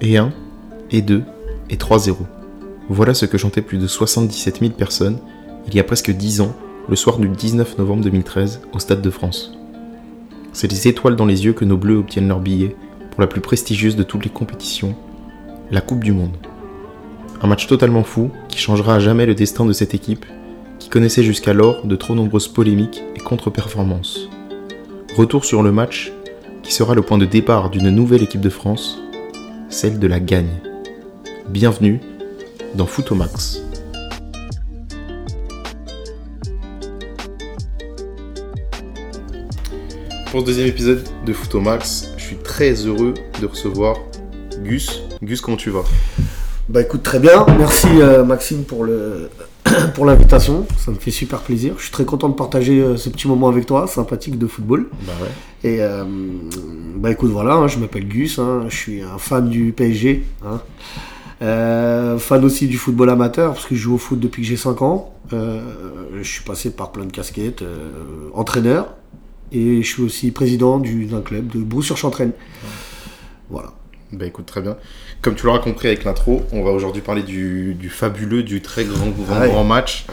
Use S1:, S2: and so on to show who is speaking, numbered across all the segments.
S1: Et 1, et 2, et 3 zéros. Voilà ce que chantaient plus de 77 000 personnes, il y a presque 10 ans, le soir du 19 novembre 2013, au Stade de France. C'est les étoiles dans les yeux que nos Bleus obtiennent leur billet pour la plus prestigieuse de toutes les compétitions, la Coupe du Monde. Un match totalement fou qui changera à jamais le destin de cette équipe qui connaissait jusqu'alors de trop nombreuses polémiques et contre-performances. Retour sur le match qui sera le point de départ d'une nouvelle équipe de France, celle de la gagne. Bienvenue dans Footomax. Pour ce deuxième épisode de Footomax, je suis très heureux de recevoir Gus. Gus, comment tu vas
S2: Bah écoute, très bien. Merci euh, Maxime pour le pour l'invitation. Ça me fait super plaisir. Je suis très content de partager euh, ce petit moment avec toi, sympathique de football.
S1: Bah ouais.
S2: Et euh, bah écoute, voilà, hein, je m'appelle Gus, hein, je suis un fan du PSG, hein. Euh, fan aussi du football amateur, parce que je joue au foot depuis que j'ai 5 ans. Euh, je suis passé par plein de casquettes, euh, entraîneur, et je suis aussi président du- d'un club de Brou-sur-Chantraine. Voilà.
S1: Bah écoute, très bien. Comme tu l'auras compris avec l'intro, on va aujourd'hui parler du, du fabuleux, du très grand, grand,
S2: Ah Ouais.
S1: grand match.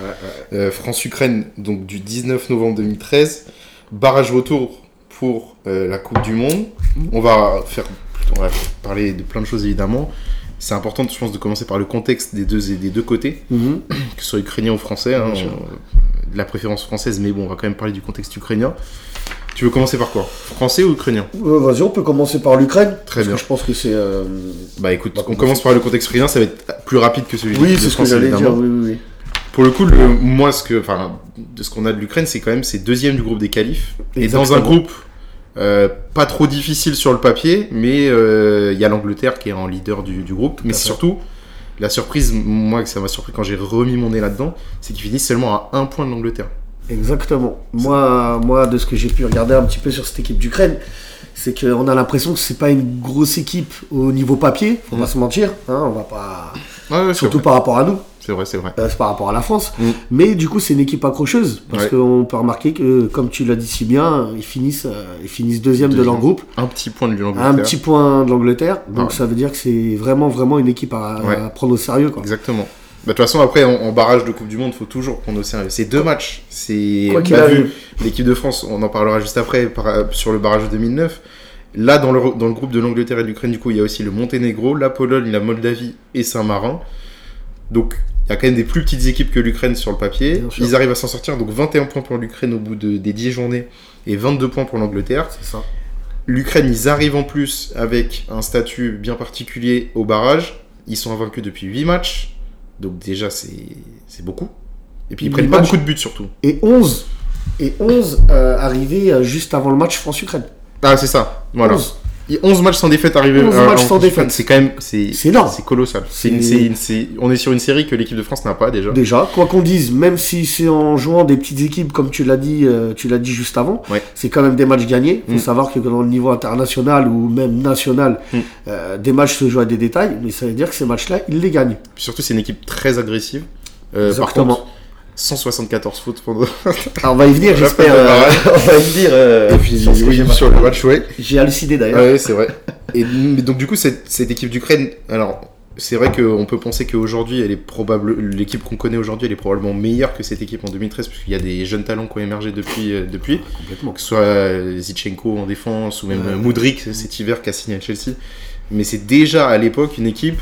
S1: Euh, France-Ukraine, donc du 19 novembre 2013. Barrage retour pour euh, la Coupe du Monde. On va, faire, on va parler de plein de choses évidemment. C'est important, je pense, de commencer par le contexte des deux, et des deux côtés,
S2: Mhm.
S1: que ce soit ukrainien ou français. hein,
S2: Bien sûr.
S1: on- de la préférence française, mais bon, on va quand même parler du contexte ukrainien. Tu veux commencer par quoi Français ou ukrainien
S2: Euh, Vas-y, on peut commencer par l'Ukraine.
S1: Très
S2: parce
S1: bien.
S2: que je pense que c'est. euh,
S1: Bah écoute,
S2: Bah,
S1: on commence par le contexte ukrainien, ça va être plus rapide que celui
S2: Oui,
S1: de
S2: c'est ce que
S1: France,
S2: j'allais
S1: évidemment.
S2: dire. Oui, oui, oui.
S1: Pour le coup, le- moi, ce que, enfin, de ce qu'on a de l'Ukraine, c'est quand même c'est deuxième du groupe des qualifs. Et dans un
S2: Exactement.
S1: groupe euh, pas trop difficile sur le papier, mais euh, il y a l'Angleterre qui est en leader du, du groupe. Mais
S2: à fait.
S1: surtout, la surprise, moi, que ça m'a surpris quand j'ai remis mon nez là-dedans, c'est qu'ils finissent seulement à un point de l'Angleterre.
S2: Exactement. Moi, moi, de ce que j'ai pu regarder un petit peu sur cette équipe d'Ukraine, c'est qu'on a l'impression que c'est pas une grosse équipe au niveau papier. Faut
S1: Mm.
S2: pas se mentir. Hein, on va pas.
S1: Ouais, ouais, c'est
S2: Surtout
S1: vrai,
S2: par rapport à nous,
S1: c'est vrai, c'est vrai.
S2: euh, c'est par rapport à la France.
S1: Mm.
S2: Mais du coup, c'est une équipe accrocheuse parce
S1: Ouais.
S2: qu'on peut remarquer que, comme tu l'as dit si bien, ils finissent, euh, ils finissent deuxième, de
S1: Deuxième.
S2: leur groupe,
S1: Un petit point de
S2: à
S1: l'Angleterre.
S2: un petit point de l'Angleterre. Donc
S1: Ouais.
S2: ça veut dire que c'est vraiment, vraiment une équipe à, à
S1: Ouais.
S2: prendre au sérieux. Quoi.
S1: Exactement. Bah, de toute façon, après, en, en barrage de Coupe du Monde, faut toujours prendre au sérieux. C'est deux matchs. C'est
S2: Quoi
S1: on
S2: qu'il
S1: l'a bah, vu,
S2: arrive.
S1: L'équipe de France, on en parlera juste après par- euh, sur le barrage de 2009. Là, dans le, dans le groupe de l'Angleterre et de l'Ukraine, du coup, il y a aussi le Monténégro, la Pologne, la Moldavie et Saint-Marin. Donc, il y a quand même des plus petites équipes que l'Ukraine sur le papier.
S2: Bien sûr.
S1: Ils arrivent à s'en sortir. Donc, 21 points pour l'Ukraine au bout de- des 10 journées et 22 points pour l'Angleterre.
S2: C'est ça.
S1: L'Ukraine, ils arrivent en plus avec un statut bien particulier au barrage. Ils sont invaincus depuis 8 matchs. Donc, déjà, c'est c'est beaucoup. Et puis, ils
S2: Huit
S1: prennent pas
S2: matchs.
S1: beaucoup de buts surtout.
S2: Et 11 et 11 euh, arrivés euh, juste avant le match France-Ukraine.
S1: Ah, c'est ça. Voilà.
S2: 11.
S1: Et 11 matchs sans défaite arrivés.
S2: 11 matchs
S1: en-
S2: sans
S1: en-
S2: défaite.
S1: C'est quand même. C'est
S2: C'est énorme.
S1: C'est colossal. C'est
S2: C'est-
S1: une- c'est une- c'est- on est sur une série que l'équipe de France n'a pas déjà.
S2: Déjà, quoi qu'on dise, même si c'est en jouant des petites équipes, comme tu l'as dit, euh, tu l'as dit juste avant,
S1: Ouais.
S2: c'est quand même des matchs gagnés. Faut
S1: Mm.
S2: savoir que dans le niveau international ou même national,
S1: Mm.
S2: euh, des matchs se jouent à des détails, mais ça veut dire que ces matchs-là, ils les gagnent.
S1: Puis Surtout, c'est une équipe très agressive. Euh, par
S2: Exactement.
S1: contre, 174 fautes pendant.
S2: Alors, on va y venir, j'espère. euh, on va y venir. euh,
S1: Et puis,
S2: sur ce que
S1: oui,
S2: j'ai
S1: sur
S2: marqué.
S1: le match, ouais.
S2: J'ai halluciné d'ailleurs.
S1: Ouais, c'est vrai. Et mais donc, du coup, cette, cette équipe d'Ukraine. Alors, c'est vrai qu'on peut penser qu'aujourd'hui, elle est probable. L'équipe qu'on connaît aujourd'hui, elle est probablement meilleure que cette équipe en 2013, puisqu'il y a des jeunes talents qui ont émergé depuis. euh, depuis.
S2: Complètement.
S1: que ce soit euh, Zichenko en défense ou même
S2: Ouais.
S1: euh, Mudryk cet hiver qui a signé à Chelsea. Mais c'est déjà à l'époque une équipe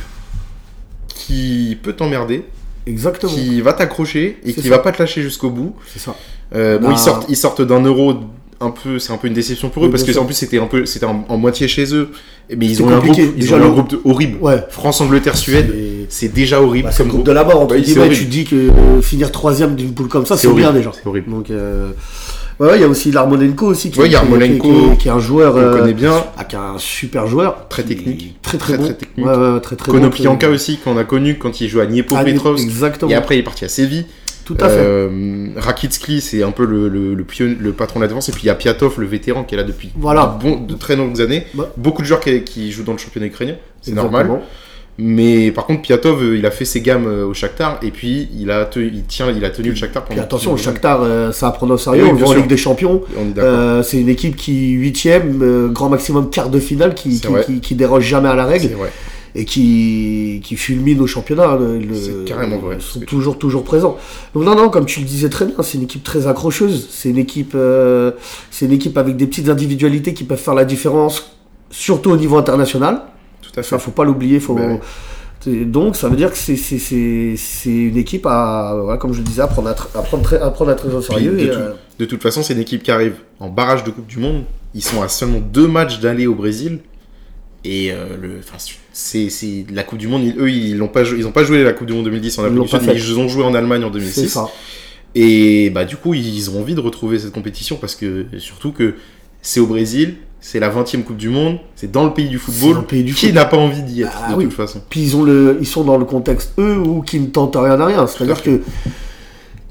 S1: qui peut t'emmerder,
S2: Exactement.
S1: qui va t'accrocher et
S2: C'est
S1: qui
S2: ça.
S1: va pas te lâcher jusqu'au bout.
S2: C'est ça.
S1: Euh, bon,
S2: Bah.
S1: ils sortent, ils sortent d'un euro un peu, c'est un peu une déception pour eux
S2: Oui,
S1: parce
S2: bien
S1: que
S2: sûr.
S1: en plus c'était un peu, c'était en, en moitié chez eux. Et- Mais ils
S2: C'était
S1: ont eu un groupe,
S2: compliqué.
S1: ils
S2: Déjà,
S1: ont eu un
S2: le-
S1: groupe de- horrible.
S2: Ouais.
S1: France, Angleterre, Suède,
S2: Et-
S1: c'est déjà horrible.
S2: Bah, c'est
S1: comme
S2: le groupe
S1: groupe.
S2: de la mort,
S1: Bah,
S2: entre
S1: c'est
S2: guillemets.
S1: horrible.
S2: Tu te dis que euh, finir troisième d'une poule comme ça, c'est bien
S1: horrible,
S2: déjà.
S1: C'est horrible.
S2: Donc, euh, ouais, ouais, il y a aussi Larmonenko aussi, qui,
S1: Ouais, il y a
S2: qui-
S1: Yarmolenko,
S2: qui- qui- qui est un joueur,
S1: On le
S2: euh,
S1: connaît bien.
S2: ah, qui est un super joueur,
S1: Très
S2: qui-
S1: technique.
S2: très très,
S1: Très,
S2: bon,
S1: très technique.
S2: Ouais, ouais, très très
S1: Konoplyanka
S2: bon.
S1: aussi qu'on a connu quand il joue à
S2: Ah,
S1: Dniepropetrovsk.
S2: exactement,
S1: Et après il est parti à Séville.
S2: tout à fait.
S1: Euh, Rakitski, c'est un peu le, le, le pion- le patron de la défense. Et puis il y a Piatov, le vétéran, qui est là depuis
S2: Voilà.
S1: de, bon- de très longues années.
S2: Bah.
S1: Beaucoup de joueurs qui, qui jouent dans le championnat ukrainien, c'est
S2: Exactement.
S1: normal. Mais par contre, Piatov, euh, il a fait ses gammes euh, au Shakhtar et puis il a, te- il tient, il a tenu le Shakhtar
S2: Puis
S1: pendant.
S2: attention, le Shakhtar, euh, ça va prendre au sérieux.
S1: Oui,
S2: on le
S1: bien
S2: voit en
S1: sûr.
S2: Ligue des Champions.
S1: On est d'accord.
S2: Euh, c'est une équipe qui huitième, euh, grand maximum quart de finale, qui,
S1: C'est
S2: qui,
S1: vrai.
S2: qui- qui déroge jamais à la
S1: C'est
S2: règle
S1: vrai.
S2: et qui, qui fulmine au championnat. hein, Le- le-
S1: C'est carrément vrai.
S2: Ils sont
S1: C'est-
S2: toujours, toujours présents. Donc non, non, comme tu le disais très bien, c'est une équipe très accrocheuse. C'est une équipe, euh, c'est une équipe avec des petites individualités qui peuvent faire la différence, surtout au niveau international.
S1: Tout à fait.
S2: Ça, faut pas l'oublier. Faut...
S1: Ben
S2: C'est- Donc, ça veut dire que c'est- c'est- c'est c'est une équipe à, voilà, comme je le disais, à prendre, à tr- à prendre, très, à prendre à très au sérieux.
S1: de
S2: et,
S1: tout-
S2: euh,
S1: De toute façon, c'est une équipe qui arrive en barrage de Coupe du Monde. Ils sont à seulement deux matchs d'aller au Brésil. Et euh, le, enfin, c'est, c'est- la Coupe du Monde. ils- eux, ils n'ont pas, joué- ils ont pas joué la Coupe du Monde 2010 en Afrique
S2: l'ont
S1: du
S2: pas
S1: Sud,
S2: fait.
S1: mais ils ont joué en Allemagne en
S2: C'est
S1: 2006.
S2: ça.
S1: Et bah du coup, ils ont envie de retrouver cette compétition parce que surtout que c'est au Brésil, c'est la 20e Coupe du Monde, c'est dans le pays du
S2: C'est
S1: football.
S2: le pays du
S1: Qui
S2: foot.
S1: n'a pas envie d'y être
S2: Ah
S1: de
S2: oui.
S1: toute façon
S2: Puis ils, ont le, ils sont dans le contexte, eux, où qui ne tentent rien à rien. C'est-à-dire que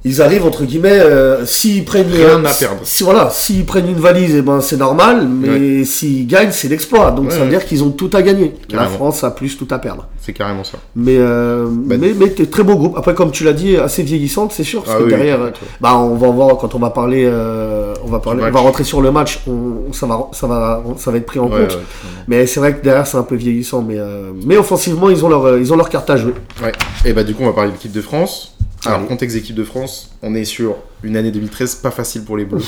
S2: ils arrivent, entre guillemets, euh, s'ils prennent...
S1: Rien
S2: euh,
S1: à perdre.
S2: si- voilà, s'ils prennent une valise, eh ben, c'est normal, mais s'ils gagnent, c'est l'exploit. Donc
S1: Ouais,
S2: ça veut
S1: ouais.
S2: dire qu'ils ont tout à gagner. La
S1: Carrément.
S2: France a plus tout à perdre.
S1: C'est carrément ça.
S2: Mais, euh,
S1: Bah,
S2: mais, mais t'es très beau groupe. Après, comme tu l'as dit, assez vieillissante, c'est sûr. Parce
S1: Ah
S2: que
S1: oui,
S2: derrière,
S1: oui.
S2: euh, bah, on va voir quand on va parler, euh, on va parler,
S1: Du
S2: on
S1: match.
S2: va rentrer sur le match. On, ça va, ça va, ça va être pris en
S1: Ouais,
S2: compte.
S1: ouais, carrément.
S2: Mais c'est vrai que derrière, c'est un peu vieillissant. Mais, euh, mais offensivement, ils ont leur, euh, ils ont leur carte à jouer.
S1: Ouais. Et bah du coup, on va parler de l'équipe de France. Alors,
S2: Allez.
S1: contexte équipe de France, on est sur une année 2013 pas facile pour les Bleus.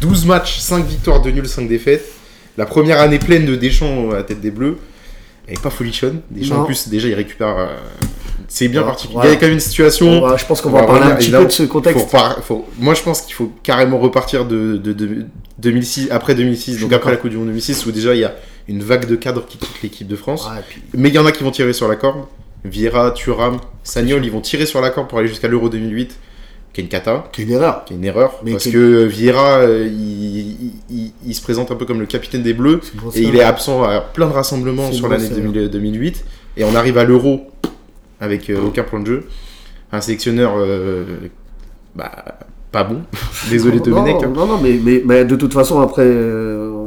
S1: 12 matchs, 5 victoires, 2 nuls, 5 défaites. La première année pleine de Deschamps à la tête des Bleus. Elle est pas folichonne. Deschamps,
S2: Non.
S1: en plus, déjà, il récupère. euh, C'est bien
S2: Ouais,
S1: particulier.
S2: voilà.
S1: Il y a quand même une situation.
S2: On va- je pense qu'on
S1: On
S2: va,
S1: va
S2: parler un
S1: revenir,
S2: petit peu
S1: évidemment.
S2: de ce contexte.
S1: Faut par- faut- Moi, je pense qu'il faut carrément repartir de, de- de- 2006, après 2006,
S2: suis
S1: donc
S2: d'accord.
S1: après la Coupe du Monde 2006, où déjà il y a une vague de cadres qui quitte l'équipe de France.
S2: Ouais, et puis,
S1: Mais il y en a qui vont tirer sur la corde. Vieira, Thuram, Sagnol, ils vont tirer sur la corde pour aller jusqu'à l'Euro 2008, qui est une cata,
S2: quelle erreur.
S1: qui est une erreur.
S2: Mais
S1: parce
S2: qui-
S1: que Vieira, euh, il, il- il- il se présente un peu comme le capitaine des Bleus.
S2: C'est pour
S1: Et
S2: ça.
S1: il est absent à plein de rassemblements
S2: C'est
S1: sur
S2: bon,
S1: l'année
S2: c'est bon.
S1: 2000 2008. Et on arrive à l'Euro avec euh, aucun point de jeu. Un sélectionneur euh, bah, pas bon. Désolé
S2: Non,
S1: Domenech. hein.
S2: Non, non, mais, mais, mais de toute façon, après, euh, on,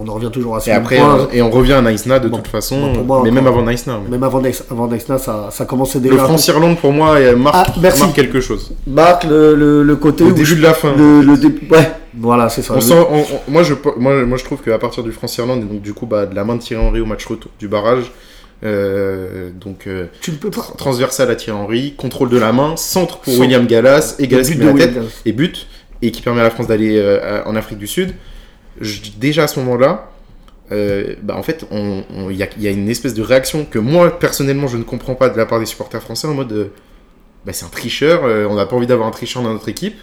S2: on en revient toujours à ce
S1: Et
S2: même
S1: après, euh,
S2: point.
S1: on- et on revient à Naïsna de
S2: Bon,
S1: toute façon.
S2: bon, pour moi,
S1: mais
S2: encore-
S1: même avant Naïsna. mais-
S2: Même avant Nex- avant Nexna, ça, ça commençait déjà.
S1: Le
S2: à-
S1: France-Irlande, pour moi, euh, marque,
S2: Ah, merci.
S1: marque quelque chose.
S2: Marque le, le, le côté
S1: Au
S2: où
S1: début de la fin.
S2: Le, le dé- Ouais, voilà, c'est ça.
S1: On
S2: Le-
S1: sent, on- on- moi, je, moi, moi, je trouve qu'à partir du France-Irlande, et donc du coup bah, de la main de Thierry Henry au match retour du barrage, euh, donc euh,
S2: Tu ne peux pas.
S1: transversal à Thierry Henry, contrôle de la main, centre pour
S2: Centre.
S1: William Gallas, et Gallas
S2: Le
S1: qui
S2: but
S1: met la
S2: de
S1: tête,
S2: Williams.
S1: et but, et qui permet à la France d'aller euh, à- en Afrique du Sud. Je- déjà à ce moment-là, euh, bah, en fait, il on, on- il y, a, il y a une espèce de réaction que moi, personnellement, je ne comprends pas de la part des supporters français en mode euh, bah, c'est un tricheur, euh, on n'a pas envie d'avoir un tricheur dans notre équipe.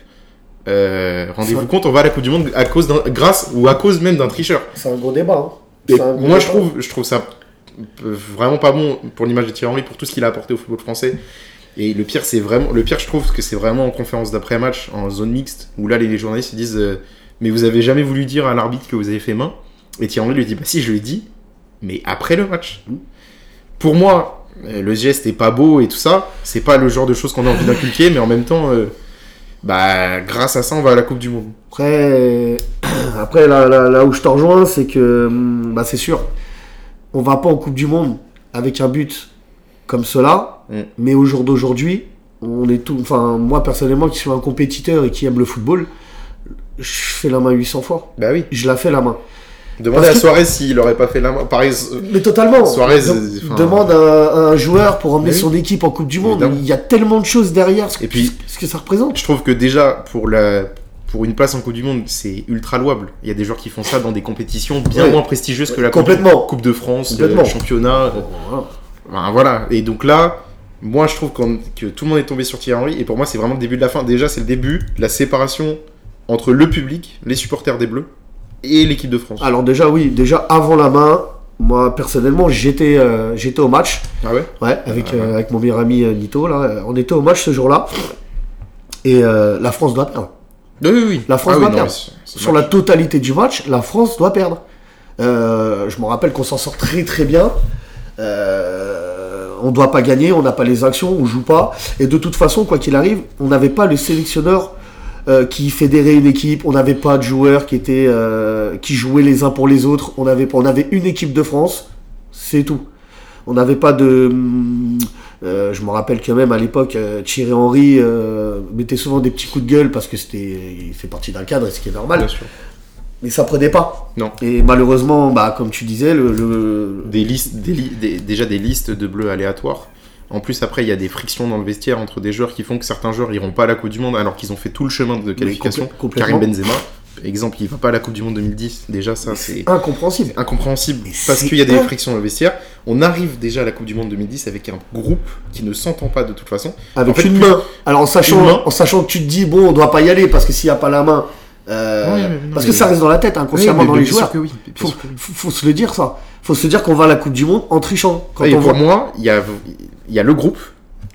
S1: Euh, Rendez-vous
S2: Ça-
S1: compte, on va à la Coupe du Monde à cause d'un- grâce ou à cause même d'un tricheur.
S2: C'est un gros débat. hein.
S1: Et
S2: C'est un gros
S1: moi, je
S2: débat.
S1: trouve, je trouve ça euh, vraiment pas bon pour l'image de Thierry Henry, pour tout ce qu'il a apporté au football français. Et le pire, c'est vraiment, le pire, je trouve que c'est vraiment en conférence d'après-match, en zone mixte, où là, les, les journalistes ils disent, euh, mais vous avez jamais voulu dire à l'arbitre que vous avez fait main. Et Thierry Henry lui dit, bah si, je lui dis, mais après le match. Pour moi, euh, le geste est pas beau et tout ça. C'est pas le genre de choses qu'on a envie d'inculquer, mais en même temps, euh, bah, grâce à ça, on va à la Coupe du Monde.
S2: Après, après là, là, là où je te rejoins, c'est que hum, bah, c'est sûr, on va pas en Coupe du Monde avec un but comme cela,
S1: Mm.
S2: mais au jour d'aujourd'hui, on est tout. Enfin, moi personnellement, qui suis un compétiteur et qui aime le football, je fais la main 800 fois.
S1: Bah oui.
S2: Je la fais la main.
S1: Demandez
S2: Parce
S1: à
S2: que-
S1: Suarez s'il aurait pas fait la main. Pareil, euh,
S2: Mais totalement.
S1: Suarez,
S2: Dem-
S1: euh, enfin-
S2: demande à, à un joueur pour emmener
S1: Mais oui.
S2: son équipe en Coupe du Monde.
S1: Évidemment.
S2: Il y a tellement de choses derrière ce,
S1: Et puis-
S2: ce que ça représente.
S1: Je trouve que déjà, pour, la... pour une place en Coupe du Monde, c'est ultra louable. Il y a des joueurs qui font ça dans des compétitions bien
S2: Ouais.
S1: moins prestigieuses que la Coupe-
S2: Complètement.
S1: Coupe de France,
S2: Complètement.
S1: le championnat. euh,
S2: Voilà.
S1: ben voilà. Et donc là, moi, je trouve qu'on- que tout le monde est tombé sur Thierry Henry. Et pour moi, c'est vraiment le début de la fin. Déjà, c'est le début de la séparation entre le public, les supporters des Bleus, et l'équipe de France.
S2: Alors déjà oui, déjà avant la main, moi personnellement j'étais euh, j'étais au match,
S1: Ah ouais
S2: ouais, avec,
S1: Ah.
S2: euh, avec mon meilleur ami euh, Nito là, euh, on était au match ce jour-là et euh, la France doit perdre.
S1: Oui, oui, oui.
S2: La France
S1: Ah oui,
S2: va
S1: non,
S2: perdre.
S1: mais c'est- c'est
S2: Sur la
S1: dommage.
S2: totalité du match, la France doit perdre. Euh, je me rappelle qu'on s'en sort très très bien. Euh, on doit pas gagner, on n'a pas les actions, on joue pas. Et de toute façon, quoi qu'il arrive, on n'avait pas le sélectionneur euh, qui fédérait une équipe. On n'avait pas de joueurs qui étaient euh, qui jouaient les uns pour les autres. On avait on avait une équipe de France, c'est tout. on n'avait pas de. hum, euh, je me rappelle quand même à l'époque, euh, Thierry Henry euh, mettait souvent des petits coups de gueule parce que c'était, il fait partie d'un cadre, et ce qui est normal.
S1: Bien sûr.
S2: Mais ça prenait pas.
S1: Non.
S2: Et malheureusement, bah, comme tu disais, le, le-
S1: Des listes, des li- des- déjà des listes de bleus aléatoires. En plus, après, il y a des frictions dans le vestiaire entre des joueurs qui font que certains joueurs iront pas à la Coupe du Monde alors qu'ils ont fait tout le chemin de qualification.
S2: compl- complètement.
S1: Karim Benzema, exemple, il va pas à la Coupe du Monde 2010. Déjà, ça, c'est
S2: incompréhensible.
S1: incompréhensible
S2: Mais
S1: parce
S2: c'est
S1: qu'il y a des
S2: un-
S1: frictions dans le vestiaire. On arrive déjà à la Coupe du Monde 2010 avec un groupe qui ne s'entend pas de toute façon. En
S2: Avec
S1: fait,
S2: une
S1: plus-
S2: main. Alors en sachant,
S1: une main.
S2: en sachant que tu te dis, bon, on doit pas y aller parce que s'il n'y a pas la main. euh,
S1: Oui, mais non,
S2: parce
S1: mais-
S2: que ça reste dans la tête, inconsciemment
S1: Oui, mais
S2: dans les
S1: bien sûr
S2: joueurs.
S1: que oui, bien
S2: Faut,
S1: sûr que oui.
S2: faut- faut se le dire ça. Faut se dire qu'on va à la Coupe du Monde en trichant. Quand
S1: Et
S2: on
S1: pour
S2: voit.
S1: moi, il y a, il y a le groupe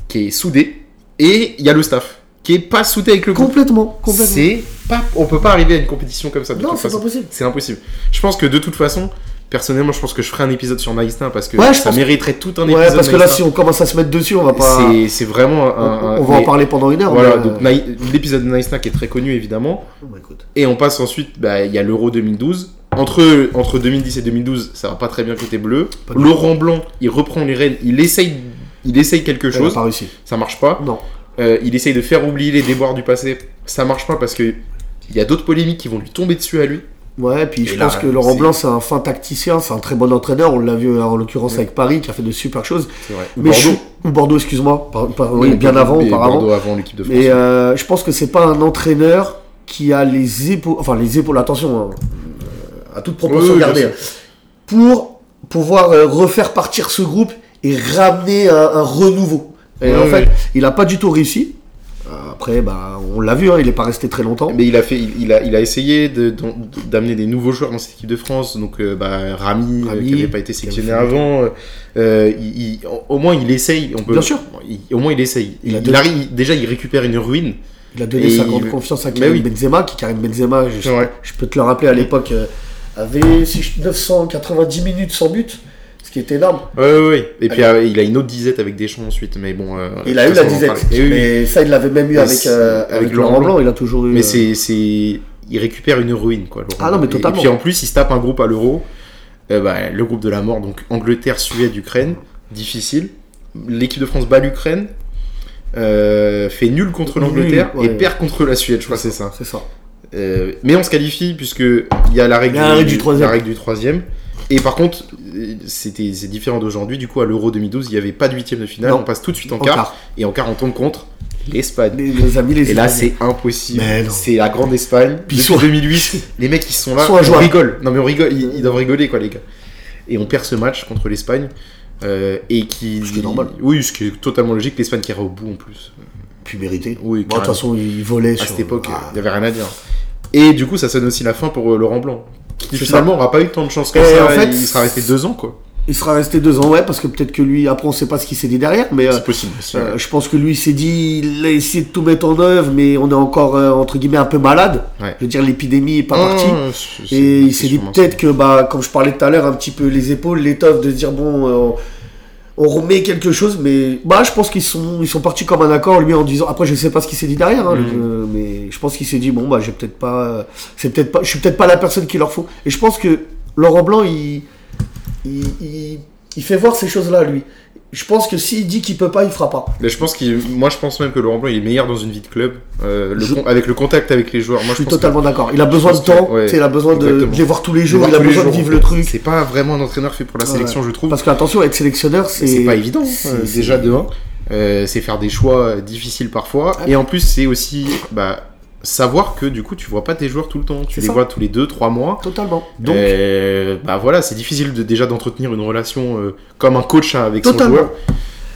S1: qui est soudé et il y a le staff qui est pas soudé avec le groupe.
S2: Complètement, complètement.
S1: C'est pas, on peut pas arriver à une compétition comme ça. De
S2: Non,
S1: toute
S2: c'est pas
S1: façon,
S2: possible.
S1: c'est impossible. Je pense que de toute façon, personnellement, je pense que je ferai un épisode sur Maïstin parce que
S2: Ouais, je
S1: ça
S2: pense-
S1: mériterait tout un épisode.
S2: Ouais, parce que là,
S1: Maïstin.
S2: si on commence à se mettre dessus, on va pas.
S1: c'est c'est vraiment
S2: On,
S1: un.
S2: on va
S1: mais-
S2: en parler pendant une heure.
S1: Voilà,
S2: mais,
S1: donc
S2: euh, Oh
S1: Maï- l'épisode de Maïstin qui est très connu évidemment.
S2: bon, écoute.
S1: Et on passe ensuite, bah, il y a l'Euro 2012. Entre, entre 2010 et 2012, ça va pas très bien côté bleu.
S2: Pas du tout.
S1: Laurent Blanc, il reprend les rênes, il essaye, il essaye quelque
S2: Elle a
S1: chose,
S2: pas réussi.
S1: ça marche pas.
S2: Non.
S1: Euh, il essaye de faire oublier les déboires du passé, ça marche pas parce que il y a d'autres polémiques qui vont lui tomber dessus à lui.
S2: Ouais, puis
S1: Et
S2: je
S1: là,
S2: pense que Laurent
S1: c'est-
S2: Blanc, c'est un fin tacticien, c'est un très bon entraîneur. On l'a vu euh, en l'occurrence avec Paris, qui a fait de super choses.
S1: C'est vrai.
S2: Mais je- ou Bordeaux, excuse-moi. Par- par- oui,
S1: Oui,
S2: bien
S1: Bordeaux-
S2: avant,
S1: mais
S2: auparavant.
S1: Bordeaux avant l'équipe de France.
S2: Mais euh, je pense que c'est pas un entraîneur qui a les épaules, enfin les épaules, attention, hein, euh, à toute proportion
S1: Oui, oui,
S2: gardée,
S1: bien
S2: hein, pour pouvoir euh, refaire partir ce groupe et ramener un, un renouveau. Et
S1: Oui,
S2: en
S1: oui,
S2: fait,
S1: oui.
S2: il a pas du tout réussi. Euh, Après, bah, on l'a vu, hein, il est pas resté très longtemps.
S1: Mais il a fait, il, il a, il a essayé de- d'en- d'amener des nouveaux joueurs dans cette équipe de France. Donc euh, bah, Rami, euh,
S2: Rami,
S1: qui n'avait pas été
S2: qui avait
S1: sélectionné
S2: fait-
S1: avant. euh, euh, il- il- au- au moins il essaye. On peut,
S2: Bien sûr.
S1: il- au moins il essaye.
S2: Il
S1: Il,
S2: a donné-
S1: arrive, déjà il récupère une ruine.
S2: Il a donné
S1: Et
S2: sa grande
S1: il-
S2: confiance à
S1: Mais
S2: Karim
S1: oui.
S2: Benzema, qui Karim Benzema, je,
S1: Ouais.
S2: je peux te le rappeler à l'époque, euh, avait si je- 990 minutes sans but, ce qui est énorme.
S1: Ouais, ouais, ouais. Et puis euh, il a une autre disette avec Deschamps ensuite. Mais bon. euh,
S2: Il a eu
S1: de toute façon,
S2: la
S1: on en
S2: disette.
S1: parlait. Et oui, oui.
S2: Mais ça, il l'avait même eu
S1: Mais
S2: avec,
S1: c'est-
S2: euh,
S1: avec
S2: avec
S1: Laurent
S2: Laurent Blanc.
S1: Blanc.
S2: Il a toujours eu.
S1: Mais
S2: euh,
S1: c'est, c'est, il récupère une ruine, quoi. Laurent.
S2: Ah non, mais
S1: Et-
S2: totalement.
S1: Et, puis en plus, il se tape un groupe à l'Euro, Euh, bah, le groupe de la mort, donc Angleterre, Suède, Ukraine, difficile. L'équipe de France bat l'Ukraine, euh, fait nul contre
S2: Nul,
S1: l'Angleterre
S2: ouais.
S1: et perd contre la Suède, je crois, c'est ça.
S2: C'est ça.
S1: Euh, mais on se qualifie puisque il y a la règle,
S2: Il y a la règle du troisième.
S1: la règle du troisième. Et par contre, euh, c'était, c'est différent d'aujourd'hui. Du coup, à l'Euro 2012, il n'y avait pas de huitième de finale.
S2: Non.
S1: On passe tout de suite en,
S2: En
S1: quart,
S2: quart.
S1: Et en quart, on tombe contre l'Espagne.
S2: Les, les amis, les
S1: Et là,
S2: Italiens.
S1: c'est impossible.
S2: Mais non.
S1: C'est la grande Espagne. Puis
S2: Puis ils sont-
S1: 2008, les mecs, ils sont là.
S2: Ils sont injouables.
S1: on rigole. Non, mais on rigole. Ils, ils doivent rigoler, quoi, les gars. Et on perd ce match contre l'Espagne. euh, et qui.
S2: Ce qui est normal.
S1: Oui, ce qui est totalement logique. L'Espagne qui ira au bout en plus.
S2: Puis mérité.
S1: Oui,
S2: Bon, De toute
S1: carrément.
S2: façon, il volait
S1: À
S2: sur.
S1: cette époque, euh, il
S2: Ah.
S1: n'y avait rien à dire. Et du coup, ça sonne aussi la fin pour euh, Laurent Blanc. Qui
S2: C'est
S1: finalement n'aura pas eu tant de chance que
S2: Et
S1: ça.
S2: en fait,
S1: il sera resté deux ans, quoi.
S2: Il sera resté deux ans, ouais, parce que peut-être que lui, après, on sait pas ce qu'il s'est dit derrière, mais. euh,
S1: C'est possible. aussi, ouais.
S2: euh, je pense que lui il s'est dit, il a essayé de tout mettre en œuvre, mais on est encore euh, entre guillemets un peu malade.
S1: Ouais.
S2: Je veux dire, l'épidémie est pas partie.
S1: Ah, c'est- c'est-
S2: Et il
S1: c'est
S2: s'est dit
S1: sûrement
S2: peut-être que, bah, comme je parlais tout à l'heure, un petit peu les épaules, l'étoffe, de dire bon, euh, on remet quelque chose, mais bah, je pense qu'ils sont, ils sont partis comme un accord, lui en disant. Après, je sais pas ce qu'il s'est dit derrière, hein,
S1: Mm.
S2: le- euh, mais je pense qu'il s'est dit bon, bah, j'ai peut-être pas, euh, c'est peut-être pas, je suis peut-être pas la personne qu'il leur faut. Et je pense que Laurent Blanc, il, il, il, il fait voir ces choses-là, lui. Je pense que s'il dit qu'il peut pas, il fera pas.
S1: Mais je pense qu'il, moi je pense même que Laurent Blanc il est meilleur dans une vie de club, euh, le
S2: Je-
S1: con- avec le contact avec les joueurs. Moi
S2: Je suis
S1: pense que-
S2: totalement d'accord. Il a besoin de
S1: je pense que-
S2: temps,
S1: ouais,
S2: tu sais, il a besoin de,
S1: exactement.
S2: de les voir tous les
S1: Je
S2: jours,
S1: vois
S2: il a
S1: tous les
S2: besoin de
S1: jours,
S2: vivre
S1: en
S2: le
S1: fait.
S2: truc.
S1: C'est pas vraiment un entraîneur fait pour la
S2: Ouais,
S1: sélection, je trouve.
S2: Parce qu'attention, être sélectionneur, c'est.
S1: C'est pas évident.
S2: c'est-
S1: euh,
S2: c'est-
S1: déjà de un. Euh, c'est faire des choix euh, difficiles parfois.
S2: Ah.
S1: Et en plus, c'est aussi bah, savoir que du coup, tu vois pas tes joueurs tout le temps.
S2: C'est
S1: Tu les
S2: ça.
S1: vois tous les deux, trois mois.
S2: Totalement.
S1: Donc,
S2: Donc,
S1: bah voilà, c'est difficile de, déjà d'entretenir une relation euh, comme un coach hein, avec
S2: Totalement.
S1: son joueur.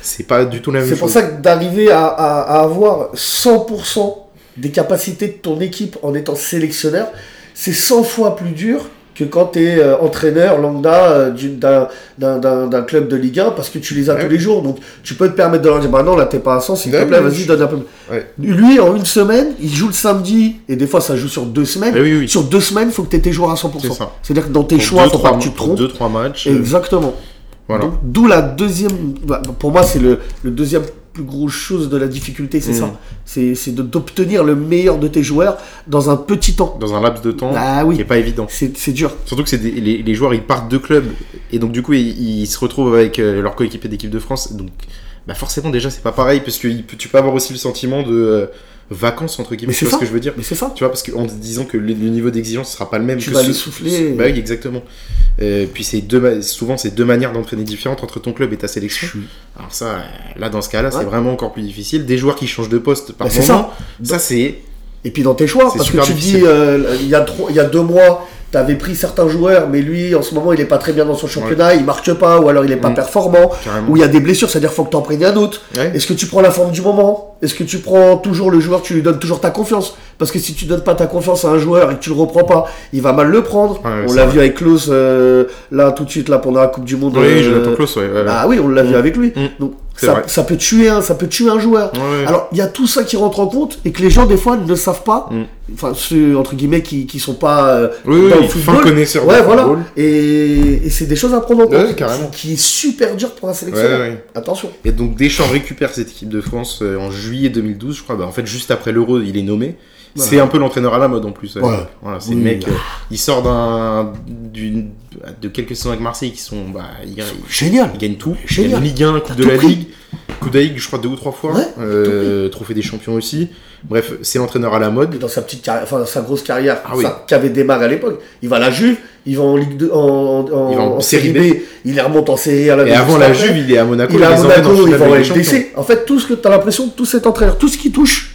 S1: C'est pas du tout la même
S2: c'est
S1: chose.
S2: pour ça que d'arriver à, à- à avoir 100% des capacités de ton équipe en étant sélectionneur, c'est 100 fois plus dur que quand tu es entraîneur lambda euh, d'une- d'un- d'un d'un- d'un club de Ligue 1 parce que tu les as
S1: Ouais.
S2: tous les jours. Donc, tu peux te permettre de leur dire Bah non, là, t'es pas à 100, s'il te
S1: Ouais,
S2: plaît,
S1: mais
S2: vas-y,
S1: je-
S2: donne un peu.
S1: Ouais.
S2: Lui, en une semaine, il joue le samedi et des fois, ça joue sur deux semaines.
S1: Eh oui, oui.
S2: Sur deux semaines, faut que tu aies tes joueurs à 100%.
S1: C'est ça.
S2: C'est-à-dire que dans tes
S1: Pour
S2: choix,
S1: deux,
S2: faut
S1: trois,
S2: pas que tu te
S1: pour
S2: trompes.
S1: deux, trois matchs. euh,
S2: Exactement.
S1: voilà.
S2: Donc, D'où la deuxième. bah, Pour moi, c'est le, le deuxième plus grosse chose de la difficulté,
S1: Mm.
S2: c'est ça. C'est c'est de- d'obtenir le meilleur de tes joueurs dans un petit temps.
S1: Dans un laps de temps
S2: Ah oui.
S1: qui est pas évident.
S2: C'est c'est dur.
S1: Surtout que c'est des- les, les joueurs, ils partent de club et donc du coup ils, ils se retrouvent avec euh, leur coéquipier d'équipe de France. Donc bah forcément déjà c'est pas pareil parce que il peut- tu peux avoir aussi le sentiment de euh, vacances entre guillemets.
S2: Mais
S1: Tu vois
S2: c'est
S1: ce
S2: ça.
S1: que je veux dire
S2: Mais c'est ça.
S1: Tu vois parce qu'en te disant que le, le niveau d'exigence sera pas le même.
S2: Tu
S1: que
S2: vas
S1: ce-
S2: les souffler.
S1: Bah oui exactement. Euh, puis c'est deux ma- souvent c'est deux manières d'entraîner différentes entre ton club et ta sélection. Alors ça euh, là dans ce cas-là c'est
S2: Ouais.
S1: vraiment encore plus difficile. Des joueurs qui changent de poste par
S2: Bah, c'est
S1: moment. Ça c'est
S2: Et puis dans tes choix,
S1: C'est
S2: parce que
S1: super
S2: tu
S1: difficile.
S2: dis, euh, il y, a trois- il y a deux mois, tu avais pris certains joueurs, mais lui, en ce moment, il est pas très bien dans son championnat, il marque pas, ou alors il est pas
S1: Mm.
S2: performant,
S1: carrément.
S2: ou il y a des blessures, c'est-à-dire faut que tu en prennes un autre.
S1: Ouais.
S2: Est-ce que tu prends la forme du moment Est-ce que tu prends toujours le joueur, tu lui donnes toujours ta confiance Parce que si tu donnes pas ta confiance à un joueur et que tu le reprends pas, il va mal le prendre.
S1: Ouais,
S2: on
S1: c'est
S2: l'a vu avec Klaus, euh, là, tout de suite, là, pendant la Coupe du Monde.
S1: Oui
S2: euh,
S1: Jonathan Klaus ouais. ouais, ouais.
S2: Ah oui, on l'a vu
S1: Mm.
S2: avec lui.
S1: Mm.
S2: Donc,
S1: C'est
S2: ça,
S1: vrai.
S2: ça peut tuer un, ça peut tuer un joueur.
S1: Ouais, ouais.
S2: Alors, il y a tout ça qui rentre en compte et que les gens, des fois, ne savent pas.
S1: Mm.
S2: Enfin, ceux, entre guillemets, qui, qui sont pas euh,
S1: Oui, oui,
S2: dans le
S1: oui, fin
S2: football.
S1: connaisseur
S2: ouais,
S1: du
S2: voilà.
S1: football.
S2: Et, et c'est des choses à prendre en compte.
S1: Ouais, carrément.
S2: Qui est super dur pour un
S1: Ouais,
S2: sélectionneur.
S1: ouais, ouais.
S2: Attention.
S1: Et donc Deschamps récupère cette équipe de France euh, en juillet 2012, je crois. Bah, en fait, juste après l'Euro, il est nommé.
S2: Voilà.
S1: C'est un peu l'entraîneur à la mode en plus. euh,
S2: Bah, Ouais.
S1: Voilà, c'est
S2: Oui,
S1: le mec.
S2: oui.
S1: euh, il sort d'un, d'une, de quelques saisons avec Marseille qui sont, bah, il, il
S2: Génial.
S1: gagne tout. Il
S2: Génial.
S1: gagne Ligue 1,
S2: T'as
S1: Coupe de
S2: tout
S1: la
S2: pris.
S1: Ligue, Coupe de la Ligue, je crois deux ou trois fois.
S2: Ouais,
S1: Euh, trophée des champions aussi. Bref, c'est l'entraîneur à la mode.
S2: Dans sa petite carrière, enfin, dans sa grosse carrière,
S1: Ah oui.
S2: ça, qui avait démarré à l'époque. Il va à la Juve, il va en Ligue 2, en, en,
S1: Il va en Série B.
S2: il les remonte en Série A. la
S1: Et
S2: même
S1: avant
S2: juste
S1: la
S2: après.
S1: Juve, il est à Monaco.
S2: il est à
S1: les emmène en finale
S2: Monaco, il va
S1: de
S2: en
S1: Ligue des Champions.
S2: LDC. En fait, tout ce que t'as l'impression, tout cet entraîneur, tout ce qui touche,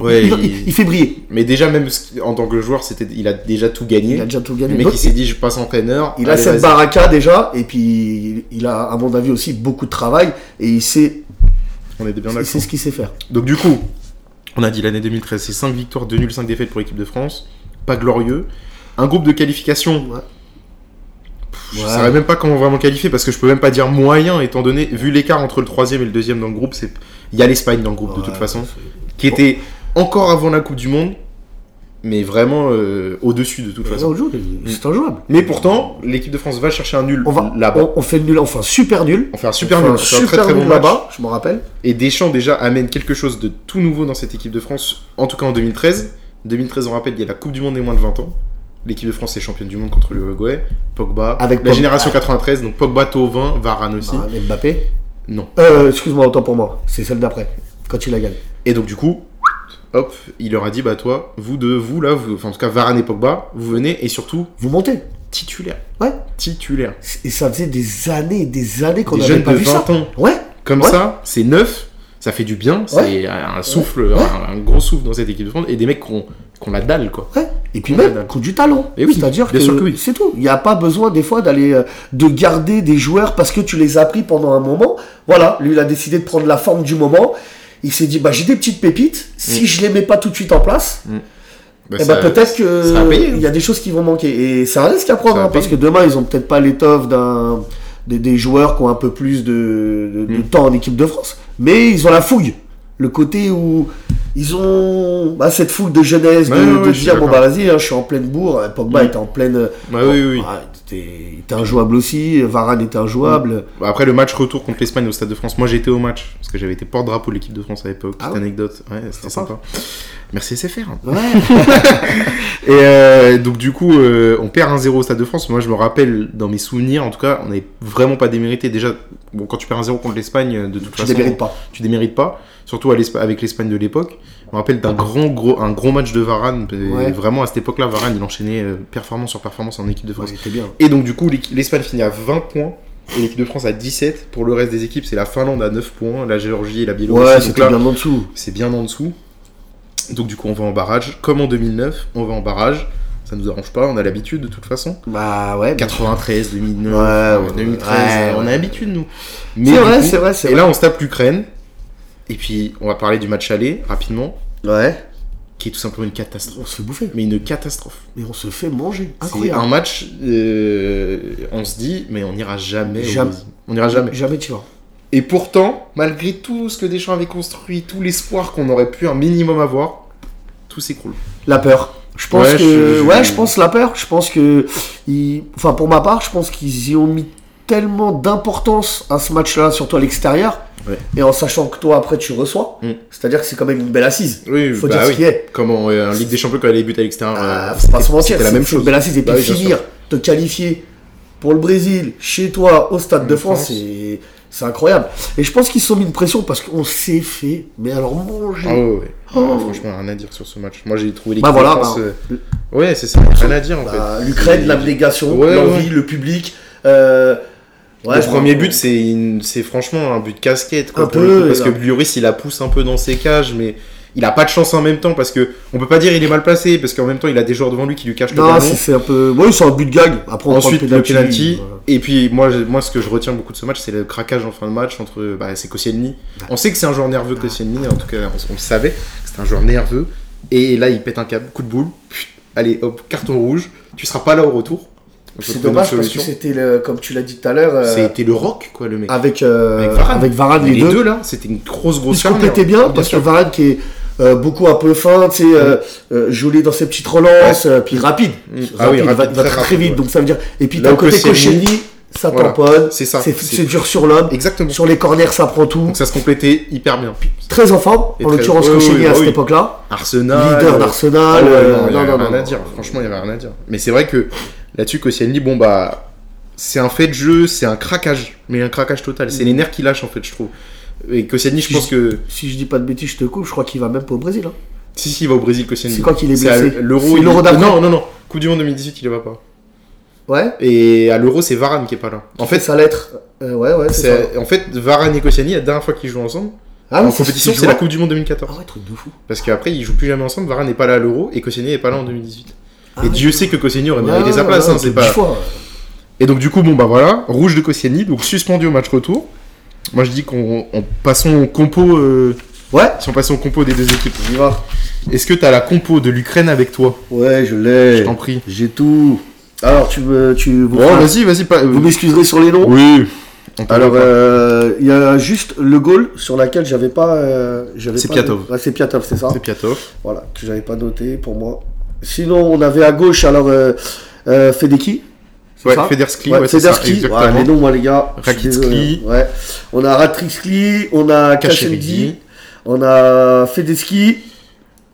S1: Ouais,
S2: il,
S1: il-
S2: il fait briller.
S1: Mais déjà, même ce- en tant que joueur, c'était, il a déjà tout gagné.
S2: Il a déjà tout
S1: Le
S2: gagné.
S1: mec,
S2: Donc,
S1: il s'est dit, je passe entraîneur.
S2: Il a
S1: allez,
S2: cette
S1: vas-y.
S2: baraka déjà, et puis il- il a, à mon avis, aussi beaucoup de travail, et il sait,
S1: On est bien
S2: il sait
S1: d'accord.
S2: ce qu'il sait faire.
S1: Donc, du coup, on a dit l'année 2013, c'est 5 victoires, 2 nuls, 5 défaites pour l'équipe de France. Pas glorieux. Un groupe de qualification,
S2: Ouais.
S1: je ne
S2: Ouais.
S1: saurais même pas comment vraiment qualifier parce que je peux même pas dire moyen étant donné, vu l'écart entre le troisième et le deuxième dans le groupe, c'est il y a l'Espagne dans le groupe de toute
S2: Ouais,
S1: façon, qui était encore avant la Coupe du Monde, mais vraiment euh, au-dessus de toute
S2: C'est
S1: façon.
S2: injouable, c'est injouable.
S1: Mm. Mais pourtant, l'équipe de France va chercher un nul
S2: On, va,
S1: là-bas.
S2: on, on fait le nul, enfin super nul.
S1: On fait un super
S2: On fait
S1: nul,
S2: un
S1: on fait un
S2: super
S1: très très
S2: nul
S1: bon match.
S2: là-bas, je me rappelle.
S1: Et Deschamps déjà amène quelque chose de tout nouveau dans cette équipe de France, en tout cas en 2013. 2013, on rappelle, il y a la Coupe du Monde des moins de 20 ans. L'équipe de France est championne du monde contre l'Uruguay. Pogba.
S2: Avec
S1: la
S2: Pogba.
S1: génération 93, donc Pogba, Thauvin, Varane aussi.
S2: Ah, Mbappé.
S1: Non.
S2: Euh, excuse-moi, autant pour moi, c'est celle d'après, quand il la gagne.
S1: Et donc du coup, hop, il leur a dit, bah toi, vous deux, vous là, vous, enfin en tout cas Varane et Pogba, vous venez et surtout
S2: Vous montez.
S1: titulaire.
S2: Ouais.
S1: Titulaire.
S2: Et ça faisait des années et des années qu'on
S1: Des
S2: n'avait
S1: jeunes
S2: pas
S1: de
S2: vu ça.
S1: 20 ans.
S2: Ouais,
S1: Comme
S2: Ouais.
S1: ça, c'est neuf, ça fait du bien, c'est un souffle, Un, un gros souffle dans cette équipe de France. Et des mecs qui ont, qui ont la dalle, quoi.
S2: ouais. Et puis
S1: Ouais, ouais.
S2: même, qu'on du talent.
S1: Et oui,
S2: C'est-à-dire
S1: bien
S2: que,
S1: sûr que oui.
S2: c'est tout. Il n'y a pas besoin des fois d'aller euh, de garder des joueurs parce que tu les as pris pendant un moment. Voilà, lui il a décidé de prendre la forme du moment. Il s'est dit bah j'ai des petites pépites. Si
S1: Mm.
S2: je les mets pas tout de suite en place,
S1: Bah,
S2: eh
S1: ça-
S2: ben peut-être
S1: ça va payer,
S2: que
S1: hein.
S2: il y a des choses qui vont manquer. Et c'est un risque à
S1: Ça
S2: prendre
S1: va
S2: hein, parce que
S1: payer.
S2: demain ils ont peut-être pas l'étoffe d'un des, des joueurs qui ont un peu plus de, de-
S1: Hmm.
S2: de temps en équipe de France, mais ils ont la fouille. Le côté où ils ont bah, cette fougue de jeunesse, de,
S1: Ouais, ouais,
S2: de
S1: ouais, je suis
S2: dire bon bah
S1: d'accord.
S2: vas-y, hein, je suis en pleine bourre. Pogba
S1: Mm.
S2: était en pleine.
S1: Bah oui, oui, oui.
S2: Ah, était, était injouable aussi. Varane était injouable.
S1: Bah, Après le match retour contre l'Espagne au Stade de France, moi j'étais au match parce que j'avais été porte-drapeau de l'équipe de France à l'époque.
S2: Ah
S1: Petite
S2: ouais
S1: anecdote, ouais, c'était
S2: Sympa.
S1: sympa. Merci SFR.
S2: Ouais.
S1: Et euh, donc du coup, euh, on perd 1-0 au Stade de France. Moi je me rappelle dans mes souvenirs, en tout cas, on n'avait vraiment pas démérité. Déjà, bon, quand tu perds 1-0 contre l'Espagne, euh, de toute
S2: tu
S1: façon,
S2: les mérites pas.
S1: tu démérites pas. Surtout à l'Espa- avec l'Espagne de l'époque. Je me rappelle d'un grand gros, un gros match de Varane. Et
S2: Ouais.
S1: Vraiment à cette époque-là, Varane il enchaînait euh, performance sur performance en équipe de France.
S2: Ouais, c'était bien.
S1: Et donc, du coup, l'équ- l'Espagne finit à 20 points et l'équipe de France à 17. Pour le reste des équipes, c'est la Finlande à 9 points, la Géorgie et la Biélorussie.
S2: Ouais,
S1: Donc
S2: c'était
S1: là,
S2: bien en dessous.
S1: C'est bien en dessous. Donc, du coup, on va en barrage. Comme en 2009, on va en barrage. Ça nous arrange pas, on a l'habitude de toute façon.
S2: Bah ouais.
S1: 93, 2009,
S2: Ouais,
S1: euh,
S2: ouais,
S1: 2013,
S2: ouais,
S1: on a
S2: ouais.
S1: l'habitude nous. Mais
S2: C'est
S1: du
S2: vrai,
S1: coup-
S2: c'est vrai, c'est
S1: Et
S2: vrai.
S1: là, on se tape l'Ukraine. Et puis, on va parler du match aller rapidement,
S2: Ouais.
S1: qui est tout simplement une catastrophe.
S2: On se fait bouffer.
S1: Mais une catastrophe.
S2: Mais on se fait manger.
S1: C'est un
S2: Incroyable.
S1: match, euh, on se dit, mais on n'ira jamais. au-
S2: Jamais.
S1: On n'ira jamais.
S2: Jamais tu vas.
S1: Et pourtant, malgré tout ce que Deschamps avait construit, tout l'espoir qu'on aurait pu un minimum avoir, tout s'écroule.
S2: La peur. Je pense
S1: Ouais,
S2: que
S1: je- je-
S2: ouais, je pense la peur. Je pense que ils- enfin pour ma part, je pense qu'ils y ont mis tellement d'importance à ce match-là, surtout à l'extérieur,
S1: Ouais.
S2: et en sachant que toi après tu reçois,
S1: Mm.
S2: c'est-à-dire que c'est quand même une belle assise.
S1: Oui,
S2: Faut
S1: bah
S2: dire ce
S1: oui.
S2: qu'il y a.
S1: Comment euh, en Ligue des Champions quand elle débute à l'extérieur,
S2: Ah,
S1: euh,
S2: faut pas
S1: c'était-
S2: se mentir,
S1: c'était la
S2: c'est-
S1: même
S2: c'est une
S1: chose.
S2: belle assise et
S1: Bah
S2: puis
S1: oui, bien
S2: finir,
S1: sûr.
S2: te qualifier pour le Brésil chez toi au stade de France,
S1: France.
S2: c'est- c'est incroyable. Et je pense qu'ils se sont mis une pression parce qu'on s'est fait, mais alors manger.
S1: Ah ouais, ouais.
S2: Oh.
S1: Ah, franchement, rien à dire sur ce match. Moi, j'ai trouvé les
S2: Bah voilà,
S1: différences,
S2: bah,
S1: euh, Ouais, c'est ça. Rien à dire en
S2: Bah,
S1: fait.
S2: L'Ukraine,
S1: C'est-
S2: l'abnégation,
S1: Ouais,
S2: l'envie,
S1: ouais.
S2: le public. euh, ouais,
S1: le
S2: je
S1: premier
S2: pense-
S1: but, c'est une- c'est franchement un but casquette. Quoi,
S2: Un
S1: pour
S2: peu,
S1: le coup, parce
S2: là.
S1: que Lloris, il la pousse un peu dans ses cages, mais il a pas de chance en même temps parce que on peut pas dire il est mal placé parce qu'en même temps, il a des joueurs devant lui qui lui cachent le
S2: Non,
S1: ballon.
S2: c'est c'est un peu. Oui, c'est un but de gag. Après, on
S1: Ensuite,
S2: prend
S1: le penalty.
S2: voilà.
S1: Et puis, moi, j'ai- moi, ce que je retiens beaucoup de ce match, c'est le craquage en fin de match entre. Bah, c'est Koscielny. On sait que c'est un joueur nerveux, Koscielny. En tout cas, on, on le savait. C'était un joueur nerveux. Et là, il pète un câble, coup de boule. Pfft, Allez, hop, carton rouge. Tu seras pas là au retour. On peut
S2: C'est
S1: trouver une
S2: dommage parce que
S1: solution.
S2: c'était, le- comme tu l'as dit tout à l'heure, euh,
S1: C'était le rock, quoi, le mec.
S2: avec, euh,
S1: avec Varane.
S2: avec Varane,
S1: les,
S2: les, deux.
S1: deux, là, c'était une grosse,
S2: Ils
S1: grosse
S2: se
S1: charnière.
S2: complétaient bien, parce
S1: sûr.
S2: que Varane qui est euh, beaucoup un peu fin, tu sais, euh, euh, joli dans ses petites relances, euh, puis rapide.
S1: Mm. Ah oui,
S2: va-
S1: rapide,
S2: va,
S1: très
S2: très,
S1: rapide,
S2: vite.
S1: ouais.
S2: Donc ça veut dire. Et puis
S1: Là
S2: d'un
S1: où
S2: côté
S1: Koscielny,
S2: Koscielny, ça
S1: voilà,
S2: tamponne,
S1: c'est ça,
S2: c'est
S1: c'est-
S2: c'est dur sur l'homme,
S1: Exactement.
S2: sur les corners ça prend tout.
S1: Donc ça se complétait hyper bien.
S2: Très en forme,
S1: Et
S2: en
S1: très-
S2: l'occurrence
S1: oui, oui,
S2: Koscielny
S1: bah
S2: à cette
S1: oui.
S2: époque-là,
S1: Arsenal. euh,
S2: leader
S1: Ah
S2: d'Arsenal.
S1: ouais,
S2: euh,
S1: non, il y
S2: non,
S1: avait
S2: non,
S1: rien
S2: non.
S1: à dire. Franchement, il y avait rien à dire. Mais c'est vrai que là-dessus, Koscielny, bon bah, c'est un fait de jeu, c'est un craquage, mais un craquage total. C'est les nerfs qui lâchent en fait, je trouve. Et Koscielny, je pense que
S2: Si je dis pas de bêtises, je te coupe, je crois qu'il va même pas au Brésil. hein.
S1: si si, il va au Brésil, Koscielny.
S2: C'est quand qu'il est
S1: à
S2: blessé
S1: L'Euro.
S2: C'est
S1: il-
S2: l'Euro d'après
S1: Non non non. Coup du Monde 2018, il y va pas.
S2: Ouais.
S1: Et à l'Euro, c'est Varane qui est pas là. En fait,
S2: sa lettre. Euh, ouais, ouais, c'est ça.
S1: c'est en fait Varane et Koscielny, la dernière fois qu'ils jouent ensemble
S2: Ah
S1: en
S2: oui,
S1: compétition,
S2: ce
S1: c'est la
S2: joueur.
S1: Coupe du Monde 2014.
S2: Ah ouais, truc de fou.
S1: Parce qu'après, ils jouent plus jamais ensemble. Varane n'est pas là à l'Euro et Koscielny n'est pas là en 2018.
S2: Ah
S1: et
S2: ouais.
S1: Dieu sait que Koscielny aurait mérité
S2: Ouais,
S1: sa place.
S2: ouais,
S1: hein, c'est
S2: dix
S1: pas.
S2: fois.
S1: Et donc du coup, bon bah voilà, rouge de Koscielny, donc suspendu au match retour. Moi je dis qu'on on- passons au compo, euh,
S2: Ouais,
S1: si on passait au compo des deux équipes.
S2: on y va.
S1: Est-ce que t'as la compo de l'Ukraine avec toi
S2: Ouais, je
S1: Je
S2: l'ai.
S1: t'en prie.
S2: J'ai tout. Alors, tu me. Tu, vous,
S1: Bon, vas-y, vas-y, pas. euh,
S2: vous m'excuserez sur les noms
S1: oui. On t'en
S2: Alors,
S1: veut pas.
S2: euh, il y a juste le goal sur laquelle j'avais pas. euh, j'avais
S1: C'est
S2: pas-
S1: Piatov.
S2: Ouais, c'est Piatov, c'est ça
S1: c'est Piatov.
S2: Voilà, que j'avais pas noté pour moi. Sinon, on avait à gauche, alors, euh, euh, Fedeki. c'est
S1: Ouais,
S2: ça
S1: Federski,
S2: Ouais,
S1: ouais, c'est ça,
S2: Federski.
S1: exactement.
S2: Ouais, les noms, moi, les gars. je suis
S1: Rakitski.
S2: désolé. hein. Ouais. On a Ratrixli, on a Kachendi,
S1: Kacheridi.
S2: on a Fedeski,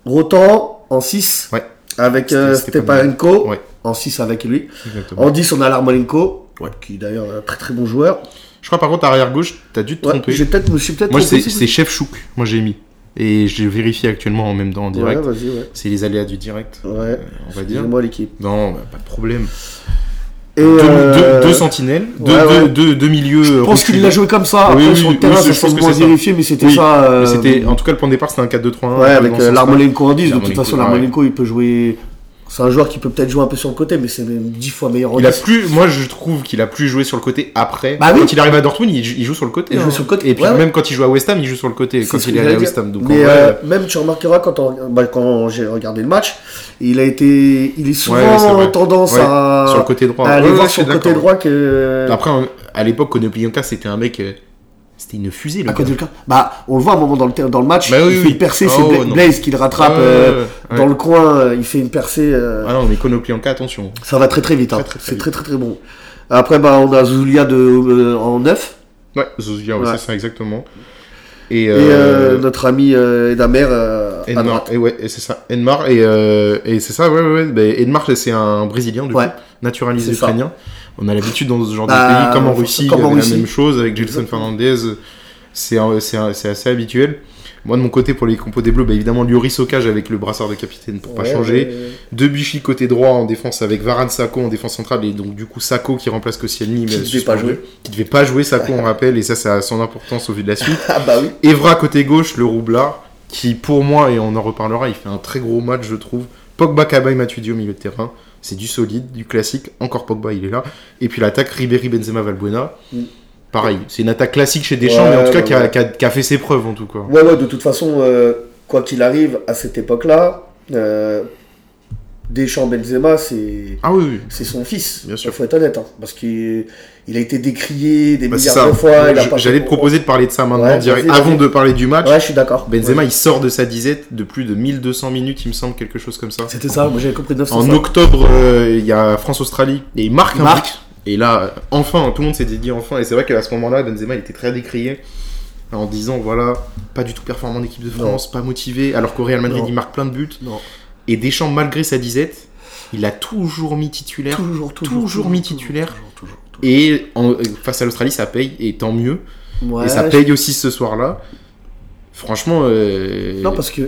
S2: Rotan en 6.
S1: Ouais.
S2: Avec euh,
S1: C'était-
S2: Stepanenko.
S1: Ouais.
S2: En 6 avec lui.
S1: Exactement.
S2: En 10, on a Larmolenko.
S1: Ouais.
S2: Qui est d'ailleurs est un très très bon joueur.
S1: Je crois par contre arrière gauche, t'as dû te
S2: Ouais,
S1: tromper.
S2: j'ai peut-être, je me suis peut-être
S1: Moi
S2: trompé,
S1: c'est c'est Chef Chouk, moi j'ai mis. Et j'ai vérifié actuellement en même temps en direct.
S2: Ouais, vas-y, ouais.
S1: C'est les aléas du direct,
S2: Ouais.
S1: euh, on va dire.
S2: Excusez-moi l'équipe.
S1: Non, bah, pas de problème.
S2: Et
S1: Deux,
S2: euh,
S1: deux- deux sentinelles, deux,
S2: ouais, ouais.
S1: deux- deux- deux milieux. euh,
S2: Je pense qu'il l'a joué comme ça.
S1: Oui,
S2: Après,
S1: oui,
S2: sur le
S1: oui,
S2: terrain,
S1: oui,
S2: ça
S1: je pense
S2: semble
S1: que
S2: moins
S1: c'est ça.
S2: vérifié, mais c'était
S1: Oui,
S2: ça. euh,
S1: Mais c'était, en tout cas, le point de départ, c'était un 4-2-3-1.
S2: Ouais,
S1: un peu
S2: avec
S1: dans ce
S2: euh,
S1: sens-là.
S2: l'Armolenko en 10, de toute
S1: Yarmolenko,
S2: façon,
S1: ouais.
S2: l'Armolenko, il peut jouer. C'est un joueur qui peut peut-être jouer un peu sur le côté, mais c'est même 10 fois meilleur en
S1: Il a
S2: 10.
S1: plus, moi, je trouve qu'il a plus joué sur le côté après.
S2: Bah oui.
S1: Quand il arrive à Dortmund, il, jou- il joue sur le côté. hein.
S2: Il joue sur le côté,
S1: Et puis,
S2: ouais, ouais.
S1: même quand il joue à West Ham, il joue sur le côté.
S2: C'est
S1: Quand
S2: ce
S1: il
S2: que
S1: est
S2: j'allais
S1: allé à
S2: dire.
S1: West Ham. Donc,
S2: mais
S1: en vrai,
S2: euh, même tu remarqueras quand, on- bah, quand j'ai regardé le match, il a été, il est souvent
S1: Ouais, c'est vrai.
S2: tendance
S1: Ouais,
S2: à,
S1: euh, sur le côté droit.
S2: à aller
S1: Ouais, ouais,
S2: voir
S1: je
S2: sur
S1: suis
S2: le côté
S1: d'accord.
S2: droit euh. que.
S1: Après, on- à l'époque, Konoplyanka, c'était un mec. euh, C'était une fusée, le
S2: à
S1: gars.
S2: côté du camp. Bah, on le voit à un moment dans le, ter- dans le match,
S1: Bah oui,
S2: il fait
S1: oui.
S2: une percée,
S1: Oh,
S2: c'est Bla-
S1: non.
S2: Blaze qui le rattrape
S1: Ouais, ouais,
S2: euh,
S1: ouais.
S2: dans le coin, euh, il fait une percée. euh,
S1: Ah non, mais Konoplyanka, attention.
S2: Ça va très très vite, hein.
S1: très, très
S2: c'est
S1: vite.
S2: très très très bon. Après, bah, on a Zulia de, euh, en 9.
S1: Ouais, Zozia, ouais,
S2: Ouais.
S1: c'est ça, exactement. Et,
S2: Et euh,
S1: euh,
S2: notre ami euh, Edamer euh, à
S1: Edmar,
S2: droite.
S1: et ouais, et c'est ça, Edmar, et, euh, et c'est ça, ouais, ouais, ouais, ben, Edmar, c'est un Brésilien, du
S2: Ouais.
S1: coup, naturalisé
S2: C'est ça.
S1: ukrainien. On a l'habitude dans ce genre
S2: Bah,
S1: de pays, comme en Russie,
S2: comme
S1: il
S2: en
S1: y avait
S2: Russie.
S1: la même chose, avec Gelson
S2: Exactement.
S1: Fernandez, c'est un- c'est un- c'est assez habituel. Moi, de mon côté, pour les compos des Bleus, bah, évidemment, Lloris au cage avec le brassard de capitaine pour pas
S2: Ouais,
S1: changer.
S2: ouais, ouais.
S1: Debuchy côté droit en défense avec Varane Sako en défense centrale et donc du coup Sako qui remplace Koscielny
S2: Qui
S1: mais
S2: devait pas
S1: suspendu.
S2: jouer.
S1: qui devait pas jouer Sako on rappelle et ça ça a son importance au vu de la suite
S2: Ah bah oui.
S1: Evra côté gauche, le roublard, qui pour moi, et on en reparlera, il fait un très gros match, je trouve. Pogba, Kaba et Matuidi au milieu de terrain. C'est du solide, du classique. Encore Pogba, il est là. Et puis l'attaque Ribéry, Benzema, Valbuena.
S2: Mm.
S1: Pareil, c'est une attaque classique chez Deschamps,
S2: Ouais,
S1: mais en tout cas
S2: ouais,
S1: qui, a,
S2: ouais.
S1: qui a- qui a fait ses preuves en tout cas.
S2: Ouais, ouais, de toute façon, euh, quoi qu'il arrive, à cette époque-là, euh, Deschamps Benzema, c'est.
S1: Ah oui, oui.
S2: C'est son fils,
S1: Bien sûr.
S2: il faut être honnête, hein, parce qu'il il a été décrié des
S1: Bah, c'est
S2: milliards
S1: ça.
S2: de fois. il a
S1: Je-
S2: pas
S1: J'allais
S2: fait-
S1: te proposer de parler de ça maintenant,
S2: Ouais,
S1: direct,
S2: vas-y,
S1: avant
S2: vas-y.
S1: de parler du match.
S2: Ouais, je suis d'accord.
S1: Benzema,
S2: Ouais.
S1: il sort de sa disette de plus de 1200 minutes, il me semble, quelque chose comme ça.
S2: C'était ça, moi j'avais compris 900.
S1: En octobre, euh, il y a France-Australie et il marque un
S2: Marc,
S1: but. Et là, enfin, tout le monde s'est dit enfin. Et c'est vrai qu'à ce moment-là, Benzema, il était très décrié en disant voilà, pas du tout performant en équipe de France, pas motivé, alors qu'au Real Madrid,
S2: Non.
S1: il marque plein de buts.
S2: Non.
S1: Et Deschamps, malgré sa disette, il a toujours mis titulaire.
S2: Toujours, toujours,
S1: toujours mis titulaire.
S2: Toujours, toujours, toujours.
S1: Et en- euh, face à l'Australie, ça paye, et tant mieux.
S2: Ouais,
S1: et ça
S2: je-
S1: paye aussi ce soir-là. Franchement, euh,
S2: Non, parce que.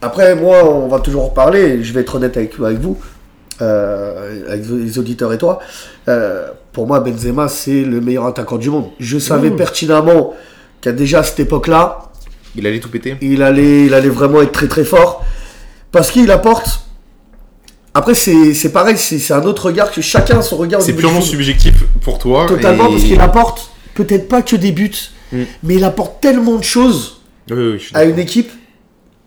S2: Après, moi, on va toujours reparler. Je vais être honnête avec, avec vous, euh, avec les auditeurs et toi. Euh, pour moi, Benzema, c'est le meilleur attaquant du monde. Je savais
S1: Mmh.
S2: pertinemment qu'à déjà cette époque-là,
S1: il allait tout péter.
S2: il allait, il allait vraiment être très très fort. Parce qu'il apporte. Après, c'est c'est pareil, c'est c'est un autre regard que chacun a son regard. au
S1: C'est
S2: niveau du
S1: purement
S2: foot.
S1: subjectif pour toi.
S2: Totalement,
S1: et-
S2: parce qu'il apporte peut-être pas que des buts,
S1: Mm.
S2: mais il apporte tellement de choses
S1: Oui, oui, je suis
S2: à une
S1: d'accord.
S2: équipe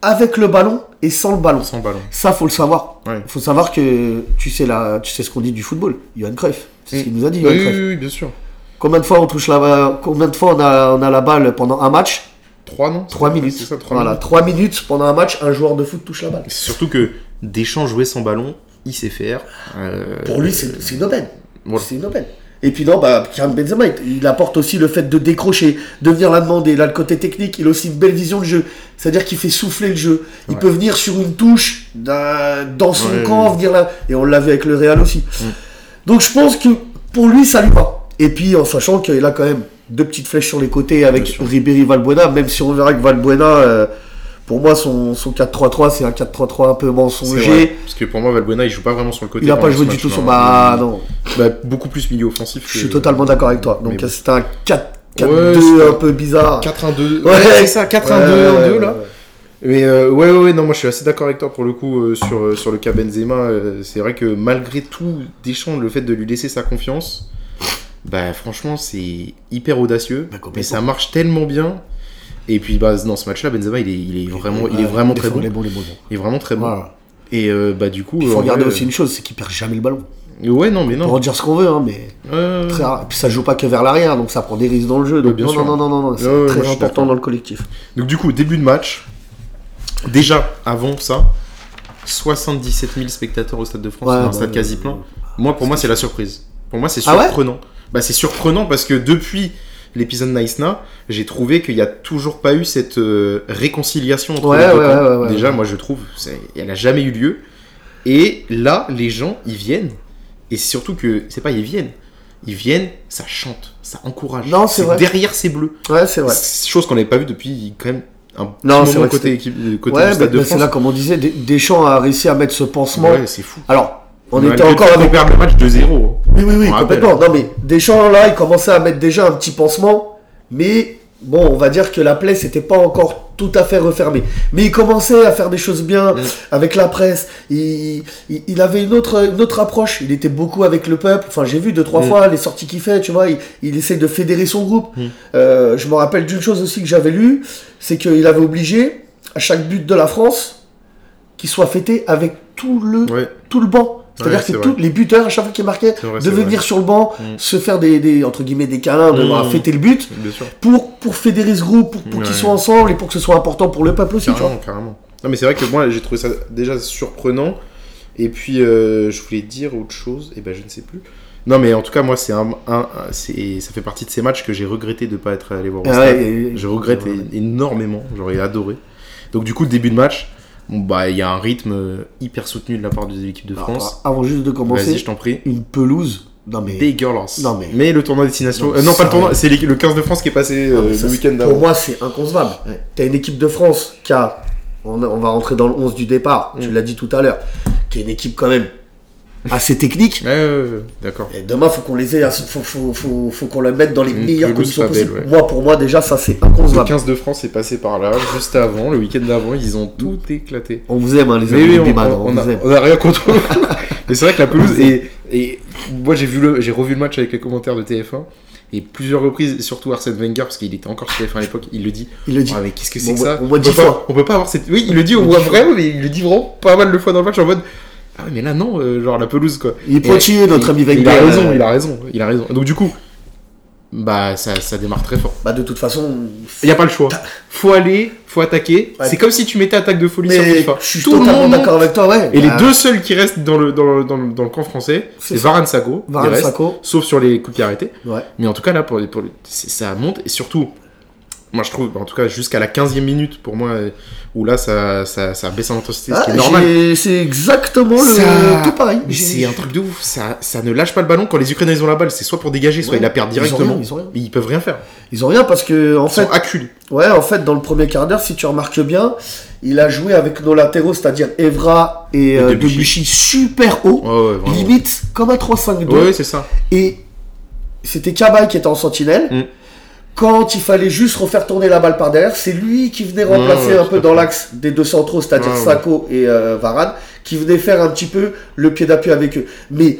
S2: avec le ballon et sans le ballon.
S1: Sans ballon.
S2: Ça, faut le savoir.
S1: Ouais.
S2: Faut savoir que tu sais, la, tu sais ce qu'on dit du football. Johan Cruyff, c'est ce qu'il
S1: Mm.
S2: nous a dit, Johan
S1: Oui,
S2: Cruyff.
S1: oui, oui, bien sûr.
S2: Combien de fois on touche la, combien de fois on a, on a la balle pendant un match
S1: 3 non
S2: 3 minutes.
S1: C'est ça, 3
S2: voilà,
S1: minutes.
S2: 3 minutes pendant un match, un joueur de foot touche la balle.
S1: C'est Surtout que Deschamps jouait sans ballon, il sait faire. euh,
S2: Pour lui, c'est c'est une aubaine.
S1: voilà.
S2: C'est une aubaine. Et puis non, bah, Karim Benzema, il, il apporte aussi le fait de décrocher, de venir la demander. Il a le côté technique, il a aussi une belle vision de jeu. C'est-à-dire qu'il fait souffler le jeu. Il
S1: Ouais.
S2: peut venir sur une touche d'un- dans son
S1: Ouais,
S2: camp,
S1: ouais. Mm.
S2: venir là. Et on l'a vu avec le Real aussi. Donc je pense que pour lui, ça lui va. Et puis en sachant qu'il a quand même deux petites flèches sur les côtés
S1: Bien
S2: avec
S1: sûr.
S2: Ribéry Valbuena, même si on verra que Valbuena, euh, pour moi, son, son 4-3-3, c'est un 4-3-3 un peu
S1: C'est
S2: mensonger.
S1: vrai, Parce que pour moi, Valbuena, il joue pas vraiment sur le côté.
S2: Il n'a pas
S1: pendant
S2: joué
S1: ce
S2: du
S1: match,
S2: tout sur.
S1: hein.
S2: Bah non.
S1: Bah, beaucoup plus milieu offensif.
S2: Je suis totalement d'accord avec toi. Donc
S1: Mais bon.
S2: c'est un 4 4
S1: Ouais,
S2: 2
S1: c'est
S2: un peu bizarre.
S1: 4-1-2.
S2: Ouais,
S1: c'est ça, 4-1-2,
S2: Ouais,
S1: 1-2
S2: ouais,
S1: là.
S2: ouais.
S1: Mais euh, ouais, ouais, ouais, non, moi je suis assez d'accord avec toi pour le coup euh, sur, euh, sur le cas Benzema. euh, c'est vrai que malgré tout, Deschamps, le fait de lui laisser sa confiance, bah franchement, c'est hyper audacieux.
S2: Bah, complètement.
S1: mais ça marche tellement bien. Et puis bah, dans ce match-là, Benzema, il est, il est vraiment, il est
S2: Ouais,
S1: vraiment
S2: des
S1: très
S2: fois,
S1: bon.
S2: Il est bon, il est bon.
S1: Il est vraiment très bon.
S2: Voilà.
S1: Et euh, bah du coup.
S2: Il faut
S1: en
S2: regarder
S1: vrai,
S2: aussi une chose, c'est qu'il perd jamais le ballon.
S1: euh, Ouais, non, mais
S2: On peut
S1: non.
S2: en dire ce qu'on veut, hein, mais
S1: Euh,
S2: très rare. Et puis ça joue pas que vers l'arrière, donc ça prend des risques dans le jeu.
S1: Ouais,
S2: Donc
S1: bien
S2: non,
S1: sûr.
S2: non, non, non, non, c'est
S1: Ouais, ouais, moi,
S2: très
S1: je suis
S2: important
S1: d'accord.
S2: dans le collectif.
S1: Donc du coup, début de match. Déjà, avant ça, 77 000 spectateurs au Stade de France,
S2: Ouais,
S1: un
S2: bah,
S1: stade quasi
S2: euh,
S1: plein. Moi, pour moi, c'est la surprise. Pour moi, c'est
S2: Ah ouais
S1: surprenant. bah, c'est surprenant parce que depuis l'épisode Naïsna, j'ai trouvé qu'il n'y a toujours pas eu cette euh, réconciliation entre
S2: Ouais,
S1: les deux
S2: ouais,
S1: camps.
S2: ouais, ouais, ouais.
S1: Déjà, moi, je trouve, c'est- elle n'a jamais eu lieu. Et là, les gens, ils viennent. Et c'est surtout que, c'est pas, ils viennent. Ils viennent, ça chante, ça encourage.
S2: Non, c'est vrai.
S1: Derrière, c'est bleu.
S2: Ouais, c'est vrai.
S1: C'est chose qu'on n'avait pas vue depuis quand même un petit
S2: Non, c'est vrai
S1: moment
S2: que
S1: côté, équipe, euh, côté
S2: Ouais,
S1: du
S2: bah,
S1: Stade de
S2: bah, c'est
S1: France.
S2: là, comme on disait, Des- Deschamps a réussi à mettre ce pansement.
S1: Ouais, c'est fou.
S2: Alors, on
S1: Malgré
S2: était
S1: le
S2: encore
S1: fait qu'on
S2: avec.
S1: perd le match 2-0.
S2: Oui, oui, oui,
S1: On rappelle.
S2: complètement. Non, mais Deschamps, là, il commençait à mettre déjà un petit pansement, mais bon, on va dire que la plaie, c'était pas encore tout à fait refermée. Mais il commençait à faire des choses bien
S1: Mm.
S2: avec la presse. Il, il, il avait une autre, une autre approche. Il était beaucoup avec le peuple. Enfin, j'ai vu deux, trois
S1: Mm.
S2: fois les sorties qu'il fait, tu vois. Il, il essaye de fédérer son groupe.
S1: Mm.
S2: Euh, je me rappelle d'une chose aussi que j'avais lue, c'est qu'il avait obligé, à chaque but de la France, qu'il soit fêté avec tout le
S1: hein. Ouais.
S2: tout le banc. C'est-à-dire
S1: Ouais, c'est
S2: que
S1: vrai.
S2: tous les buteurs, à chaque fois qu'ils marquaient,
S1: C'est vrai, c'est
S2: devaient
S1: vrai.
S2: venir sur le banc,
S1: Mm.
S2: se faire des, des, entre guillemets, des câlins, bon,
S1: Mm.
S2: bah, fêter le but,
S1: Bien sûr.
S2: pour, pour fédérer ce groupe, pour, pour qu'ils
S1: Ouais.
S2: soient ensemble et pour que ce soit important pour le peuple aussi. Tu vois.
S1: Carrément, carrément. Non, mais c'est vrai que moi, j'ai trouvé ça déjà surprenant. Et puis, euh, je voulais dire autre chose. Et ben, je ne sais plus. Non, mais en tout cas, moi, c'est un, un- un- c'est- ça fait partie de ces matchs que j'ai regretté de ne pas être allé voir au
S2: Ah
S1: stade.
S2: ouais, et-
S1: Je regrette
S2: Ouais.
S1: é- énormément, j'aurais adoré. Donc du coup, début de match, bon, bah, il y a un rythme euh, hyper soutenu de la part de l'équipe de
S2: Alors,
S1: France.
S2: Avant juste de
S1: Vas-y,
S2: commencer,
S1: je t'en prie.
S2: une pelouse. Non mais.
S1: Dégueulasse.
S2: Non, mais-
S1: le tournoi destination.
S2: Non,
S1: euh, Non, pas
S2: ça-
S1: le tournoi, c'est l'équ- le 15 de France qui est passé euh,
S2: Ah, mais ça,
S1: le
S2: c'est-
S1: week-end
S2: Pour
S1: d'avant.
S2: moi, c'est inconcevable. T'as une équipe de France qui a. On, on va rentrer dans le 11 du départ, tu
S1: Mm.
S2: l'as dit tout à l'heure, qui est une équipe quand même assez technique.
S1: Ouais, ouais, ouais, d'accord.
S2: Et demain, faut qu'on les ait, à- faut, faut, faut, faut qu'on les mette dans les
S1: Une
S2: meilleures
S1: pelouse
S2: conditions
S1: pas belle,
S2: possibles.
S1: Mmh, ouais.
S2: Moi, pour moi, déjà, ça c'est
S1: Le
S2: inconcevable.
S1: 15 de France est passé par là, juste avant, le week-end d'avant, ils ont tout éclaté.
S2: On vous aime, hein, les
S1: Mais
S2: amis
S1: oui,
S2: du
S1: on,
S2: Biman,
S1: on- on
S2: vous
S1: a,
S2: aime.
S1: on a rien contre eux. Mais c'est vrai que la pelouse est. Et moi, j'ai vu le, j'ai revu le match avec les commentaires de TF1. Et plusieurs reprises, et surtout Arsène Wenger, parce qu'il était encore sur TF1 à l'époque, il le dit.
S2: Il le dit.
S1: Ah, mais qu'est-ce que c'est
S2: Bon,
S1: que ça
S2: on voit
S1: peut
S2: dix
S1: pas-
S2: fois.
S1: on peut pas avoir cette. Oui, il le dit, on voit vraiment, mais il le dit vraiment pas mal de fois dans le match en mode. Ah, ouais, mais là, non, euh, genre la pelouse, quoi.
S2: Il est pointillé, notre ami
S1: Il
S2: Wenger. euh.
S1: a raison, il a raison, il a raison. Donc, du coup, bah ça, ça démarre très fort.
S2: Bah, de toute façon.
S1: Il n'y a pas le choix. Faut aller, faut attaquer.
S2: Ouais.
S1: C'est comme si tu mettais attaque de folie sur
S2: Mais
S1: FIFA.
S2: je suis
S1: Tout le
S2: totalement
S1: monde monte.
S2: d'accord avec toi, ouais.
S1: Et les
S2: Bah,
S1: deux seuls qui restent dans le, dans le, dans le, dans le camp français,
S2: C'est
S1: c'est
S2: ça.
S1: Varane Sago. il
S2: Varane
S1: reste,
S2: Sacco,
S1: Sauf sur les coups qui arrêtés.
S2: ouais.
S1: Mais en tout cas, là, pour, les- pour les- c'est- ça monte. Et surtout, moi, je trouve, en tout cas, jusqu'à la 15e minute, pour moi, euh, où là, ça, ça, ça baisse en intensité, ce
S2: Ah,
S1: qui est normal.
S2: j'ai- C'est exactement le.
S1: Ça-
S2: Tout pareil.
S1: Mais
S2: J'ai-
S1: c'est un truc de ouf. Ça, ça ne lâche pas le ballon. Quand les Ukrainiens, ils ont la balle, c'est soit pour dégager, soit
S2: Ouais.
S1: ils la perdent
S2: Ils ont rien,
S1: directement.
S2: ils ont rien.
S1: Mais ils peuvent rien faire.
S2: Ils ont rien parce que, en
S1: Ils
S2: fait,
S1: sont acculés.
S2: Ouais, en fait, dans le premier quart d'heure, si tu remarques bien, il a joué avec nos latéraux, c'est-à-dire Evra et euh,
S1: Debuchy.
S2: Debuchy, super haut,
S1: Ouais, ouais, vraiment.
S2: limite comme un 3-5-2.
S1: Ouais, ouais, c'est ça.
S2: Et c'était Kabay qui était en sentinelle.
S1: Mm.
S2: Quand il fallait juste refaire tourner la balle par derrière, c'est lui qui venait remplacer
S1: Ouais, ouais,
S2: un
S1: tout
S2: peu
S1: à
S2: dans
S1: fait.
S2: l'axe des deux centraux, c'est-à-dire
S1: Ouais, ouais.
S2: Sako et euh, Varane, qui venait faire un petit peu le pied d'appui avec eux. Mais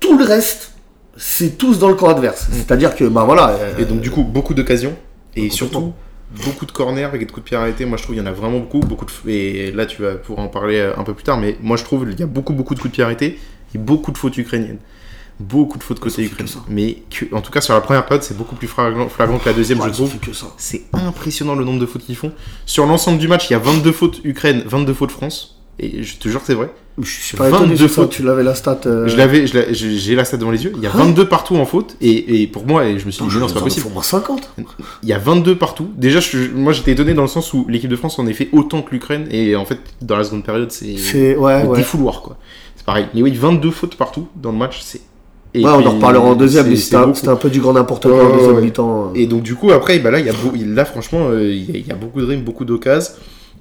S2: tout le reste, c'est tous dans le camp
S1: Mm.
S2: adverse. C'est-à-dire que, bah voilà. euh,
S1: Et donc, du coup, beaucoup d'occasions. Et surtout,
S2: complètement.
S1: beaucoup de corners avec des coups de pied arrêtés. Moi, je trouve qu'il y en a vraiment beaucoup. beaucoup de... Et là, tu vas pouvoir en parler euh, un peu plus tard. Mais moi, je trouve qu'il y a beaucoup, beaucoup de coups de pied arrêtés et beaucoup de fautes ukrainiennes. Beaucoup de fautes côté
S2: fait que
S1: ukrainien.
S2: ça.
S1: Mais que- en tout cas, sur la première période, c'est beaucoup plus flagrant, flagrant que la deuxième,
S2: ouais,
S1: je
S2: ils
S1: trouve.
S2: font que ça.
S1: C'est impressionnant le nombre de fautes qu'ils font. Sur l'ensemble du match, il y a 22 fautes Ukraine, 22 fautes France. Et je te jure que c'est vrai.
S2: Je suis pas étonné
S1: 22
S2: de ça,
S1: fautes.
S2: tu l'avais la stat. euh,
S1: Je l'avais, je l'ai- j'ai j'ai la stat devant les yeux. Il y a
S2: Hein
S1: 22 partout en faute. Et, et pour moi, et je me suis dit, mais non, c'est pas
S2: Ils en
S1: possible.
S2: font moins 50.
S1: Il y a 22 partout. Déjà, je- moi, j'étais étonné dans le sens où l'équipe de France en a fait autant que l'Ukraine. Et en fait, dans la seconde période, c'est
S2: C'est ouais
S1: le
S2: ouais.
S1: défouloir, quoi. C'est pareil. Mais oui, 22 fautes partout dans le match. C'est. et
S2: Ouais, on
S1: puis,
S2: en reparlera en deuxième,
S1: c'est-
S2: mais
S1: c'est
S2: c'était un,
S1: beaucoup.
S2: c'était un peu du grand n'importe quoi
S1: Ouais,
S2: en deuxième
S1: ouais.
S2: mi-temps. euh.
S1: Et donc du coup après bah là il y a beau- il- là franchement euh, il y, a- il y a beaucoup de rimes, beaucoup d'occasions.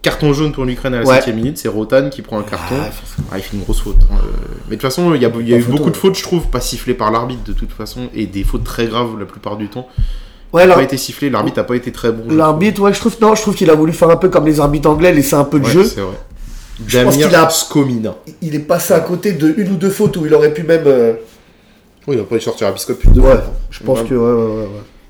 S1: Carton jaune pour l'Ukraine à la
S2: Ouais.
S1: 7 minute, c'est Rotan qui prend un carton.
S2: Ah, forcément.
S1: Ah, il fait une grosse faute. hein, euh. Mais de toute façon, il y a, il y a
S2: Pas hein.
S1: eu
S2: photo,
S1: beaucoup de
S2: ouais.
S1: fautes, je trouve, pas sifflées par l'arbitre de toute façon, et des fautes très graves la plupart du temps.
S2: Ouais,
S1: Pas
S2: l'ar-
S1: été sifflé, l'arbitre a pas été très bon. je
S2: l'arbitre, ouais, je trouve, non, je trouve qu'il a voulu faire un peu comme les arbitres anglais, laisser un peu le
S1: trouve. Ouais,
S2: jeu.
S1: c'est vrai.
S2: Je pense
S1: Damien
S2: qu'il a-
S1: Skomina.
S2: Il est passé à côté de une ou deux fautes où il aurait pu même. euh,
S1: Oui, il va pas y sortir à biscotte plus de
S2: Ouais,
S1: fois.
S2: je pense
S1: Ouais.
S2: que ouais, ouais, ouais, ouais.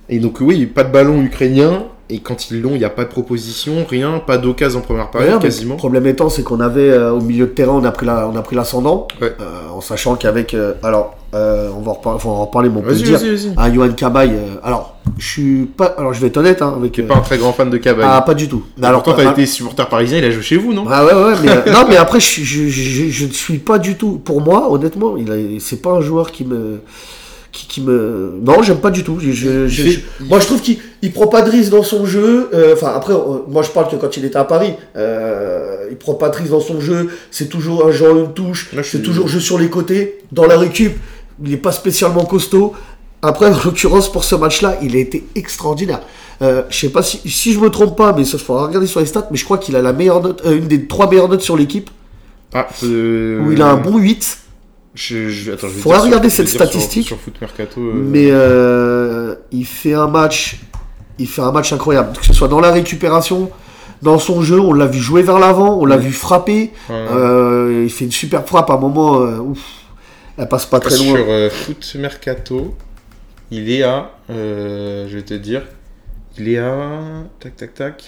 S1: Et donc oui, pas de ballon ukrainien, et quand ils l'ont, il n'y a pas de proposition, rien, pas d'occasion en première
S2: Ouais,
S1: période
S2: mais
S1: quasiment.
S2: Le problème étant, c'est qu'on avait euh, au milieu de terrain, on a pris la, on a pris l'ascendant,
S1: Ouais.
S2: euh, en sachant qu'avec, euh, alors, euh, on va en reparler, faut en reparler, mais on peut le
S1: Vas-y,
S2: dire.
S1: vas-y, vas-y.
S2: Ah, Johan Cabaye, euh, alors, je suis pas, alors je vais être honnête, hein, avec.
S1: T'es
S2: euh,
S1: pas un très grand fan de Cavani.
S2: Ah, pas du tout. Mais
S1: Alors toi,
S2: pas-
S1: t'as été supporter parisien, il a joué chez vous, non
S2: Ah ouais, ouais, mais euh, non, mais après, je, je, je, je ne suis pas du tout. Pour moi, honnêtement, il a- c'est pas un joueur qui me. Qui, qui me... Non, j'aime pas du tout. Je, je- je-
S1: Il fait-
S2: je- Moi, je trouve qu'il il prend pas de risque dans son jeu. Euh, Enfin, après, on- moi, je parle que quand il était à Paris, euh, il prend pas de risque dans son jeu. C'est toujours un jeu en une touche.
S1: Là, je
S2: C'est
S1: suis-
S2: toujours jeu sur les côtés. Dans la récup, il n'est pas spécialement costaud. Après, en l'occurrence, pour ce match-là, il a été extraordinaire. Euh, je sais pas si, si je me trompe pas, mais ça, il faudra regarder sur les stats, mais je crois qu'il a la meilleure note, euh, une des trois meilleures notes sur l'équipe,
S1: Ah, euh,
S2: où il a un bon 8.
S1: Je, je- attends, je vais
S2: Faudra
S1: dire sur-
S2: regarder
S1: je vais
S2: cette
S1: dire sur-
S2: statistique.
S1: Sur, Foot Mercato. euh,
S2: Mais euh, il fait un match, il fait un match incroyable. Que ce soit dans la récupération, dans son jeu, on l'a vu jouer vers l'avant, on l'a vu frapper.
S1: ouais.
S2: Euh, il fait une super frappe à un moment, euh, ouf, elle passe pas très loin.
S1: Sur euh, Foot Mercato, il est à. euh, je vais te dire. Il est à. Tac, tac, tac.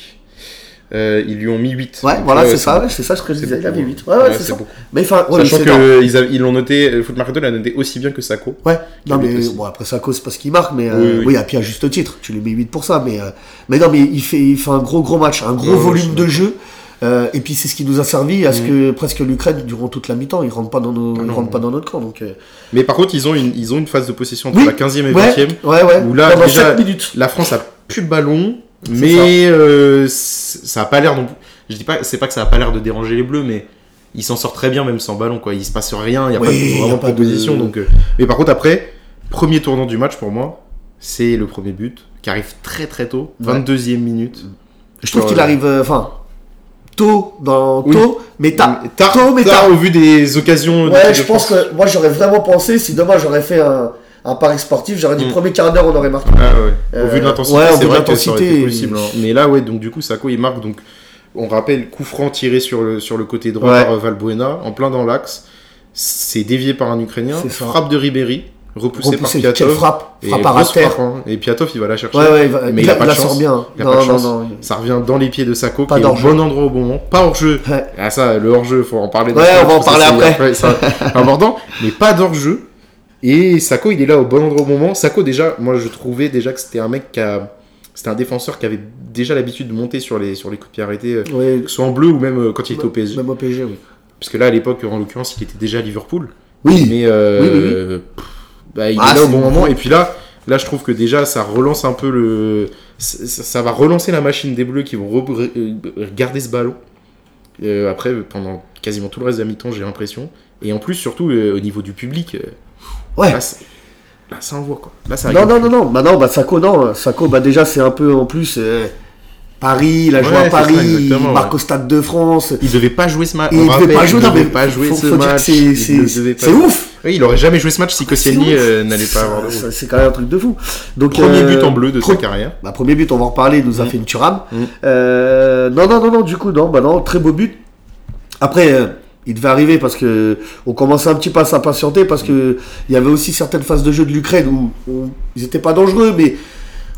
S1: Euh, ils lui ont mis euh, 8.
S2: Ouais, voilà, c'est ça, ouais, c'est ça ce que je disais. Il avait 8. Ouais, ouais, c'est ça. Mais enfin, ouais,
S1: Sachant
S2: c'est énorme.
S1: qu'ils l'ont noté, euh, Foot Mercato l'a noté aussi bien que Sako.
S2: Ouais, non
S1: Huit
S2: mais
S1: aussi.
S2: bon après ça cause parce qu'il marque mais euh, oui,
S1: Oui, oui.
S2: et puis à juste titre, tu lui mets 8 pour ça mais euh, mais non mais il fait il fait un gros gros match, un gros
S1: Ouais, ouais,
S2: volume
S1: je
S2: de
S1: suis
S2: jeu euh, et puis c'est ce qui nous a servi à ce
S1: Mhm.
S2: que presque l'Ukraine durant toute la mi-temps, ils rentrent pas dans nos
S1: Ah
S2: ils
S1: non.
S2: rentrent pas dans notre camp donc euh,
S1: Mais par contre, ils ont une, ils ont une phase de possession entre
S2: Oui,
S1: la 15e et
S2: ouais,
S1: 20e.
S2: ouais ouais
S1: Où là,
S2: pendant
S1: déjà,
S2: 7 minutes.
S1: La France a plus de ballon,
S2: ça.
S1: mais euh, c- ça. a pas l'air non plus. Je dis pas, c'est pas que ça a pas l'air de déranger les Bleus, mais ils s'en sortent très bien même sans ballon quoi. Il se passe rien, il y a
S2: Oui,
S1: pas de,
S2: y a
S1: vraiment
S2: pas de-
S1: de proposition. Donc, euh, mais par contre après, premier tournant du match pour moi, c'est le premier but qui arrive très très tôt,
S2: Ouais.
S1: 22e minute.
S2: Je trouve
S1: Ouais.
S2: qu'il arrive euh, enfin tôt dans
S1: Oui.
S2: tôt mais tard.
S1: tard,
S2: tôt, mais
S1: tard, au vu des occasions. de-
S2: Ouais,
S1: de
S2: je pense
S1: France.
S2: que moi j'aurais vraiment pensé si demain j'aurais fait un un pari sportif, j'aurais dit
S1: Mhm.
S2: premier quart d'heure on aurait marqué.
S1: Ah ouais.
S2: Euh,
S1: au vu de l'intensité,
S2: ouais, au vu
S1: c'est
S2: de
S1: vrai que ça aurait été
S2: l'intensité,
S1: possible.
S2: il-
S1: hein. Mais là, ouais, donc du coup, Sako il marque. Donc, on rappelle coup franc tiré sur le, sur le côté droit
S2: Ouais.
S1: par euh, Valbuena, en plein dans l'axe. C'est dévié par un Ukrainien.
S2: C'est ça.
S1: Frappe de Ribéry, repoussé,
S2: Repoussé,
S1: par
S2: quelle
S1: Piatov.
S2: frappe,
S1: Et
S2: frappe à
S1: grosse
S2: terre.
S1: frappe, hein. Et Piatov, il va la chercher.
S2: Ouais, ouais, il va-
S1: Mais
S2: il
S1: il a
S2: la-
S1: pas
S2: la
S1: de
S2: sort
S1: chance.
S2: bien.
S1: Il a
S2: non,
S1: pas de
S2: non,
S1: chance.
S2: non, il-
S1: Ça revient dans les pieds de Sako,
S2: Pas
S1: qui est au
S2: d'hors-jeu.
S1: bon endroit au bon moment. Pas hors jeu.
S2: Ouais.
S1: Ah ça, le hors jeu, faut en parler.
S2: Ouais, on va en
S1: Ça,
S2: parler
S1: c'est-
S2: après.
S1: c'est important, mais pas d'hors jeu. Et Sako, il est là au bon endroit au moment. Sako, déjà, moi je trouvais déjà que c'était un mec qui a. C'était un défenseur qui avait déjà l'habitude de monter sur les, sur les coups de pied arrêtés, euh,
S2: Ouais,
S1: que ce soit en bleu ou même euh, quand il était au PSG.
S2: Même au PSG, oui.
S1: Parce que là, à l'époque, en l'occurrence, il était déjà à Liverpool.
S2: Oui.
S1: Mais euh,
S2: Oui, oui,
S1: pff, bah, il
S2: Ah,
S1: est là au
S2: c'est
S1: bon
S2: bon.
S1: moment. Et puis là, là, je trouve que déjà, ça relance un peu le. Ça, ça- ça va relancer la machine des Bleus qui vont re- euh, garder ce ballon. Euh, après, pendant quasiment tout le reste de la mi-temps, j'ai l'impression. Et en plus, surtout euh, au niveau du public, euh,
S2: Ouais.
S1: là, c'est- là, ça envoie quoi. Là, ça
S2: Ah. Non,
S1: rigole.
S2: non, non, non, bah non, bah Sako, non, Sako, bah déjà c'est un peu en plus euh, Paris, il a joué
S1: Ouais,
S2: à
S1: c'est ça,
S2: Paris, il
S1: exactement,
S2: marque
S1: ouais.
S2: au Stade de France.
S1: Il devait pas jouer ce match.
S2: Il
S1: on
S2: ne devait
S1: rappelle,
S2: pas jouer,
S1: il
S2: non,
S1: devait
S2: mais
S1: pas jouer
S2: faut-
S1: ce
S2: faut dire que
S1: match.
S2: c'est-
S1: il ne
S2: C'est
S1: devait pas
S2: c'est
S1: jouer.
S2: ouf
S1: Oui, il aurait jamais joué ce match si Koscielny
S2: C'est ouf.
S1: euh, n'allait pas avoir de
S2: Ça,
S1: rôle.
S2: ça, C'est quand même un truc de fou. Donc,
S1: Premier
S2: euh,
S1: but en bleu de sa
S2: pre-
S1: carrière.
S2: bah, premier but, on va en reparler, il nous a
S1: Mm.
S2: fait une turam.
S1: Mm.
S2: Euh, non, non, non, non, du coup, non, bah non, très beau but. Après, euh, il devait arriver parce que on commençait un petit peu à s'impatienter parce que il y avait aussi certaines phases de jeu de l'Ukraine où on- ils n'étaient pas dangereux, mais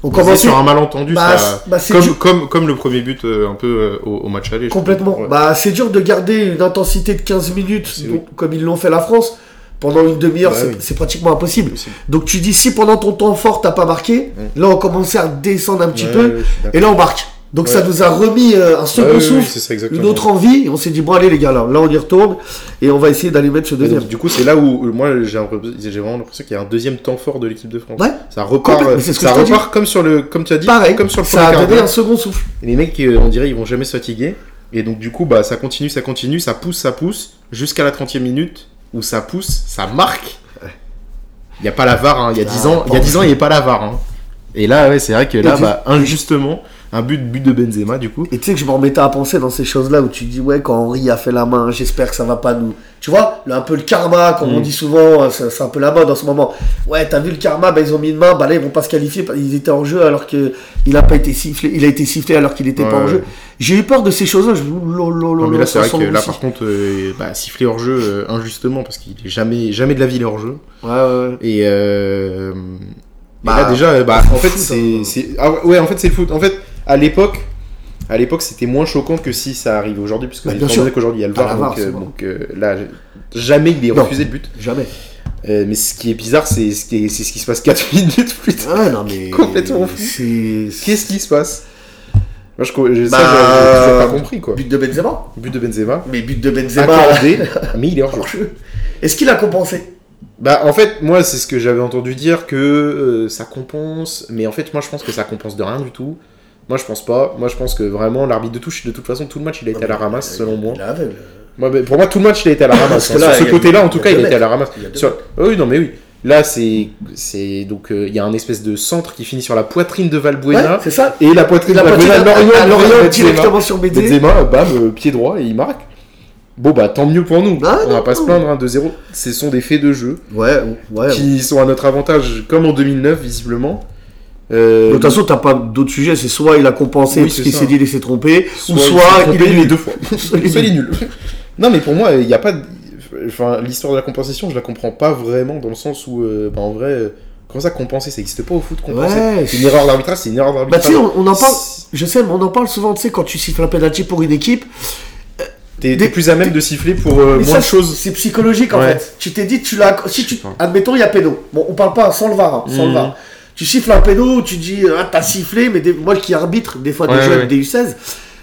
S2: on
S1: Basé
S2: commençait
S1: sur un malentendu, ça-
S2: Bah, c'est- bah, c'est
S1: comme,
S2: du-
S1: comme, comme le premier but euh, un peu euh, au, au match aller. je
S2: complètement.
S1: trouve. Ouais.
S2: Bah, c'est dur de garder une intensité de 15 minutes
S1: C'est
S2: donc, comme ils l'ont fait la France pendant une demi-heure,
S1: Bah
S2: c'est
S1: oui.
S2: c'est pratiquement impossible.
S1: Possible.
S2: Donc tu dis si pendant ton temps fort t'as pas marqué, là on commençait à descendre un petit
S1: Ouais,
S2: peu
S1: ouais, je suis d'accord.
S2: et là on marque. Donc
S1: Ouais.
S2: ça nous a remis euh, un
S1: Ouais,
S2: second
S1: oui, oui,
S2: souffle.
S1: c'est ça, exactement.
S2: une autre envie, et on s'est dit bon allez les gars là, là on y retourne et on va essayer d'aller mettre ce
S1: Et donc,
S2: deuxième.
S1: du coup, c'est là où euh, moi j'ai un- j'ai vraiment l'impression qu'il y a un deuxième temps fort de l'équipe de France.
S2: Ouais.
S1: Ça repart,
S2: Complètement,
S1: euh,
S2: c'est ce que
S1: ça
S2: je te
S1: repart comme sur le, comme tu as dit,
S2: Pareil,
S1: comme sur le
S2: ça
S1: premier
S2: a
S1: quart
S2: donné
S1: d'heure.
S2: un second souffle.
S1: Et Les mecs, euh, on dirait, ils vont jamais se fatiguer. Et donc du coup, bah ça continue, ça continue, ça pousse, ça pousse, jusqu'à la 30e minute où ça pousse, ça marque. Il y a pas la VAR, hein. il y a
S2: Ah,
S1: 10 ans, il y a 10 ans, il n'y a pas la VAR. hein. Et là, ouais, c'est vrai que là,
S2: tu-
S1: bah, injustement, un but, but de Benzema du coup.
S2: Et tu sais que je me remettais à penser dans ces choses-là où tu dis ouais quand Henri a fait la main, j'espère que ça va pas nous. Tu vois, là, un peu le karma comme
S1: Mm.
S2: on dit souvent, hein, c'est c'est un peu la mode en ce moment. Ouais, t'as vu le karma, bah, ils ont mis une main, bah là ils vont pas se qualifier, bah, ils étaient en jeu alors que il a pas été sifflé, il a été sifflé alors qu'il était pas
S1: Ouais.
S2: en jeu. J'ai eu peur de ces choses-là, je me dis, oh lolololo,
S1: Non mais là c'est
S2: ça
S1: vrai
S2: sent
S1: que
S2: le
S1: là
S2: sifflet.
S1: par contre euh, bah, siffler hors jeu euh, injustement parce qu'il est jamais jamais de la vie il est hors jeu
S2: Ouais, ouais, ouais.
S1: et, euh, et
S2: Bah,
S1: là déjà euh, bah,
S2: on
S1: en
S2: s'en
S1: fait
S2: fout,
S1: c'est
S2: hein.
S1: c'est- ah ouais, ouais en fait c'est le foot en fait à l'époque à l'époque c'était moins choquant que si ça arrive aujourd'hui parce que
S2: Bah,
S1: étant
S2: bien sûr.
S1: donné qu'aujourd'hui il y a le
S2: Ah,
S1: VAR
S2: la
S1: donc,
S2: VAR,
S1: euh,
S2: c'est bon.
S1: donc, euh, là j'ai- jamais il est
S2: Non.
S1: refusé de but
S2: Jamais.
S1: Euh, mais ce qui est bizarre c'est ce qui est- c'est ce qui se passe 4 minutes plus tard
S2: Ouais, non mais
S1: Complètement fou.
S2: c'est
S1: qu'est-ce qui se passe moi je co- je- ça,
S2: Bah,
S1: j'ai- j'ai toujours pas compris quoi Ah,
S2: But de Benzema
S1: but de Benzema
S2: Mais but de Benzema.
S1: accordé mais il est hors jeu
S2: Est-ce qu'il a compensé
S1: Bah en fait moi c'est ce que j'avais entendu dire que euh, ça compense mais en fait moi je pense que ça compense de rien du tout. Moi je pense pas, moi je pense que vraiment l'arbitre de touche de toute façon tout le match il a été à la ramasse selon moi.
S2: Euh, Il avait le-
S1: Moi, bah, pour moi tout le match il a été à la ramasse.
S2: que
S1: hein.
S2: là,
S1: Sur
S2: il
S1: ce
S2: y a-
S1: côté-là en
S2: il y
S1: tout
S2: a
S1: cas il
S2: deux
S1: a été à la
S2: mètres.
S1: ramasse.
S2: Il y a deux
S1: Sur- Ah Oui non mais oui. Là c'est c'est donc euh, il y a un espèce de centre qui finit sur la poitrine de Valbuena
S2: Ouais, c'est ça.
S1: et la poitrine
S2: Il a
S1: de
S2: pointé
S1: Valbuena
S2: à- à
S1: l'oriente
S2: Lorient
S1: Benzema.
S2: directement sur Bédé.
S1: Benzema bam euh, pied droit et il marque. Bon bah tant mieux pour nous.
S2: Ah,
S1: On va
S2: non.
S1: pas se plaindre hein, de 0 Ce sont des faits de jeu
S2: Ouais, ouais.
S1: qui sont à notre avantage, comme en 2009, visiblement. Euh,
S2: De toute façon, t'as pas d'autres sujets, c'est soit il a compensé
S1: Oui,
S2: parce
S1: c'est
S2: qu'il
S1: ça.
S2: s'est dit laisser tromper, ou
S1: s'est
S2: soit il
S1: trompé
S2: est
S1: les
S2: nul.
S1: deux fois.
S2: Soit il est
S1: Soit il
S2: nul.
S1: est nul. non, mais pour moi, il n'y a pas. de- Enfin, l'histoire de la compensation, je la comprends pas vraiment, dans le sens où, euh, bah, en vrai, euh, comment ça compenser Ça n'existe pas au foot, compenser.
S2: Ouais.
S1: Une erreur d'arbitrage, c'est une erreur
S2: Bah, tu sais,
S1: d'arbitrage.
S2: on, on en parle,
S1: C'est-
S2: je sais, mais on en parle souvent, tu sais, quand tu siffles un penalty pour une équipe.
S1: T'es t'es
S2: Des-
S1: plus à même de siffler pour euh,
S2: mais
S1: moins
S2: ça,
S1: de choses.
S2: C'est psychologique, en
S1: Ouais.
S2: fait. Tu t'es dit, tu l'as. Si tu...
S1: Putain.
S2: Admettons, il y a pédo. Bon, on parle pas sans le var, hein, sans
S1: Mhm.
S2: le var. Tu siffles un pédo, tu dis, ah, t'as sifflé, mais des- moi qui arbitre, des fois des
S1: Ouais,
S2: jeunes,
S1: ouais.
S2: des U16,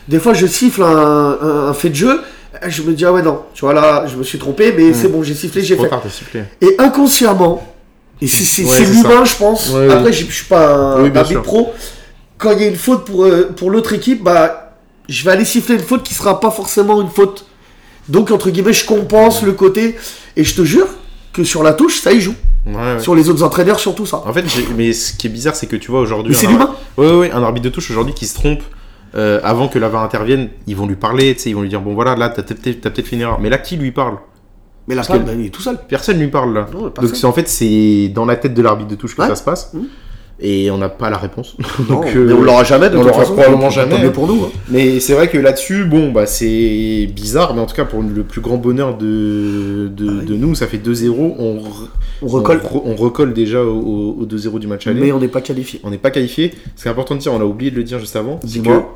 S2: des fois je siffle un, un- un fait de jeu, je me dis, ah ouais, non, tu vois là, je me suis trompé, mais
S1: Mhm.
S2: c'est bon, j'ai sifflé, j'ai fait.
S1: de siffler.
S2: Et inconsciemment, et c'est c'est-
S1: Ouais,
S2: c'est
S1: c'est
S2: l'humain, je pense.
S1: Ouais,
S2: Après, je je suis pas un
S1: Oui, bien sûr.
S2: arbitre pro. Quand il y a une faute pour, euh, pour l'autre équipe, bah, je vais aller siffler une faute qui sera pas forcément une faute. Donc, entre guillemets, je compense le côté. Et je te jure que sur la touche, ça y joue.
S1: Ouais, ouais.
S2: Sur les autres entraîneurs, surtout ça.
S1: En fait, j'ai- mais ce qui est bizarre, c'est que tu vois aujourd'hui.
S2: Mais c'est
S1: un-
S2: l'humain.
S1: Ouais, ouais, ouais, un arbitre de touche aujourd'hui qui se trompe euh, avant que la VAR intervienne, ils vont lui parler, tu sais, ils vont lui dire bon voilà, là t'as peut-être t'as peut-être fait une erreur. Mais là, qui lui parle
S2: Mais la
S1: Parce que-
S2: femme, il est tout seul.
S1: Personne lui parle là.
S2: Non, personne.
S1: Donc c'est en fait c'est dans la tête de l'arbitre de touche que
S2: Ouais.
S1: ça se passe.
S2: Mhm.
S1: Et on n'a pas la réponse.
S2: Non,
S1: Donc, euh,
S2: mais on l'aura jamais, de
S1: on
S2: toute
S1: l'aura
S2: façon.
S1: probablement
S2: Tant
S1: jamais,
S2: mieux
S1: hein.
S2: pour nous. hein.
S1: Mais c'est vrai que là-dessus, bon, bah c'est bizarre, mais en tout cas pour le plus grand bonheur de, de,
S2: oui.
S1: de nous, ça fait 2-0. On, re-
S2: Ah On recolle,
S1: on re- on recolle déjà au, au- au 2-0 du match aller.
S2: mais on n'est pas qualifié.
S1: On n'est pas qualifié. Ce qui est important de dire, on a oublié de le dire juste avant, c'est que
S2: Dis-moi.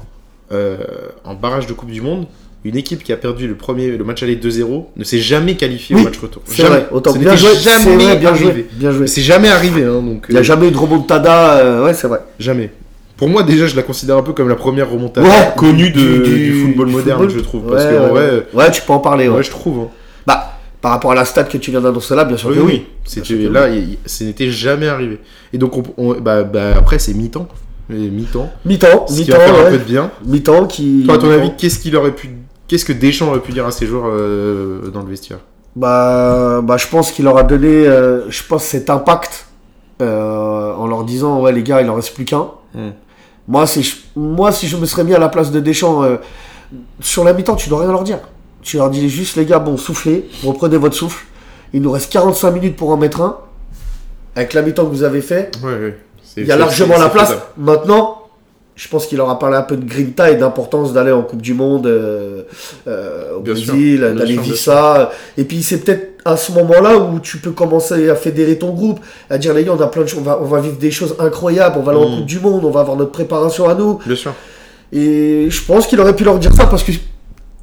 S1: euh, en barrage de Coupe du Monde, une équipe qui a perdu le premier le match aller 2-0 ne s'est jamais qualifiée
S2: Oui,
S1: au match retour.
S2: C'est
S1: Jamais.
S2: vrai, autant
S1: Ce
S2: bien
S1: n'était
S2: joué, c'est
S1: jamais
S2: vrai, bien joué,
S1: arrivé.
S2: bien joué.
S1: C'est jamais arrivé hein, donc
S2: Il n'y a
S1: euh,
S2: jamais eu de remontada, euh, ouais, c'est vrai.
S1: jamais. Pour moi déjà je la considère un peu comme la première remontade
S2: Ouais,
S1: connue de-
S2: du-
S1: du,
S2: du-
S1: football
S2: du
S1: moderne
S2: football.
S1: je trouve parce que
S2: ouais,
S1: en vrai
S2: ouais.
S1: euh,
S2: Ouais, tu peux en parler, ouais.
S1: ouais, je trouve hein.
S2: Bah, par rapport à la stat que tu viens d'annoncer là, bien sûr
S1: Oui,
S2: que
S1: oui.
S2: oui.
S1: C'était
S2: sûr que
S1: là, il- il- ce n'était jamais arrivé. Et donc, on- on- bah, bah, après, c'est mi-temps. Et Mi-temps.
S2: Mi-temps,
S1: Ce qui
S2: mi-temps,
S1: va faire un
S2: ouais.
S1: peu de bien.
S2: mi-temps qui.
S1: Toi, à ton
S2: mi-temps.
S1: avis, qu'est-ce qu'il aurait pu, qu'est-ce que Deschamps aurait pu dire à ses joueurs euh, dans le vestiaire
S2: Bah, bah, je pense qu'il leur a donné, euh, je pense, cet impact euh, en leur disant, ouais, les gars, il en reste plus qu'un.
S1: Mm.
S2: Moi, c'est, je- moi, si je me serais mis à la place de Deschamps, euh, sur la mi-temps, tu dois rien leur dire. Tu leur dis juste, les gars, bon, soufflez, reprenez votre souffle. Il nous reste 45 minutes pour en mettre un. Avec la mi-temps que vous avez fait,
S1: Ouais, ouais. C'est-
S2: il y a
S1: c'est-
S2: largement
S1: c'est-
S2: la
S1: c'est
S2: place.
S1: faisable.
S2: Maintenant, je pense qu'il aura parlé un peu de grinta et d'importance d'aller en Coupe du Monde euh, euh, au
S1: Bien sûr,
S2: Brésil,
S1: bien
S2: d'aller
S1: sûr, bien
S2: vivre ça. Et puis c'est peut-être à ce moment-là où tu peux commencer à fédérer ton groupe, à dire les gars, on a plein de choses, on va, on va vivre des choses incroyables, on va aller en
S1: Mm.
S2: Coupe du Monde, on va avoir notre préparation à nous.
S1: Bien sûr.
S2: Et je pense qu'il aurait pu leur dire ça parce que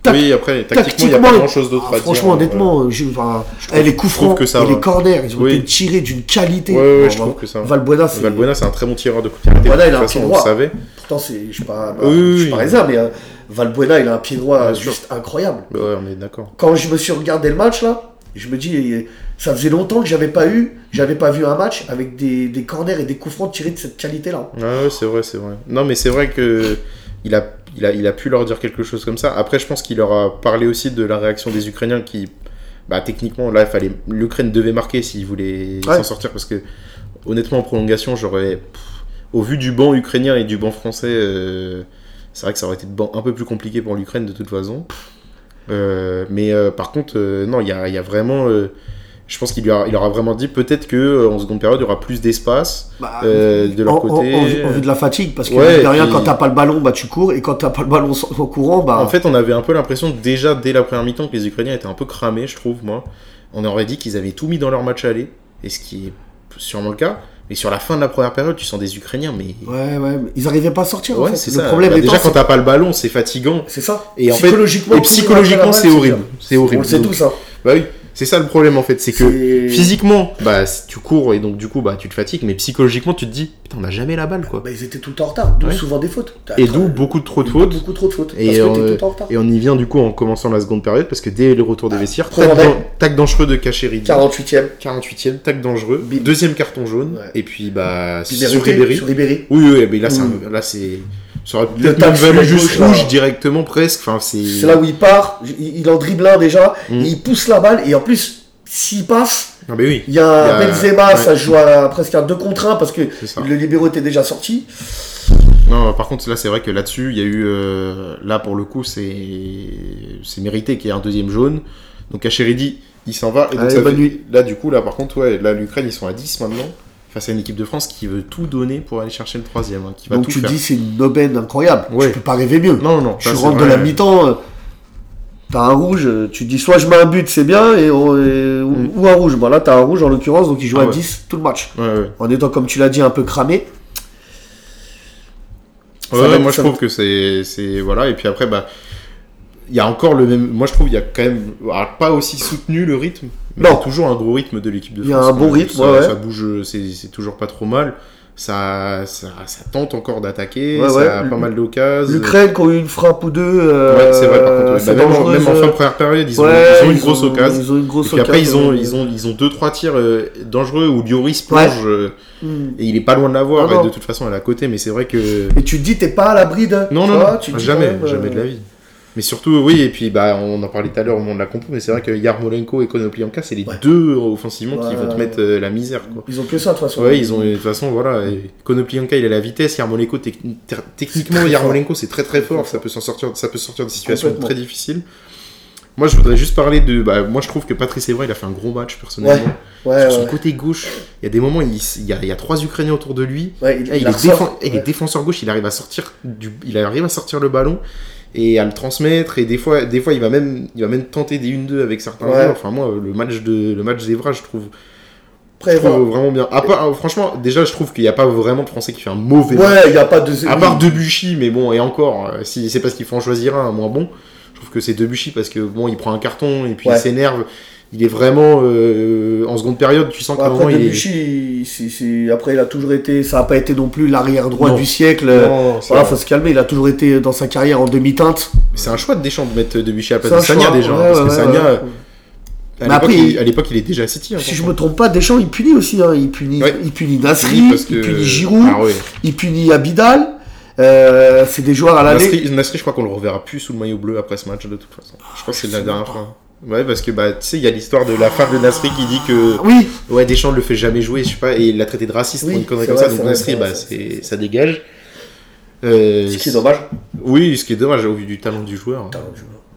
S2: Tac-
S1: oui, après, tactiquement, il n'y a pas
S2: tactiquement,
S1: grand chose d'autre à
S2: ah,
S1: dire.
S2: franchement,
S1: euh,
S2: honnêtement, je- enfin, eh, les coups
S1: je trouve
S2: francs
S1: que ça
S2: et les
S1: va.
S2: corners, ils ont
S1: Oui.
S2: été tirés d'une qualité.
S1: Ouais, ouais,
S2: Bon,
S1: je
S2: Val-
S1: trouve que ça va.
S2: Valbuena, c'est
S1: Euh, Valbuena, c'est un très bon tireur de coup de pied arrêté.
S2: Voilà,
S1: de
S2: il a
S1: toute
S2: un
S1: façon,
S2: pied
S1: on le
S2: droit.
S1: savait.
S2: Pourtant, c'est, je sais pas, bah,
S1: Oui, oui,
S2: je suis pas
S1: oui.
S2: raisonnable, mais euh, Valbuena, il a un pied droit
S1: Bien
S2: euh,
S1: sûr.
S2: juste incroyable.
S1: Bah ouais, on est d'accord.
S2: Quand je me suis regardé le match, là, je me dis, ça faisait longtemps que j'avais pas eu, j'avais pas vu un match avec des, des corners et des coups francs tirés de cette qualité-là.
S1: Ah Ouais, ouais, c'est vrai, c'est vrai. Non, mais c'est vrai que il a, il, a, il a pu leur dire quelque chose comme ça. Après, je pense qu'il leur a parlé aussi de la réaction des Ukrainiens qui, bah, techniquement, là, il fallait, l'Ukraine devait marquer s'ils voulaient
S2: Ouais.
S1: s'en sortir parce que, honnêtement, en prolongation, j'aurais, pff, au vu du banc ukrainien et du banc français, euh, c'est vrai que ça aurait été de banc un peu plus compliqué pour l'Ukraine de toute façon. Euh, mais euh, par contre, euh, non, il y a, il y a vraiment. euh, je pense qu'il lui a- il leur a vraiment dit peut-être que euh, en seconde période il y aura plus d'espace
S2: Bah,
S1: euh, de leur
S2: en, en-
S1: côté.
S2: en vue- en vue de la fatigue, parce que
S1: Ouais,
S2: mine de rien,
S1: puis-
S2: quand t'as pas le ballon, bah tu cours, et quand t'as pas le ballon sans- en courant, bah.
S1: En fait, on avait un peu l'impression déjà dès la première mi-temps que les Ukrainiens étaient un peu cramés, je trouve, moi. On aurait dit qu'ils avaient tout mis dans leur match aller, et ce qui est sûrement le cas. Mais sur la fin de la première période, tu sens des Ukrainiens, mais.
S2: ouais, ouais, mais ils arrivaient pas à sortir. en
S1: Ouais,
S2: fait.
S1: c'est
S2: le
S1: ça.
S2: problème
S1: Bah,
S2: étant,
S1: déjà, quand
S2: c'est-
S1: t'as pas le ballon, c'est fatigant.
S2: c'est ça.
S1: Et en fait-
S2: psychologiquement,
S1: et psychologiquement, c'est horrible. C'est
S2: On
S1: horrible.
S2: le sait
S1: Donc,
S2: tous, hein.
S1: Bah oui, c'est ça le problème en fait, c'est que
S2: C'est-
S1: physiquement, bah si tu cours et donc du coup bah tu te fatigues, mais psychologiquement tu te dis putain on a jamais la balle quoi.
S2: Bah, ils étaient tout le temps en retard, d'où
S1: Ouais.
S2: souvent des fautes. T'as-
S1: Et d'où beaucoup trop de fautes.
S2: Beaucoup trop de fautes.
S1: Et
S2: parce que
S1: euh,
S2: t'es tout le temps en retard.
S1: Et on y vient du coup en commençant la seconde période parce que dès le retour
S2: Ah,
S1: des vestiaires,
S2: Prolongé.
S1: tac, dan- tac dangereux de Cachéry.
S2: 48ème.
S1: 48e, tac dangereux.
S2: Bim.
S1: Deuxième carton jaune.
S2: Ouais.
S1: Et puis bah sur
S2: Ribéry.
S1: Ribéry.
S2: Sur Ribéry.
S1: Oui, oui, mais là c'est un-
S2: Mm.
S1: là c'est ça aurait
S2: Le
S1: peut-être
S2: tac
S1: même
S2: sur la
S1: valu juste
S2: gauche, là.
S1: rouge directement presque. Enfin c'est.
S2: C'est là où il part, il il en dribble un déjà,
S1: Mm.
S2: et il pousse la balle, et en plus, s'il passe,
S1: Non mais oui,
S2: il y a,
S1: Il y a-
S2: Benzema,
S1: ouais.
S2: ça se joue à presque un 2 contre 1 parce que
S1: c'est ça.
S2: le libéraux était déjà sorti.
S1: Non, par contre, là, c'est vrai que là-dessus, il y a eu. euh, là, pour le coup, c'est c'est mérité qu'il y ait un deuxième jaune. Donc, Achéridi, il s'en va. Et donc,
S2: Allez,
S1: ça
S2: bonne
S1: fait- Là, du coup, là, par contre, ouais, là, l'Ukraine, ils sont à 10 maintenant. Face à une équipe de France qui veut tout donner pour aller chercher le troisième. hein, qui va
S2: Donc
S1: tout
S2: tu
S1: faire.
S2: dis, c'est une aubaine incroyable.
S1: Ouais.
S2: Tu peux pas rêver mieux.
S1: Non, non, non.
S2: tu
S1: ça, c'est
S2: rentres de
S1: vrai.
S2: la mi-temps, euh, t'as un rouge, euh, tu dis soit je mets un but, c'est bien, et, on- et- ou,
S1: Mm.
S2: ou un rouge. Bon, là, t'as un rouge en l'occurrence, donc il joue
S1: Ah
S2: à
S1: ouais.
S2: 10 tout le match.
S1: Ouais, ouais.
S2: En étant, comme tu l'as dit, un peu cramé. Ça
S1: Ouais,
S2: va-
S1: ouais, moi
S2: ça
S1: je trouve que c'est, c'est voilà et puis après bah il y a encore le même moi je trouve il y a quand même alors, pas aussi soutenu le rythme mais
S2: Non.
S1: il y a toujours un gros rythme de l'équipe de
S2: Il y
S1: France.
S2: a un
S1: quand
S2: bon
S1: même.
S2: rythme,
S1: ça,
S2: ouais,
S1: ça
S2: ouais.
S1: bouge c'est, c'est toujours pas trop mal ça ça, ça tente encore d'attaquer
S2: Ouais,
S1: ça
S2: ouais.
S1: a pas mal d'occasions.
S2: L'Ukraine qui a eu une frappe ou deux.
S1: Euh, Ouais, c'est vrai par contre ouais.
S2: euh,
S1: Bah,
S2: c'est
S1: même, en,
S2: dangereuse.
S1: même en fin de première période ils ont,
S2: Ouais,
S1: ils ont une grosse occasion
S2: Ils ont une
S1: et
S2: grosse
S1: puis après ils ont
S2: occasion.
S1: ils ont ils ont deux trois tirs euh, dangereux où Lloris plonge euh,
S2: Mm.
S1: et il est pas loin de l'avoir
S2: Ah,
S1: et
S2: non.
S1: de toute façon elle est à côté mais c'est vrai que
S2: Et tu te dis, t'es pas à l'abri de.
S1: Non,
S2: tu
S1: non,
S2: vois,
S1: non, Ah,
S2: tu te dis
S1: jamais,
S2: quand même, euh,
S1: jamais de la vie. Mais surtout, oui, et puis bah, on en parlait tout à l'heure au moment de la compo, mais c'est vrai que Yarmolenko et Konoplyanka, c'est les
S2: Ouais.
S1: deux euh, offensivement qui
S2: Ouais.
S1: vont te mettre euh, la misère. Quoi.
S2: Ils ont que ça, de toute façon.
S1: Ouais, ils ont, de toute façon, voilà, et Konoplyanka, il a la vitesse, Yarmolenko, techni- ter- techniquement,
S2: très
S1: Yarmolenko, c'est très très fort, ça peut, s'en sortir, ça peut sortir de situations
S2: Complètement.
S1: très difficiles. Moi, je voudrais juste parler de. Bah, moi, je trouve que Patrice Evra, il a fait un gros match, personnellement.
S2: Ouais,
S1: Sur son
S2: ouais.
S1: côté gauche, il y a des moments, il, s- il y, a, il y a trois Ukrainiens autour de lui,
S2: Ouais, il,
S1: ah, il,
S2: la
S1: est
S2: ressort.
S1: défen- il est
S2: Ouais.
S1: défenseur gauche, il arrive à sortir du, il arrive à sortir le ballon et à le transmettre et des fois, des fois il va même, il va même tenter des 1-2 avec certains.
S2: Ouais.
S1: joueurs. Enfin moi le match de, le match d'Evra je trouve,
S2: Après,
S1: je trouve
S2: voilà.
S1: vraiment bien. À part- euh, franchement déjà je trouve qu'il n'y a pas vraiment de Français qui fait un mauvais. match.
S2: Ouais, il n'y a pas de.
S1: À part Debuchy mais bon et encore euh, si c'est parce qu'il faut en choisir un, un moins bon. Je trouve trouve que c'est Debuchy parce que bon, il prend un carton et puis
S2: Ouais.
S1: il s'énerve. Il est vraiment euh, en seconde période, tu sens qu'à un moment
S2: Après,
S1: il est-
S2: Debuchy, il- c'est- c'est- après, il a toujours été. Ça n'a pas été non plus l'arrière droit
S1: Non.
S2: du siècle.
S1: Non, non, c'est
S2: euh, Voilà,
S1: vrai.
S2: faut se calmer. Il a toujours été dans sa carrière en demi-teinte.
S1: C'est un choix de Deschamps de mettre Debuchy à la
S2: C'est
S1: place de
S2: un
S1: Sagna
S2: choix.
S1: déjà. hein,
S2: Ouais,
S1: parce que
S2: ouais,
S1: Sagna,
S2: ouais.
S1: euh, à
S2: Mais
S1: l'époque,
S2: après,
S1: il- à l'époque, il... est déjà à City. hein,
S2: Si je
S1: pourtant.
S2: me trompe pas, Deschamps, il punit aussi. hein. Il punit,
S1: Ouais.
S2: il punit
S1: Oui,
S2: Nasri,
S1: parce que-
S2: il punit Giroud,
S1: Ah ouais.
S2: il punit Abidal. Euh, c'est des joueurs à l'année.
S1: Nasri, Nasri, je crois qu'on le reverra plus sous le maillot bleu après ce match de toute façon. Je crois que c'est
S2: je
S1: la
S2: sais
S1: dernière
S2: pas.
S1: fois. Ouais, parce que bah, tu sais, il y a l'histoire de la femme de Nasri qui dit que
S2: Oui,
S1: ouais, Deschamps ne le fait jamais jouer, je sais pas, et il l'a traité de raciste
S2: Oui,
S1: ou une connerie
S2: c'est
S1: comme
S2: vrai,
S1: ça. Donc Nasri,
S2: c'est vrai, c'est vrai,
S1: bah,
S2: c'est-
S1: c'est-
S2: c'est-
S1: ça dégage. Euh,
S2: ce qui est dommage.
S1: oui, ce qui est dommage au vu du talent du joueur. hein.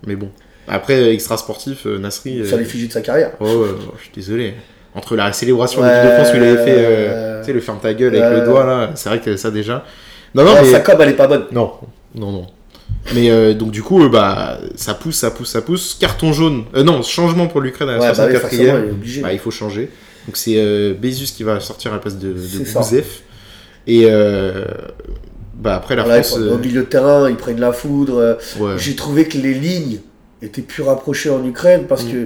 S1: Mais bon. Après, extra sportif, euh, Nasri. euh,
S2: Sur les fichiers de sa carrière.
S1: Oh, ouais, ouais, je suis désolé. Entre la célébration de l'équipe de France où il avait fait, euh,
S2: Ouais.
S1: tu sais, le ferme ta gueule avec
S2: Ouais.
S1: le doigt là, c'est vrai que ça déjà. Non, non,
S2: Ouais,
S1: mais
S2: Sa com, elle est pas bonne.
S1: non, non, non. Mais euh, donc du coup, euh, bah, ça pousse, ça pousse, ça pousse. Carton jaune. Euh, non, changement pour l'Ukraine à la
S2: Ouais, bah oui,
S1: 64e.
S2: forcément, il est obligé.
S1: Bah, il faut changer. Donc c'est euh, Bézus qui va sortir à la place de, de
S2: C'est ça.
S1: Bouzef. Et euh, bah après la
S2: Voilà,
S1: France,
S2: ils prennent- Au milieu de terrain, ils prennent la foudre. euh,
S1: euh, ouais.
S2: J'ai trouvé que les lignes étaient plus rapprochées en Ukraine parce
S1: Mm.
S2: que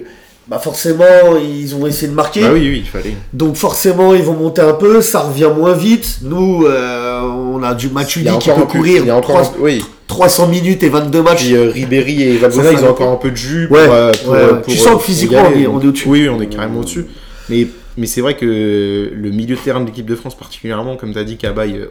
S2: bah forcément, ils ont essayé de marquer.
S1: Bah oui, oui, il fallait.
S2: Donc forcément, ils vont monter un peu, ça revient moins vite. Nous, euh, on a du match
S1: Il y a
S2: unique qui peut
S1: encore un peu-
S2: courir
S1: Il y a encore,
S2: 300,
S1: un- oui.
S2: 300 minutes et 22 matchs.
S1: Puis euh, Ribéry et
S2: Ça,
S1: Valbuena,
S2: ça
S1: ils ont
S2: dépend.
S1: encore un peu de jus.
S2: hein. Ouais,
S1: pour, euh, pour,
S2: ouais,
S1: euh,
S2: ouais.
S1: pour,
S2: Tu sens
S1: euh,
S2: que physiquement,
S1: égaler.
S2: on est- on est au-dessus.
S1: Oui, oui, on est carrément au-dessus. Mais, mais c'est vrai que le milieu de terrain de l'équipe de France, particulièrement, comme tu as dit, Cabaye, euh,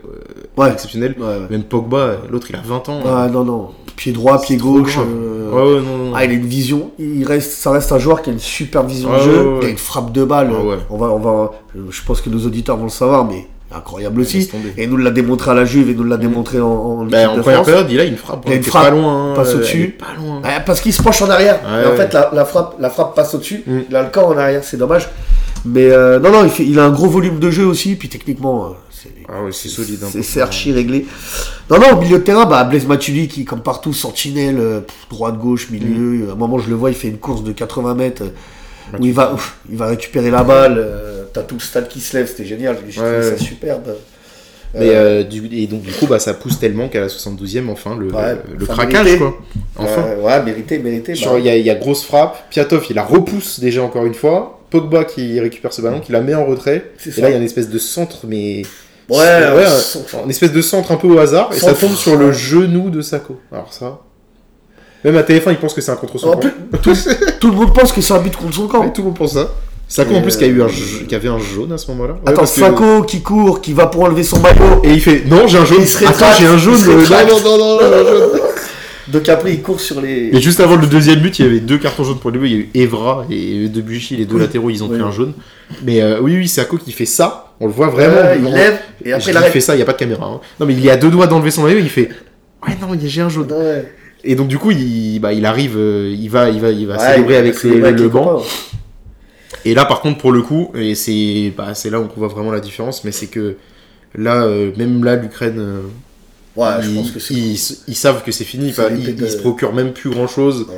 S2: Ouais.
S1: exceptionnel.
S2: Ouais, ouais.
S1: Même Pogba, l'autre, il a 20 ans.
S2: Ah, non, non. Pied droit, pied gauche.
S1: grave.
S2: euh,
S1: ouais, ouais, non, non.
S2: Ah, il a une vision, il reste, ça reste un joueur qui a une super vision
S1: Ouais,
S2: de jeu,
S1: ouais, ouais.
S2: qui a une frappe de balle.
S1: Ah ouais.
S2: On va, on va, euh, je pense que nos auditeurs vont le savoir, mais incroyable
S1: Laisse
S2: aussi.
S1: tomber.
S2: Et nous l'a démontré à la Juve, et nous l'a démontré en, en
S1: Bah,
S2: équipe
S1: en
S2: de
S1: première
S2: France.
S1: période, il a une frappe.
S2: Il a
S1: hein,
S2: une
S1: qui est
S2: frappe,
S1: pas loin. hein,
S2: passe
S1: euh,
S2: au-dessus.
S1: elle est Pas loin.
S2: Ouais, parce qu'il se penche en arrière.
S1: Ouais,
S2: et en
S1: ouais.
S2: fait, la, la frappe, la frappe passe au-dessus.
S1: Mm.
S2: Il a le corps en arrière, c'est dommage. Mais euh, non, non, il, fait- il a un gros volume de jeu aussi, puis techniquement, euh, c'est
S1: Ah ouais, c'est solide. hein,
S2: c'est-
S1: pour-
S2: c'est archi réglé. Non, non, au milieu de terrain, bah, Blaise Matuidi qui, comme partout, sentinelle, euh, pff, droite, gauche,
S1: Mm.
S2: milieu. À un moment, je le vois, il fait une course de 80 mètres euh, où il va, ouf, il va récupérer la balle. euh, T'as tout le stade qui se lève, c'était génial. J'ai
S1: Ouais,
S2: trouvé
S1: ouais.
S2: ça superbe.
S1: Mais, euh, du- et donc, du coup, bah, ça pousse tellement qu'à la 72e, enfin, le,
S2: Ouais,
S1: le
S2: ça
S1: craquage,
S2: méritait.
S1: quoi. Enfin.
S2: Euh, ouais, mérité, mérité.
S1: Genre,
S2: bah,
S1: il y, a- il y a grosse frappe. Piatov, il la repousse déjà encore une fois. Pogba qui récupère ce ballon, qui la met en retrait.
S2: C'est
S1: Et
S2: ça.
S1: là, il y a une espèce de centre, mais.
S2: Ouais,
S1: un-
S2: ouais,
S1: un-
S2: centre.
S1: Une espèce de centre un peu au hasard. Et ça
S2: Centre.
S1: tombe sur le genou de Sako. Alors, ça. Même à téléphone, il pense que c'est un contre son
S2: En
S1: camp.
S2: plus, tout, tout le monde pense que c'est un but contre son camp.
S1: Ouais, tout le monde pense ça. Sako, en
S2: Et
S1: plus, qui, a eu un,
S2: euh,
S1: ja- qui avait un jaune à ce moment-là. Ouais,
S2: Attends,
S1: parce que-
S2: Sako qui court, qui va pour enlever son maillot.
S1: Et il fait Non, j'ai un jaune.
S2: Il se
S1: Attends,
S2: rétracte,
S1: j'ai un jaune.
S2: il se
S1: euh,
S2: rétracte.
S1: non, non, non, non, non, non, jaune.
S2: Donc après, il court sur les.
S1: Et juste avant le deuxième but, il y avait deux cartons jaunes pour les Bleus. Il y a eu Evra et Debuchy, les deux
S2: Oui.
S1: latéraux, ils ont
S2: Oui.
S1: pris un jaune. Mais euh, oui, oui, Sako qui fait ça. On le voit vraiment.
S2: Ouais, il
S1: On-
S2: lève et
S1: Je
S2: après il
S1: dis,
S2: arrête.
S1: fait ça, il n'y a pas de caméra. hein. Non, mais il est à deux doigts d'enlever son maillot, il fait Ouais, non, il- j'ai un jaune.
S2: Ouais.
S1: Et donc, du coup, il, bah, il arrive, euh, il va, il va, il va
S2: Ouais,
S1: célébrer
S2: il-
S1: avec
S2: c'est
S1: le,
S2: vrai
S1: le
S2: qu'il est
S1: banc.
S2: copain.
S1: Et là, par contre, pour le coup, et c'est bah, c'est là où on voit vraiment la différence, mais c'est que là, euh, même là, l'Ukraine, euh,
S2: Ouais, je
S1: ils,
S2: pense que c'est.
S1: ils s- ils savent que c'est fini,
S2: C'est
S1: enfin,
S2: l'épée
S1: ils,
S2: de-
S1: ils se procurent même plus grand chose.
S2: Non.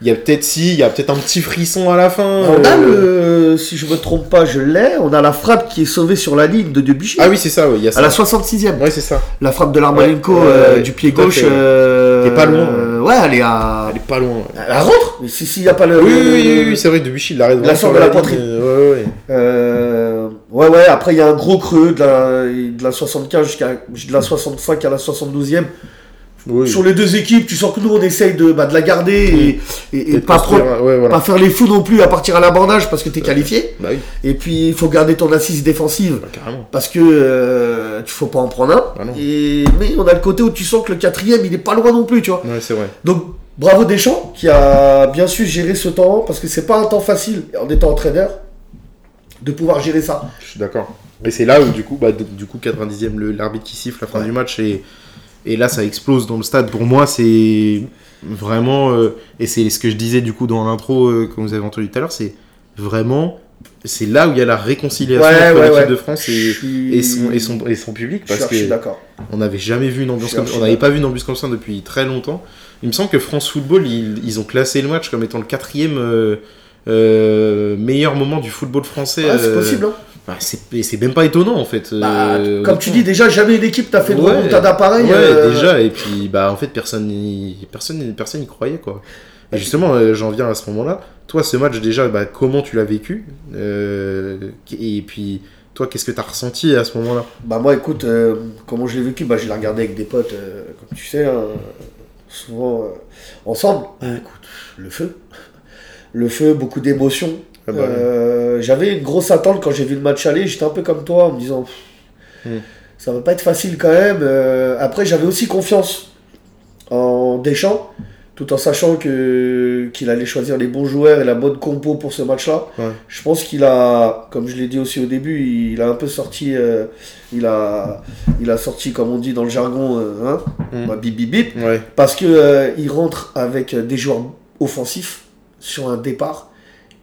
S1: Il y a peut-être si, il y a peut-être un petit frisson à la fin.
S2: On a
S1: euh,
S2: le. Si je me trompe pas, je l'ai. On a la frappe qui est sauvée sur la ligne de Debuchy.
S1: Ah oui, c'est ça, ouais, il y a
S2: À la
S1: ça.
S2: 66e.
S1: Ouais, c'est ça.
S2: La frappe de l'Armalenko
S1: Ouais,
S2: euh,
S1: ouais,
S2: du pied
S1: tout à
S2: gauche.
S1: fait, ouais.
S2: euh,
S1: T'es pas loin,
S2: euh, ouais, elle est à.
S1: Elle est pas loin. ouais.
S2: Elle rentre Mais si, s'il n'y a pas le.
S1: Oui,
S2: le-
S1: oui, oui,
S2: le-
S1: oui, c'est vrai, Debuchy, il l'arrête
S2: La
S1: vraiment
S2: sort
S1: sur
S2: de la
S1: ligne,
S2: poitrine.
S1: euh, ouais, ouais.
S2: Euh, ouais, ouais, après il y a un gros creux de la, de la 75 jusqu'à de la 65 à la 72e.
S1: Oui.
S2: Sur les deux équipes, tu sens que nous on essaye de, bah, de la garder et, et, et
S1: Et de
S2: pas,
S1: construire,
S2: pro-
S1: ouais, voilà.
S2: pas faire les fous non plus à partir à l'abordage parce que t'es qualifié.
S1: Bah oui,
S2: Et puis il faut garder ton assise défensive
S1: bah, carrément.
S2: parce que euh, tu faut pas en prendre un.
S1: Ah non.
S2: et, mais on a le côté où tu sens que le quatrième il est pas loin non plus, tu vois.
S1: Ouais, c'est vrai.
S2: Donc bravo Deschamps qui a bien su gérer ce temps parce que c'est pas un temps facile en étant entraîneur de pouvoir gérer ça.
S1: Je suis d'accord. Et c'est là où, du coup, bah, donc, du coup 90e, le- l'arbitre qui siffle la fin
S2: Ouais.
S1: du match. Et, et là, ça explose dans le stade. Pour moi, c'est vraiment. euh, et c'est ce que je disais, du coup, dans l'intro euh, que vous avez entendu tout à l'heure. C'est vraiment. C'est là où il y a la réconciliation
S2: Ouais,
S1: entre
S2: ouais,
S1: l'équipe
S2: ouais.
S1: de France
S2: Je
S1: et,
S2: suis-
S1: et, son, et, son, et son public.
S2: je suis
S1: Parce
S2: archi
S1: que
S2: d'accord.
S1: on n'avait jamais vu une
S2: Je
S1: ambiance
S2: suis
S1: comme
S2: archi
S1: On n'avait
S2: d'accord.
S1: pas vu une ambiance comme ça depuis très longtemps. Il me semble que France Football, ils, ils ont classé le match comme étant le quatrième euh, euh, meilleur moment du football français.
S2: Ouais, c'est
S1: euh,
S2: possible. hein.
S1: Bah, c'est et c'est même pas étonnant en fait.
S2: Bah,
S1: euh,
S2: comme tu dis,
S1: honnêtement.
S2: déjà, jamais d'équipe t'a fait de
S1: Ouais.
S2: remontade t'as d'appareil.
S1: Ouais,
S2: euh,
S1: déjà, et puis bah en fait personne n'y personne, personne y croyait quoi. Et justement, euh, j'en viens à ce moment-là. Toi, ce match déjà, bah, comment tu l'as vécu Euh, Et puis toi, qu'est-ce que t'as ressenti à ce moment-là
S2: Bah moi écoute, euh, comment je l'ai vécu Bah je l'ai regardé avec des potes, euh, comme tu sais, hein, souvent euh, ensemble. Bah, écoute, le feu. Le feu, beaucoup d'émotions.
S1: Ah bah,
S2: Euh, J'avais une grosse attente quand j'ai vu le match aller, j'étais un peu comme toi en me disant Pff,
S1: Hmm.
S2: ça va pas être facile quand même. Euh, après j'avais aussi confiance en Deschamps, tout en sachant que qu'il allait choisir les bons joueurs et la bonne compo pour ce match-là.
S1: Ouais.
S2: Je pense qu'il a, comme je l'ai dit aussi au début, il a un peu sorti, euh, il a, il a sorti comme on dit dans le jargon, euh, hein,
S1: Mm.
S2: bah, bip bip bip,
S1: Ouais,
S2: parce que euh, il rentre avec euh, des joueurs offensifs sur un départ.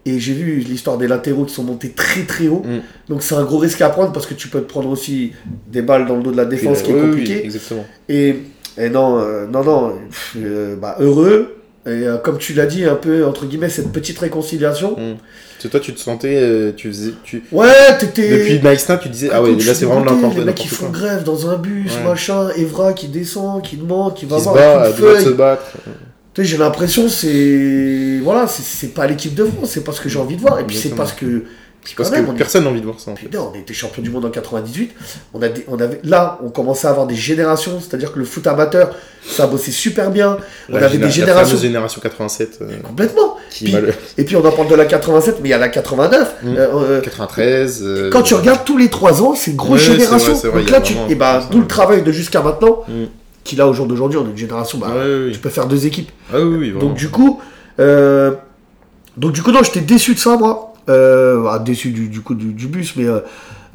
S2: Et j'ai vu l'histoire des latéraux qui sont montés très très haut.
S1: Mm.
S2: Donc c'est un gros risque à prendre parce que tu peux te prendre aussi des balles dans le dos de la défense qui est
S1: euh, Oui, oui,
S2: compliqué.
S1: exactement.
S2: Et, et non, euh, non, non, pff, euh, bah, heureux. Et euh, comme tu l'as dit, un peu entre guillemets cette petite réconciliation.
S1: Parce que toi, tu te sentais, euh, tu faisais, tu
S2: Ouais, t'étais.
S1: depuis Maïsna, tu disais ah ouais,
S2: Écoute, je
S1: là
S2: suis
S1: c'est vraiment
S2: dégoûté,
S1: n'importe
S2: Les mecs qui
S1: n'importe
S2: font
S1: quoi.
S2: grève dans un bus,
S1: Ouais.
S2: machin, Evra qui descend, qui demande, qui va
S1: Qui se
S2: voir
S1: bat,
S2: un
S1: à
S2: coup de
S1: deux de se
S2: feuille.
S1: battre.
S2: Tu sais, j'ai l'impression c'est voilà, c'est- c'est pas l'équipe de France, c'est pas ce que j'ai envie de voir et puis c'est
S1: Exactement.
S2: parce que puis
S1: Parce
S2: quand même, on
S1: que
S2: est-
S1: personne n'a envie de voir ça. en fait.
S2: Putain, on était champion du monde en 98. On a des- on avait, là, on commençait à avoir des générations, c'est-à-dire que le foot amateur, ça bossait super bien. On
S1: La
S2: avait
S1: géné-
S2: des
S1: La
S2: générations
S1: fameuse génération 87 euh,
S2: complètement.
S1: qui
S2: Puis-
S1: mal- euh,
S2: Et puis on en parle de la 87, mais il y a la 89.
S1: Mm.
S2: euh, euh,
S1: 93. euh,
S2: Quand tu regardes tous les trois ans, c'est une grosse
S1: Ouais, ouais,
S2: génération.
S1: c'est vrai, c'est vrai,
S2: Donc
S1: il y a
S2: là, tu...
S1: vraiment un
S2: eh ben,
S1: truc,
S2: d'où le
S1: ouais.
S2: travail de jusqu'à maintenant,
S1: Mm.
S2: qui là, au jour d'aujourd'hui, on est une génération, bah,
S1: Ah Ouais, ouais,
S2: tu
S1: ouais.
S2: peux faire deux équipes.
S1: Ah oui, oui, vraiment.
S2: Donc du coup, euh, donc du coup, non, j'étais déçu de ça, moi. Euh, bah, déçu du, du coup du, du bus, mais, euh,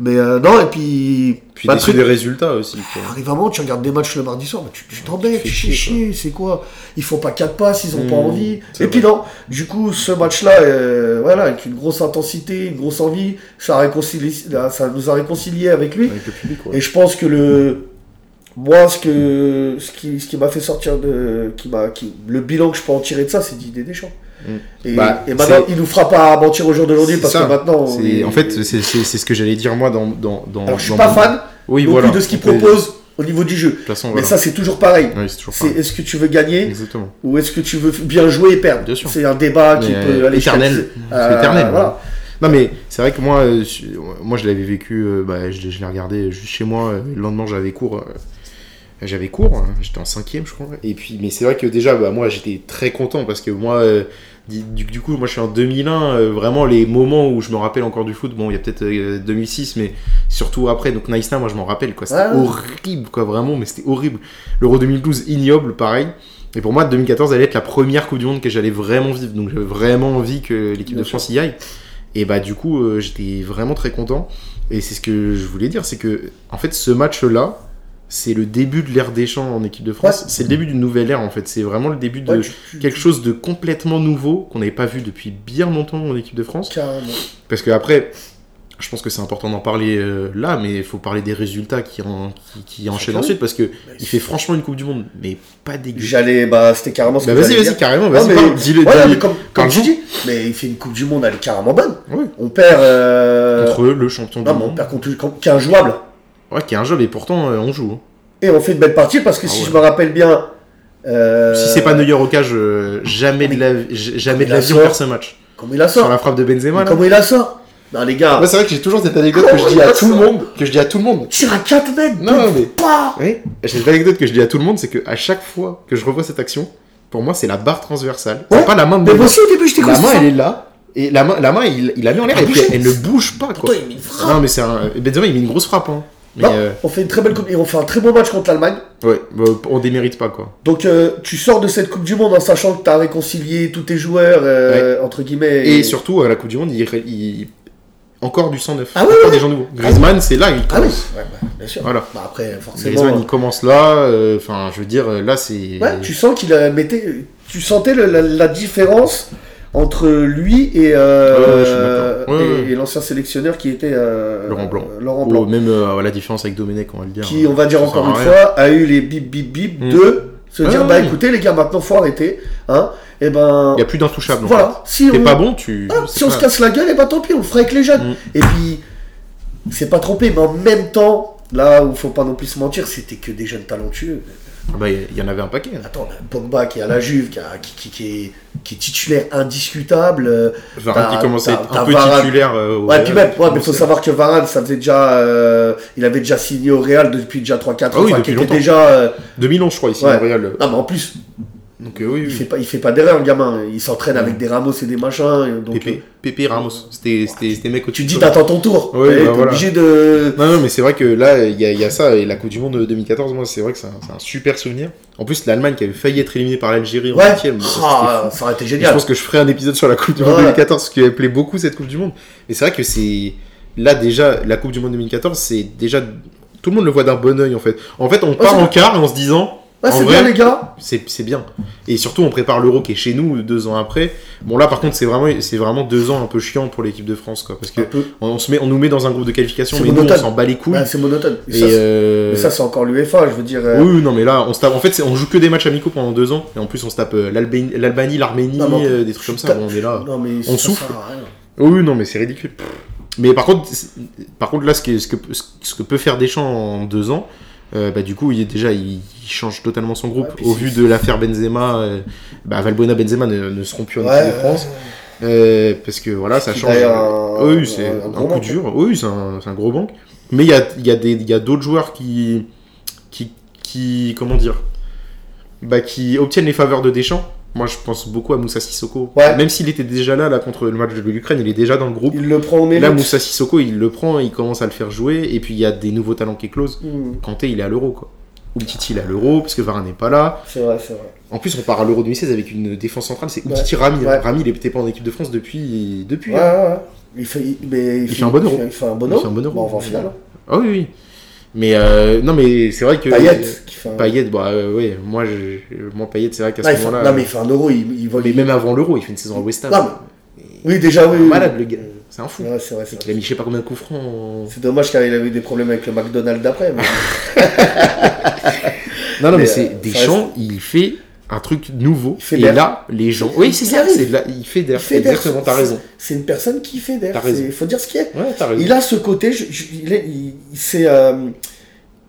S2: mais euh, non, et puis...
S1: Puis
S2: bah,
S1: déçu
S2: le
S1: des
S2: truc-
S1: résultats aussi. quoi.
S2: Arrive un moment, tu regardes des matchs le mardi soir, bah, tu tu
S1: fais
S2: t'embêtes, tu fais
S1: chier,
S2: chier, c'est quoi Ils font pas quatre passes, ils ont pas
S1: Mm,
S2: envie. Et
S1: c'est
S2: puis non, du coup, ce match-là, euh, voilà, avec une grosse intensité, une grosse envie, ça, réconcilie, ça nous a réconciliés avec lui.
S1: Avec le public, ouais.
S2: Et je pense que le. Moi, ce, que, ce qui, ce qui m'a fait sortir de. Qui m'a, qui, le bilan que je peux en tirer de ça, c'est Didier Deschamps.
S1: Mm.
S2: Et,
S1: Bah,
S2: et maintenant,
S1: c'est-
S2: il nous fera pas mentir au jour d'aujourd'hui
S1: C'est
S2: parce
S1: ça.
S2: que maintenant. on
S1: C'est-
S2: est-
S1: En fait, c'est c'est- c'est ce que j'allais dire moi dans. dans, dans
S2: Alors, je suis
S1: dans
S2: pas
S1: mon-
S2: fan
S1: oui,
S2: non plus
S1: voilà.
S2: de ce qu'il
S1: Mais-
S2: propose au niveau du jeu.
S1: De toute façon,
S2: Mais
S1: voilà.
S2: ça, c'est toujours pareil.
S1: Oui, c'est toujours
S2: C'est
S1: pareil.
S2: est-ce que tu veux gagner
S1: Exactement.
S2: ou est-ce que tu veux bien jouer et perdre
S1: Bien sûr.
S2: C'est un débat qui
S1: Mais,
S2: peut
S1: euh,
S2: aller jusqu'à-
S1: éternel.
S2: Euh,
S1: C'est éternel,
S2: Voilà.
S1: Non, mais c'est vrai que moi, euh, je- moi je l'avais vécu, euh, bah, je, l'ai- je l'ai regardé juste chez moi. euh, le lendemain, j'avais cours. euh, j'avais cours, hein, j'étais en cinquième, je crois. Et puis, mais c'est vrai que déjà, bah, moi, j'étais très content parce que moi, euh, du, du- du coup, moi, je suis en 2001. euh, vraiment, les moments où je me rappelle encore du foot, bon, il y a peut-être euh, 2006, mais surtout après. Donc, Nice moi, je m'en rappelle, quoi. C'était
S2: Ouais.
S1: horrible, quoi, vraiment, mais c'était horrible. L'Euro 2012, ignoble, pareil. Et pour moi, 2014 allait être la première Coupe du Monde que j'allais vraiment vivre. Donc, j'avais vraiment envie que l'équipe
S2: Bien
S1: de
S2: sûr.
S1: France y aille. Et bah, du coup, euh, j'étais vraiment très content. Et c'est ce que je voulais dire, c'est que, en fait, ce match-là, c'est le début de l'ère Deschamps en équipe de France.
S2: Ouais.
S1: C'est le début d'une nouvelle ère, en fait. C'est vraiment le début de
S2: Ouais, tu- tu-
S1: quelque chose de complètement nouveau qu'on n'avait pas vu depuis bien longtemps en équipe de France.
S2: Carrément.
S1: Parce que après, je pense que c'est important d'en parler euh, là, mais il faut parler des résultats qui, en- qui, qui enchaînent
S2: clair.
S1: ensuite, parce
S2: Bah,
S1: que il fait franchement une Coupe du Monde, mais pas dégueu.
S2: J'allais. Bah, c'était carrément ce
S1: Bah
S2: que
S1: vas-y,
S2: j'allais dire.
S1: vas-y, carrément,
S2: Non,
S1: vas-y,
S2: mais-
S1: parle, dis-le,
S2: Ouais, non,
S1: dis-le.
S2: mais comme, comme
S1: Parle-en.
S2: tu dis, mais il fait une Coupe du Monde, elle est carrément bonne.
S1: Ouais.
S2: On perd. euh,
S1: Contre eux, le champion
S2: non,
S1: du
S2: mais on
S1: monde.
S2: perd contre contre- qui est injouable.
S1: Ouais, qui est un job, et pourtant, euh, on joue. hein.
S2: Et on fait une belle partie parce que
S1: Ah
S2: si
S1: ouais.
S2: je me rappelle bien. euh,
S1: Si c'est pas Neuer au cage, euh, jamais de la, j- jamais de
S2: mais
S1: la
S2: la
S1: vie on
S2: sort.
S1: perd ce match.
S2: Comment il la
S1: Sur
S2: sort
S1: la frappe de Benzema,
S2: Mais
S1: là.
S2: Comment il la sort Non, les gars,
S1: Moi, c'est vrai que j'ai toujours cette anecdote que je dis à tout le monde, que je dis à tout le monde.
S2: tire à 4 mètres
S1: Non,
S2: mais
S1: mais-
S2: pas
S1: Oui. J'ai cette anecdote que je dis à tout le monde, c'est que à chaque fois que je revois cette action, pour moi, c'est la barre transversale. C'est
S2: Ouais.
S1: pas la main de
S2: Mais
S1: Neuer.
S2: moi aussi, au début, j'étais comme
S1: La main,
S2: ça.
S1: Bah, elle est là. Et la main, la main il, il la met en l'air
S2: Ah,
S1: et puis
S2: bouger.
S1: elle, elle ne bouge pas, quoi.
S2: Putain, il met une frappe.
S1: Non, mais c'est un. Benzema, il met une grosse frappe, hein. Mais
S2: Non,
S1: euh,
S2: On fait une très belle coupe et on fait un très bon match contre l'Allemagne.
S1: ouais, bah, on démérite pas, quoi.
S2: Donc euh, tu sors de cette Coupe du Monde en sachant que t'as réconcilié tous tes joueurs euh, entre guillemets.
S1: Et surtout, à la Coupe du Monde, il. il- Encore du 109.
S2: Ah ouais,
S1: Encore
S2: ouais,
S1: des gens nouveaux. Griezmann, c'est là, il
S2: ah oui,
S1: commence.
S2: ouais, bah, bien sûr.
S1: Voilà.
S2: Bah, après forcément.
S1: Griezmann, il commence là. euh, Enfin, je veux dire, là, c'est.
S2: Ouais, tu sens qu'il a mettait, tu sentais le- la, la différence entre lui et, euh,
S1: Ouais, ouais, je suis d'accord. Ouais,
S2: et-
S1: ouais.
S2: et l'ancien sélectionneur qui était euh,
S1: Laurent Blanc.
S2: euh, Laurent
S1: Ou
S2: Blanc,
S1: même euh, la différence avec Domenech, on va le dire.
S2: qui on va dire
S1: Ça
S2: encore
S1: sert à
S2: une
S1: rien.
S2: fois a eu les bip bip bip
S1: Mm.
S2: de se
S1: Ouais,
S2: dire
S1: ouais,
S2: bah
S1: ouais.
S2: écoutez les gars maintenant faut arrêter hein et ben
S1: Il n'y a plus d'intouchable. en
S2: voilà si
S1: fait. T'es
S2: on
S1: pas bon, tu.
S2: Ah,
S1: c'est
S2: si on
S1: pas-
S2: se casse la gueule, et bah tant pis, on le fera avec les jeunes.
S1: Mm.
S2: Et puis, s'est pas trompé, mais en même temps, là où faut pas non plus se mentir, c'était que des jeunes talentueux.
S1: Ah bah, il y en avait un paquet. hein.
S2: Attends, on a Pogba qui est à la Juve, qui, a- qui- qui- qui est, qui est titulaire indiscutable. euh,
S1: Varane
S2: t'as-
S1: qui commençait à
S2: t'as-
S1: être
S2: t'as
S1: un peu
S2: Varane.
S1: titulaire. euh, au
S2: Ouais, puis
S1: Real,
S2: même, ouais, mais faut
S1: commençait-
S2: savoir que Varane, ça faisait déjà, euh, il avait déjà signé au Real depuis déjà 3-4
S1: Ah oui,
S2: enfin,
S1: depuis
S2: qui était
S1: longtemps.
S2: déjà. euh,
S1: 2000 ans, je crois, ici,
S2: Ouais.
S1: au Real.
S2: Non, mais en plus,
S1: Donc, euh, oui,
S2: il
S1: oui.
S2: fait pas, il fait pas d'erreur, le gamin. Il s'entraîne avec des Ramos et des machins. et donc,
S1: Pépé, Pépé Ramos. C'était c'était- c'était mec
S2: euh,
S1: au
S2: tu te dis, t'attends ton tour.
S1: Ouais,
S2: Et
S1: bah
S2: t'es
S1: voilà.
S2: obligé de.
S1: Non, non, mais c'est vrai que là, il y, a- il y a ça, et la Coupe du Monde de 2014, moi, c'est vrai que c'est un, c'est un super souvenir. En plus, l'Allemagne qui avait failli être éliminée par l'Algérie en
S2: Ouais,
S1: huitième, mais ça, c'était
S2: Ah,
S1: fou.
S2: ça aurait été
S1: Et Je
S2: génial.
S1: pense que je ferai un épisode sur la Coupe du
S2: Ouais.
S1: Monde 2014, parce qu'elle plaît beaucoup, cette Coupe du Monde. Mais c'est vrai que c'est... Là, déjà, la Coupe du Monde 2014, c'est déjà... Tout le monde le voit d'un bon oeil, en fait. En fait, on part
S2: c'est-
S1: en quart, et en se disant...
S2: Ouais,
S1: en
S2: c'est
S1: vrai,
S2: bien, les gars.
S1: c'est c'est bien. Et surtout, on prépare l'Euro qui est chez nous deux ans après. Bon, là, par contre, c'est vraiment, c'est vraiment deux ans un peu chiant pour l'équipe de France, quoi. Parce que
S2: Un peu.
S1: on, on se met, on nous met dans un groupe de qualification,
S2: C'est
S1: mais nous, on
S2: monotone.
S1: s'en bat les couilles.
S2: Ouais, c'est monotone. Mais
S1: et
S2: ça, c'est-
S1: euh,
S2: mais ça, c'est encore l'UEFA, je veux dire. euh,
S1: oui, oui, non, mais là, on se tape. En fait, c'est- on joue que des matchs amicaux pendant deux ans. Et en plus, on se tape euh, l'Albanie, l'Albanie, l'Arménie,
S2: Non, mais en plus,
S1: euh, des trucs comme ça.
S2: t'as-
S1: Bon, on est là.
S2: Non, mais
S1: On
S2: ça
S1: souffle.
S2: sert à rien.
S1: Oui, non, mais c'est ridicule. Mais par contre, c'est- par contre là, ce que, ce, que, ce que peut faire Deschamps en deux ans, euh, bah, du coup, il est déjà, il, il change totalement son groupe.
S2: Ouais, puis
S1: Au
S2: c'est-
S1: vu de l'affaire Benzema, euh, bah, Valbuena, Benzema ne, ne seront plus en
S2: Ouais,
S1: équipe de France. Euh, parce que voilà, ça
S2: Qui
S1: change.
S2: d'ailleurs, un-
S1: oui, c'est
S2: un
S1: un,
S2: gros
S1: coup
S2: manque.
S1: dur. Oui, c'est un, c'est un gros banque. Mais il y a, il y a des- il y a d'autres joueurs qui, qui, qui. Comment dire bah, Qui obtiennent les faveurs de Deschamps. Moi, je pense beaucoup à Moussa Sissoko.
S2: Ouais.
S1: Même s'il était déjà là, là, contre le match de l'Ukraine, il est déjà dans le groupe.
S2: Il le prend au mérite.
S1: Là, Moussa Sissoko, il le prend, il commence à le faire jouer. Et puis, il y a des nouveaux talents qui éclosent.
S2: Hmm,
S1: Kanté, il est à l'euro, quoi. Umtiti, il est à l'euro, parce que Varane n'est pas là.
S2: C'est vrai, c'est vrai.
S1: En plus, on part à l'Euro 2016 avec une défense centrale, c'est Umtiti Rami.
S2: Ouais.
S1: Rami, il était pas en équipe de France depuis. depuis
S2: Ouais,
S1: hein.
S2: ouais, ouais. Il fait, il, mais il
S1: fait un bon euro.
S2: Il fait un bon
S1: Il
S2: euro.
S1: fait un bon euro.
S2: Bon, Bah, on va en finale. hein.
S1: Ah oui, oui. Mais euh, non, mais c'est vrai que.
S2: Payet, qui fait un...
S1: Payet, bah euh, ouais, moi, je, moi Payet, c'est vrai qu'à
S2: Non, il
S1: ce
S2: fait-
S1: moment-là. euh,
S2: non, mais il fait un euro, il, il vole
S1: mais
S2: les...
S1: même avant l'Euro, il fait une saison à West Ham.
S2: Non, Oui, déjà, oui.
S1: C'est un
S2: oui.
S1: Malade, le gars. C'est un fou.
S2: Ouais, c'est vrai, c'est
S1: Il a
S2: vrai.
S1: mis je sais pas combien de coups francs. en-
S2: C'est dommage qu'il a eu des problèmes avec le McDonald's d'après.
S1: Ah,
S2: mais-
S1: Non, non, mais,
S2: Mais,
S1: c'est
S2: euh, ça
S1: Deschamps, il fait un truc nouveau.
S2: Il fait
S1: et
S2: d'air.
S1: là, les gens. Oui, c'est
S2: Il
S1: ça.
S2: arrive.
S1: c'est de la- Il fait d'air.
S2: Il fait d'air.
S1: Exactement, t'as raison.
S2: C'est une personne qui fait d'air.
S1: T'as raison.
S2: Il faut dire ce qu'il est.
S1: Ouais, t'as raison.
S2: Il a ce côté, je- je- il, est- il, il sait, euh,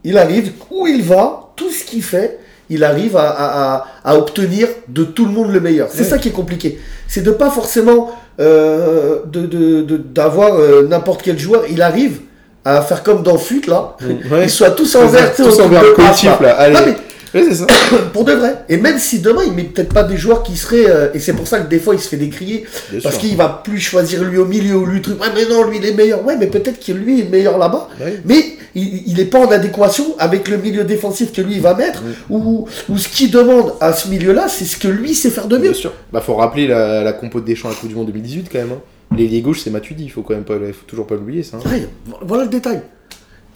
S2: il arrive où il va, tout ce qu'il fait, il arrive à, à- à- à obtenir de tout le monde le meilleur. C'est
S1: Ouais.
S2: ça qui est compliqué. C'est de pas forcément euh, de- de- de- d'avoir euh, n'importe quel joueur. Il arrive à faire comme dans Fut là.
S1: Ouais.
S2: Ils soient tous en vert, tu sais,
S1: Tous
S2: au
S1: en
S2: truc
S1: vert,
S2: de
S1: collectif,
S2: passe,
S1: là. Allez.
S2: Non, mais
S1: Ouais, c'est ça.
S2: pour de vrai. Et même si demain il met peut-être pas des joueurs qui seraient, euh, et c'est pour ça que des fois il se fait décrier,
S1: Bien
S2: parce
S1: sûr.
S2: qu'il va plus choisir lui au milieu ou lui truc. Ouais, mais non, lui il est meilleur. Ouais, mais peut-être que lui est meilleur là-bas.
S1: Ouais.
S2: Mais il, il est pas en adéquation avec le milieu défensif que lui il va mettre, ou, ou ce qu'il demande à ce milieu-là, c'est ce que lui sait faire de mieux.
S1: Bien sûr. Bah, faut rappeler la, la compo de Deschamps à la Coupe du Monde 2018 quand même. Hein. L'ailier gauche, c'est Matuidi. Faut quand même pas, faut toujours pas l'oublier ça. hein.
S2: Ouais, vo- voilà le détail.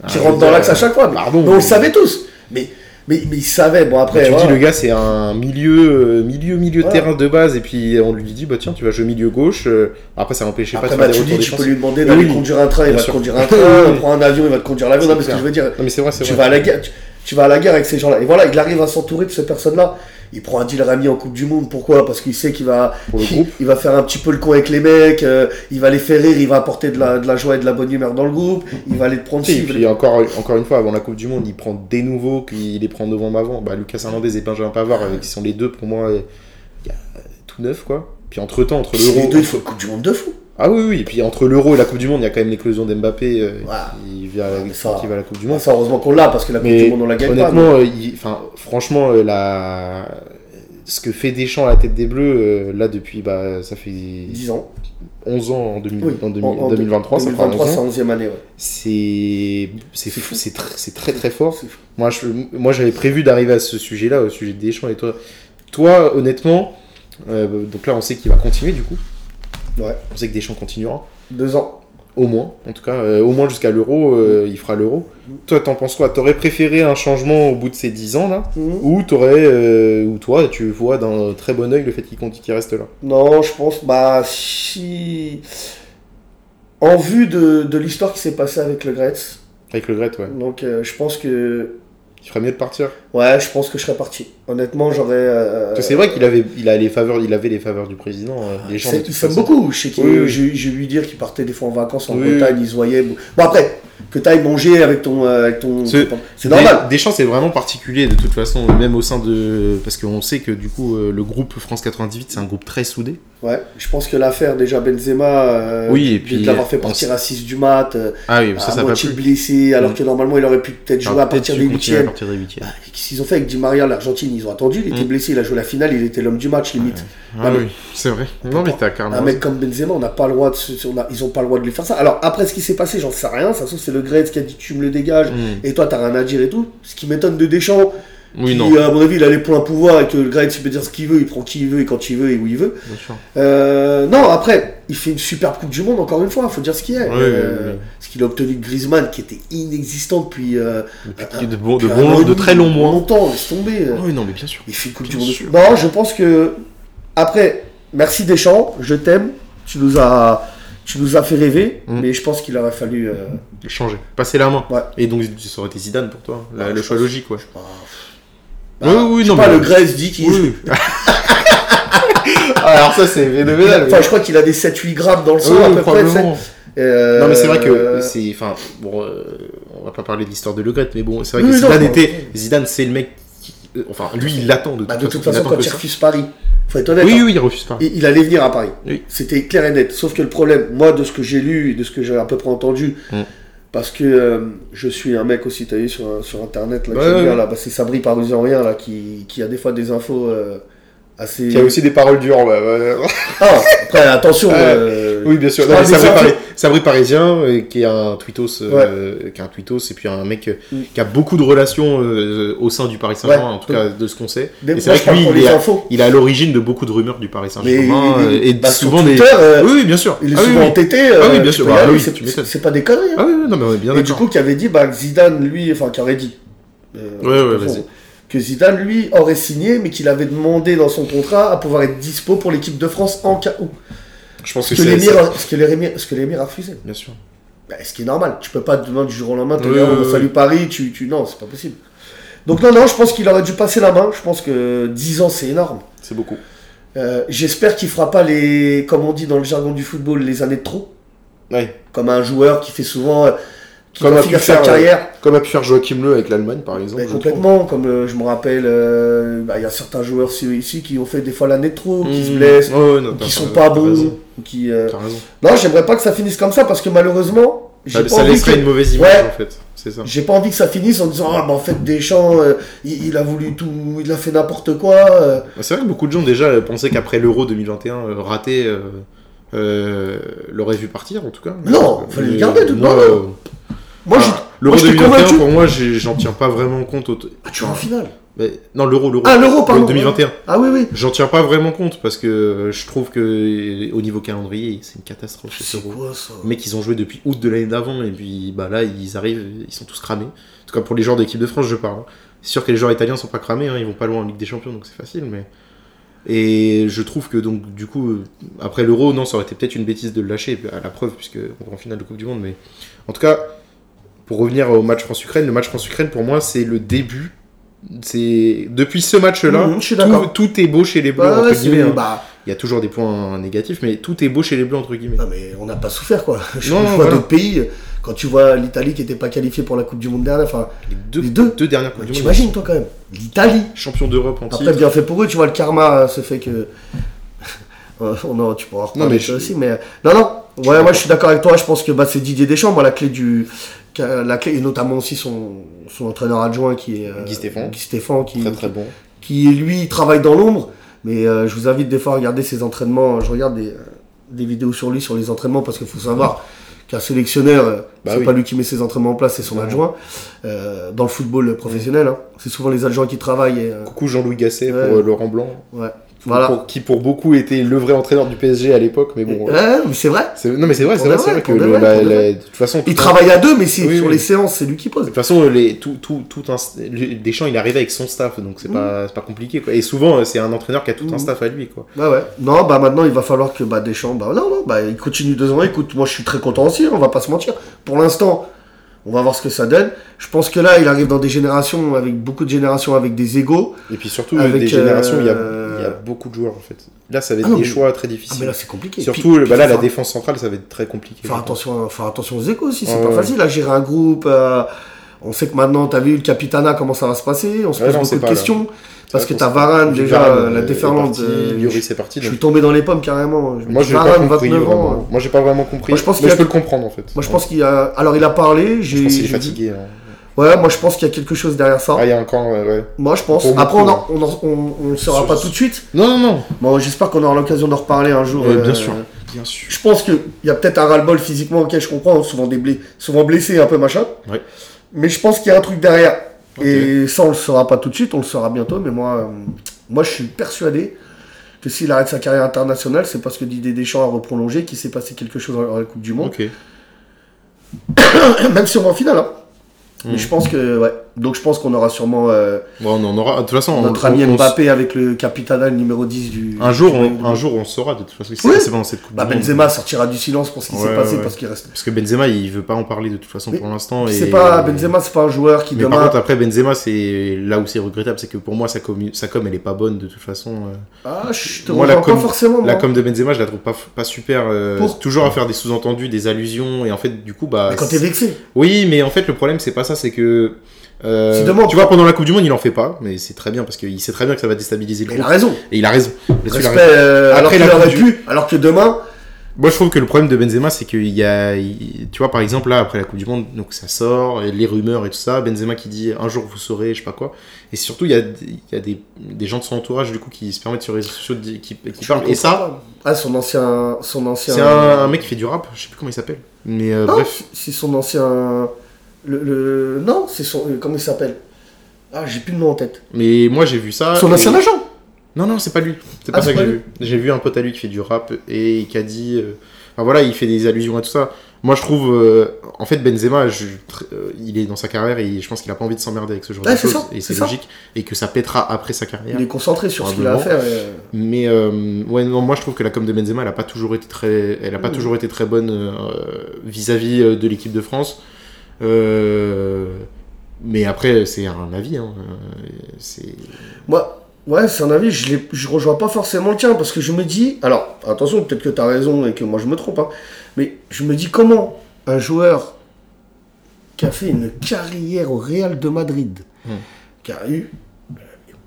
S2: Qui
S1: Ah,
S2: rentre
S1: je
S2: dans
S1: veux
S2: l'axe
S1: dire,
S2: à chaque fois. Mais,
S1: pardon,
S2: mais on le
S1: mais-
S2: savait tous. Mais, mais, mais il savait, bon après.
S1: tu
S2: voilà.
S1: dis le gars c'est un milieu euh, milieu milieu de
S2: Voilà.
S1: terrain de base et puis on lui dit bah tiens tu vas jouer milieu gauche euh, après ça n'empêchait pas de
S2: Après,
S1: faire
S2: bah,
S1: des
S2: tu
S1: retours
S2: dis, tu peux
S1: défensifs.
S2: lui demander d'aller
S1: Oui.
S2: conduire un train, il
S1: Bien
S2: va te
S1: sûr.
S2: conduire un train,
S1: Oui.
S2: prends un avion, il va te conduire l'avion. Non, mais
S1: C'est
S2: ce
S1: clair.
S2: que je veux dire,
S1: Non mais c'est vrai c'est
S2: tu
S1: vrai.
S2: vas à la guerre, tu, tu vas à la guerre avec ces gens-là. Et voilà, il arrive à s'entourer de ces personnes-là. Il prend un deal Rami en Coupe du Monde. Pourquoi Parce qu'il sait qu'il va,
S1: Pour le
S2: il,
S1: groupe.
S2: il va faire un petit peu le con avec les mecs. euh, il va les faire rire. Il va apporter de la, de la joie et de la bonne humeur dans le groupe. Il va les prendre.
S1: Et
S2: ci, il va les-
S1: puis encore, encore une fois, avant la Coupe du Monde, il prend des nouveaux, puis il les prend novembre avant. Bah, Lucas Hernandez et Benjamin Pavard, euh, qui sont les deux pour moi, euh, il y a, euh, tout neuf quoi. Puis entre temps, entre
S2: Puis les
S1: l'Euro,
S2: deux, il faut une Coupe du Monde de fou.
S1: ah oui oui, et puis entre l'Euro et la Coupe du Monde, il y a quand même l'éclosion d'Mbappé, euh,
S2: Voilà.
S1: qui, vient à la-
S2: Ouais, mais ça-
S1: qui va à la Coupe du Monde.
S2: Bon, ça, heureusement qu'on l'a parce que la Coupe
S1: Mais
S2: du Monde, on la gagne pas.
S1: Honnêtement, euh, il- enfin, franchement, euh, la... ce que fait Deschamps à la tête des Bleus, euh, là, depuis, bah, ça fait
S2: mais 10 ans.
S1: 11 ans en, 2000
S2: Oui,
S1: en, 2000
S2: en- en
S1: en 2023, ça fera
S2: 2023,
S1: 11
S2: c'est
S1: ans.
S2: 11e année. ouais.
S1: C'est c'est
S2: C'est
S1: fou,
S2: fou.
S1: c'est tr- c'est très très fort.
S2: C'est fou.
S1: Moi, je, moi, j'avais prévu d'arriver à ce sujet-là, au sujet de Deschamps et toi. Toi, honnêtement, euh, donc là, on sait qu'il va continuer, du coup.
S2: Ouais.
S1: On sait que Deschamps continuera.
S2: Deux ans.
S1: Au moins, en tout cas, euh, au moins jusqu'à l'euro, euh, il fera l'euro.
S2: Mm.
S1: Toi, t'en penses quoi T'aurais préféré un changement au bout de ces 10 ans, là
S2: Mhm.
S1: Ou t'aurais, euh, ou toi, tu vois d'un très bon oeil le fait qu'il compte, qu'il reste là.
S2: Non, je pense, bah, si. En vue de, de l'histoire qui s'est passée avec le Gretz,
S1: Avec le Gret, ouais.
S2: donc euh, je pense que.
S1: Il ferait mieux de partir.
S2: Ouais, je pense que je serais parti. Honnêtement, j'aurais. euh,
S1: Parce que c'est vrai qu'il avait, il a les faveurs, il avait les faveurs du président. euh, les gens. de
S2: c'est-
S1: toute
S2: Il s'aime
S1: façon.
S2: beaucoup. Je sais qu'il
S1: Oui, oui.
S2: j'ai j'ai vu dire qu'il partait des fois en vacances en
S1: Oui,
S2: Bretagne, il se voyait. Bon, après, que t'ailles manger avec ton. euh, avec ton
S1: Ce-
S2: ton- C'est normal.
S1: Des- Deschamps, c'est vraiment particulier de toute façon, même au sein de. Parce qu'on sait que du coup, euh, le groupe France 98, c'est un groupe très soudé.
S2: Ouais. Je pense que l'affaire déjà Benzema. euh,
S1: Oui, et puis,
S2: De l'avoir fait
S1: on
S2: partir à 6 du mat, euh,
S1: Ah oui, ça,
S2: à
S1: ça va
S2: moitié
S1: plus.
S2: blessé, alors
S1: Mm.
S2: que normalement il aurait pu peut-être jouer à
S1: Alors, peut-être
S2: partir
S1: tu
S2: des
S1: continues à
S2: 8
S1: partir des huitièmes. Bah,
S2: Qu'est-ce qu'ils ont fait avec Di Maria, l'Argentine Ils ont attendu, il était
S1: Mm.
S2: blessé, il a joué la finale, il était l'homme du match limite.
S1: Ah
S2: mais-
S1: oui, c'est vrai. Non, Ah, mais t'as carrément.
S2: Un mec Ah, comme Benzema, on n'a pas le droit de, se- on a- ils ont pas le droit de lui faire ça. Alors après ce qui s'est passé, j'en sais rien. Ça se trouve c'est le Gretz qui a dit tu me le dégages
S1: Mm.
S2: et toi t'as rien à dire et tout. Ce qui m'étonne de Deschamps,
S1: Oui,
S2: qui,
S1: non,
S2: à mon avis il a les pleins pouvoirs et que le Gretz il peut dire ce qu'il veut, il prend qui il veut et quand il veut et où il veut.
S1: bien sûr.
S2: Euh, non après il fait une superbe Coupe du Monde encore une fois, faut dire ce qu'il est.
S1: Oui, oui,
S2: Euh,
S1: oui.
S2: Ce qu'il a obtenu de Griezmann qui était inexistant depuis, euh,
S1: Depuis de, bon, de,
S2: depuis
S1: bon-
S2: un an
S1: de
S2: et demi,
S1: très longs mois.
S2: Longtemps, laisse tomber. euh.
S1: Oui, non, mais bien sûr.
S2: Il fait une coupe
S1: Bien
S2: du monde.
S1: sûr.
S2: Non, je pense que après, merci Deschamps, je t'aime. Tu nous as, tu nous as fait rêver,
S1: Mm.
S2: mais je pense qu'il aurait fallu. euh,
S1: Changer. Passer la main.
S2: Ouais.
S1: Et donc, ça aurait été Zidane pour toi. hein, la-
S2: Ouais,
S1: le
S2: je
S1: choix
S2: pense.
S1: logique, ouais.
S2: bah,
S1: Oui, oui,
S2: je sais
S1: non,
S2: pas,
S1: mais-
S2: le Grèce dit qu'il.
S1: Oui. Ah, Alors, ça, c'est phénoménal.
S2: Enfin, je crois qu'il a des 7-8 grammes dans le sang à peu près. tu sais.
S1: probablement.
S2: Euh,
S1: Non mais c'est vrai que c'est enfin bon euh, on va pas parler de l'histoire de Le Gret mais bon c'est vrai
S2: Oui,
S1: que
S2: oui, non,
S1: Zidane
S2: non.
S1: était Zidane c'est le mec qui, euh, enfin lui il l'attend de toute
S2: bah, de
S1: façon,
S2: toute
S1: il
S2: façon,
S1: attend
S2: quand
S1: que
S2: il
S1: ça.
S2: refuse Paris, faut être honnête.
S1: Oui
S2: hein.
S1: oui il refuse pas.
S2: Il, il allait venir à Paris.
S1: Oui.
S2: C'était clair et net. Sauf que le problème, moi, de ce que j'ai lu et de ce que j'ai à peu près entendu,
S1: Mm.
S2: parce que euh, je suis un mec aussi, t'as vu, sur, sur Internet, là, que
S1: Ouais,
S2: j'aime
S1: ouais,
S2: bien,
S1: ouais.
S2: là, bah, c'est Sabri par rien, là, qui, qui a des fois des infos euh, assez...
S1: des paroles dures
S2: Ah, après, attention,
S1: Ouais.
S2: euh,
S1: oui bien sûr.
S2: je
S1: Non, mais
S2: parle des
S1: Sabri,
S2: infos.
S1: Pari- Sabri parisien euh, qui est un tweetos euh, qui est un tweetos et puis un mec euh,
S2: Mm.
S1: qui a beaucoup de relations euh, au sein du Paris Saint-Germain en tout cas
S2: Mm.
S1: de ce qu'on sait.
S2: mais
S1: Et
S2: moi,
S1: c'est vrai
S2: je
S1: que
S2: parle
S1: lui
S2: pour
S1: il
S2: les
S1: est à-
S2: infos.
S1: il est à l'origine de beaucoup de rumeurs du Paris
S2: Mais
S1: Saint-Germain euh, et
S2: bah, sur
S1: souvent des
S2: Twitter, euh,
S1: Oui oui bien sûr.
S2: il est
S1: Ah oui,
S2: souvent
S1: oui.
S2: entêté. euh,
S1: Ah oui, bien
S2: tu
S1: sûr,
S2: peux y
S1: bah
S2: aller,
S1: oui,
S2: c'est-
S1: tu m'étonnes.
S2: C'est pas des conneries. hein.
S1: Ah oui oui, non mais on est bien
S2: Et du
S1: d'accord.
S2: coup, qui avait dit bah, que Zidane, lui, enfin, qui aurait dit. euh,
S1: Ouais, ouais,
S2: façon,
S1: vas-y.
S2: Que Zidane, lui, aurait signé, mais qu'il avait demandé dans son contrat à pouvoir être dispo pour l'équipe de France en cas où.
S1: Je pense
S2: Ce
S1: que
S2: que
S1: c'est
S2: l'émir
S1: c'est-
S2: ce que l'émir- ce que l'émir a refusé.
S1: bien sûr.
S2: Bah, ce qui est normal. Tu peux pas demain du jour au lendemain te
S1: Ouais,
S2: dire
S1: ouais,
S2: oh,
S1: ouais.
S2: salut Paris, tu, tu... non, c'est pas possible. Donc non, non, je pense qu'il aurait dû passer la main. Je pense que 10 ans, c'est énorme.
S1: C'est beaucoup.
S2: Euh, J'espère qu'il fera pas les, comme on dit dans le jargon du football, les années de trop.
S1: Ouais.
S2: Comme un joueur qui fait souvent, euh, qui
S1: Comme
S2: va
S1: a pu
S2: finir sa
S1: faire, euh,
S2: carrière.
S1: Comme a pu faire Joachim Leu avec l'Allemagne, par exemple.
S2: Ben,
S1: je
S2: complètement, comme euh, je me rappelle, euh, bah, il y a certains joueurs ci- ici qui ont fait des fois l'année de trop,
S1: trouve.
S2: qui se
S1: Mmh.
S2: blessent,
S1: Ouais, ouais, non,
S2: ou
S1: t'as-
S2: qui sont
S1: t'as-
S2: pas
S1: t'as
S2: bons.
S1: raison,
S2: ou Qui, euh,
S1: T'as raison.
S2: Non, j'aimerais pas que ça finisse comme ça parce que malheureusement, j'ai
S1: Bah, Ça,
S2: pas,
S1: ça
S2: envie
S1: laisserait
S2: que...
S1: une mauvaise image,
S2: Ouais.
S1: en fait. C'est ça.
S2: j'ai pas envie que ça finisse en disant Ah, bah, en fait, Deschamps, euh, il, il a voulu tout, il a fait n'importe quoi. euh.
S1: Bah, C'est vrai que beaucoup de gens, déjà, euh, pensaient qu'après l'Euro 2021 euh, raté, euh, euh, l'aurait vu partir, en tout cas.
S2: Non,
S1: Euh,
S2: fallait le
S1: mais
S2: garder, tout-
S1: moi,
S2: non, non.
S1: euh,
S2: Moi, j'ai-
S1: ah, L'Euro
S2: j'étais
S1: 2021,
S2: convaincu.
S1: pour moi, j'ai- j'en tiens pas vraiment compte. au-
S2: Ah, tu es en finale.
S1: Mais- Non, l'Euro, l'Euro.
S2: Ah, l'Euro, pardon.
S1: 2021.
S2: Ah oui, oui.
S1: J'en tiens pas vraiment compte parce que euh, je trouve que euh, au niveau calendrier, c'est une catastrophe cet
S2: C'est
S1: Euro.
S2: quoi ça
S1: Mais qu'ils ont joué depuis août de l'année d'avant, et puis bah là, ils arrivent, ils sont tous cramés. En tout cas, pour les joueurs d'équipe de France, je parle. hein. C'est sûr que les joueurs italiens sont pas cramés, hein, ils vont pas loin en Ligue des Champions, donc c'est facile, mais. Et je trouve que donc, du coup, euh, après l'Euro, non, ça aurait été peut-être une bêtise de le lâcher, à la preuve, puisque on va en finale de Coupe du Monde, mais. En tout cas, pour revenir au match France-Ukraine, le match France-Ukraine, pour moi, c'est le début. C'est depuis ce match-là,
S2: Mhm, je suis
S1: tout,
S2: d'accord.
S1: tout est beau chez les Bleus.
S2: Bah,
S1: entre
S2: ouais, c'est-
S1: guillemets, hein.
S2: bah,
S1: Il y a toujours des points négatifs, mais tout est beau chez les Bleus entre guillemets.
S2: Non, mais on n'a pas souffert, quoi. Je
S1: Non,
S2: vois
S1: voilà.
S2: d'autres pays. Quand tu vois l'Italie qui n'était pas qualifiée pour la Coupe du Monde dernière, enfin,
S1: Les deux,
S2: Les deux.
S1: deux dernières coupes Bah, du monde.
S2: t'imagines, toi, quand même. L'Italie.
S1: Champion d'Europe en
S2: Après,
S1: titre.
S2: bien fait pour eux, tu vois, le karma euh, se fait que. Euh, on en- tu pourras en reparler
S1: mais
S2: de
S1: je-
S2: ça aussi, mais. Non, non, ouais, moi je suis d'accord avec toi, je pense que bah, c'est Didier Deschamps, moi, la clé du. qu'a- La clé, et notamment aussi son, son entraîneur adjoint qui est. euh,
S1: Guy Stéphane.
S2: Guy Stéphane, qui,
S1: Très très bon.
S2: qui lui travaille dans l'ombre, mais euh, je vous invite des fois à regarder ses entraînements. Je regarde des, euh, des vidéos sur lui, sur les entraînements, parce qu'il faut savoir qu'un sélectionneur, euh,
S1: Bah
S2: c'est
S1: oui. Bah
S2: pas lui qui met ses entraînements en place, c'est son
S1: Non.
S2: adjoint. Euh, dans le football professionnel, hein, c'est souvent les adjoints qui travaillent. et, euh,
S1: Coucou Jean-Louis Gasset
S2: Ouais.
S1: pour euh, Laurent Blanc,
S2: ouais. Voilà.
S1: pour- qui pour beaucoup était le vrai entraîneur du PSG à l'époque, mais bon. euh,
S2: Ouais, mais c'est vrai.
S1: c'est- Non mais c'est vrai, c'est
S2: Pour
S1: vrai,
S2: de
S1: c'est
S2: vrai,
S1: vrai que
S2: pour de
S1: le-
S2: vrai,
S1: la-
S2: pour de
S1: la-
S2: vrai.
S1: de toute façon,
S2: Il
S1: tout un-
S2: travaille à deux, mais c'est
S1: Oui,
S2: sur
S1: oui.
S2: les séances, c'est lui qui
S1: de
S2: pose.
S1: toute façon, les, tout, tout, tout un, le- Deschamps, il arrivait avec son staff, donc c'est
S2: Mhm.
S1: pas, c'est pas compliqué. Quoi. Et souvent, euh, c'est un entraîneur qui a tout un
S2: Mhm.
S1: staff à lui. Quoi.
S2: Bah ouais. Non, bah maintenant il va falloir que bah, hein, Deschamps, bah non, non, bah il continue deux ans. Écoute, moi je suis très content aussi, on va pas se mentir. Pour l'instant, On va voir ce que ça donne. Je pense que là, il arrive dans des générations, avec beaucoup de générations avec des égaux.
S1: Et puis surtout, euh,
S2: Avec,
S1: des générations, il y a-
S2: euh,
S1: il y, a beaucoup de joueurs en fait. Là, ça va être
S2: Ah non,
S1: des
S2: mais-
S1: choix très
S2: Ah, mais
S1: difficiles.
S2: là, c'est compliqué.
S1: surtout,
S2: Puis-
S1: bah, là,
S2: puis-
S1: la défense centrale, ça va être très compliqué.
S2: Faire attention, faire attention aux échos aussi, c'est
S1: Ouais,
S2: pas
S1: ouais.
S2: facile à gérer un groupe. euh, on sait que maintenant, t'as vu le Capitana, comment ça va se passer On se
S1: Ouais,
S2: pose
S1: non, on sait
S2: beaucoup de
S1: pas, là.
S2: questions.
S1: C'est
S2: Parce
S1: vrai
S2: que
S1: qu'on
S2: t'as
S1: sait-
S2: Varane,
S1: Varane,
S2: déjà,
S1: euh,
S2: la
S1: est
S2: déferlante.
S1: parti,
S2: euh,
S1: Lloris est parti.
S2: Je
S1: donc-
S2: suis tombé dans les pommes carrément. Je me
S1: Moi,
S2: dis,
S1: j'ai pas
S2: Varane,
S1: compris.
S2: 29 ans. hein.
S1: vraiment. Moi, j'ai pas vraiment compris.
S2: Moi, je pense
S1: mais
S2: qu'il y a-
S1: je peux le comprendre en fait.
S2: Moi, je pense qu'il y a. Alors, il a parlé.
S1: Je
S2: J'ai.
S1: pense qu'il est
S2: j'ai dit-
S1: fatigué. hein.
S2: Ouais, moi, je pense qu'il y a quelque chose derrière ça.
S1: Ah, il y a un camp, ouais, ouais.
S2: Moi, je pense.
S1: Pour
S2: Après, on
S1: beaucoup, hein.
S2: en- on en- on- on ne saura
S1: Sur-
S2: pas tout de suite.
S1: Non, non, non.
S2: Bon, j'espère qu'on aura l'occasion d'en reparler un jour.
S1: Ouais, bien
S2: euh,
S1: sûr. Bien sûr.
S2: Je pense qu'il y a peut-être un ras-le-bol physiquement, ok, je comprends, hein, souvent, des blé- souvent blessé, un peu machin.
S1: Ouais.
S2: Mais je pense qu'il y a un truc derrière. Et ça, on le saura pas tout de suite, on le saura bientôt. Mais moi, euh, moi je suis persuadé que s'il arrête sa carrière internationale, c'est parce que Didier Deschamps a reprolongé, qu'il s'est passé quelque chose dans la Coupe du Monde.
S1: Ok.
S2: Même si on va en finale. hein.
S1: Mm.
S2: Mais je pense que, ouais. Donc je pense qu'on aura sûrement euh,
S1: Bon, on en aura. De toute façon, on-
S2: notre
S1: on-
S2: ami
S1: on s-
S2: Mbappé avec le capitana, le numéro 10 du.
S1: Un jour,
S2: du-
S1: on, un jour, on saura de toute façon. C'est
S2: Oui.
S1: c'est pendant cette coupe.
S2: Bah,
S1: du Monde.
S2: Benzema sortira du silence pour ce qui
S1: Ouais,
S2: s'est passé
S1: ouais.
S2: parce qu'il reste.
S1: Parce que Benzema, il veut pas en parler de toute façon
S2: Mais
S1: pour l'instant.
S2: C'est
S1: et-
S2: pas Benzema, c'est pas un joueur qui
S1: Mais
S2: demain.
S1: par contre, après Benzema, c'est là où c'est regrettable, c'est que pour moi, sa com, sa com, elle est pas bonne de toute façon. euh.
S2: Ah, je te
S1: Moi, la
S2: rejoins pas
S1: com-
S2: forcément.
S1: La
S2: moi.
S1: com de Benzema, je la trouve pas, pas super. euh,
S2: Pour-
S1: Toujours à faire des sous-entendus, des allusions, et en fait, du coup, bah.
S2: Mais quand t'es vexé.
S1: Oui, mais en fait, le problème, c'est pas ça, c'est que. euh,
S2: C'est dommage.
S1: tu vois, pendant la Coupe du Monde, il en fait pas, mais c'est très bien parce qu'il sait très bien que ça va déstabiliser le
S2: Il a
S1: groupe.
S2: raison.
S1: Et il a raison. Là-dessus, il a
S2: Respect,
S1: raison.
S2: euh,
S1: Après,
S2: alors qu'il
S1: la Coupe
S2: aurait
S1: du-
S2: pu. Alors que demain,
S1: Moi, je trouve que le problème de Benzema, c'est qu'il y a. il- Tu vois, par exemple, là, après la Coupe du Monde, donc ça sort, et les rumeurs et tout ça. Benzema qui dit un jour vous saurez, je sais pas quoi. Et surtout, il y a, il y a des, des gens de son entourage, du coup, qui se permettent sur les réseaux sociaux, de dire- qui, qui parlent. Et ça,
S2: Ah, son ancien. Son ancien.
S1: c'est un, un mec qui fait du rap, je sais plus comment il s'appelle. Mais euh,
S2: Non,
S1: bref.
S2: c'est son ancien. Le, le- Non, c'est son. euh, Comment il s'appelle Ah, j'ai plus le nom en tête.
S1: Mais moi, j'ai vu ça.
S2: son
S1: Ah, et-
S2: ancien agent
S1: Non, non, c'est pas lui. C'est
S2: Ah,
S1: pas ça
S2: c'est
S1: que
S2: pas
S1: j'ai
S2: lui.
S1: vu. J'ai vu un pote à lui qui fait du rap et qui a dit. euh, Enfin voilà, il fait des allusions à tout ça. Moi, je trouve. euh, En fait, Benzema, je- euh, il est dans sa carrière et je pense qu'il a pas envie de s'emmerder avec ce genre
S2: Ouais,
S1: de
S2: c'est
S1: choses.
S2: ça,
S1: et
S2: c'est
S1: c'est
S2: ça.
S1: logique. Et que ça pètera après sa carrière.
S2: Il est concentré sur ce qu'il a à faire. et, euh,
S1: Mais euh, ouais, non, moi, je trouve que la com de Benzema, elle a pas toujours été très, elle a pas
S2: Mm.
S1: toujours été très bonne euh, vis-à-vis euh, de l'équipe de France. Euh, Mais après, c'est un avis. Hein. euh, C'est.
S2: Moi, ouais, c'est un avis, je, l'ai- je rejoins pas forcément le tien, parce que je me dis, alors, attention, peut-être que tu as raison et que moi je me trompe, hein, mais je me dis comment un joueur qui a fait une carrière au Real de Madrid,
S1: Hmm.
S2: qui a eu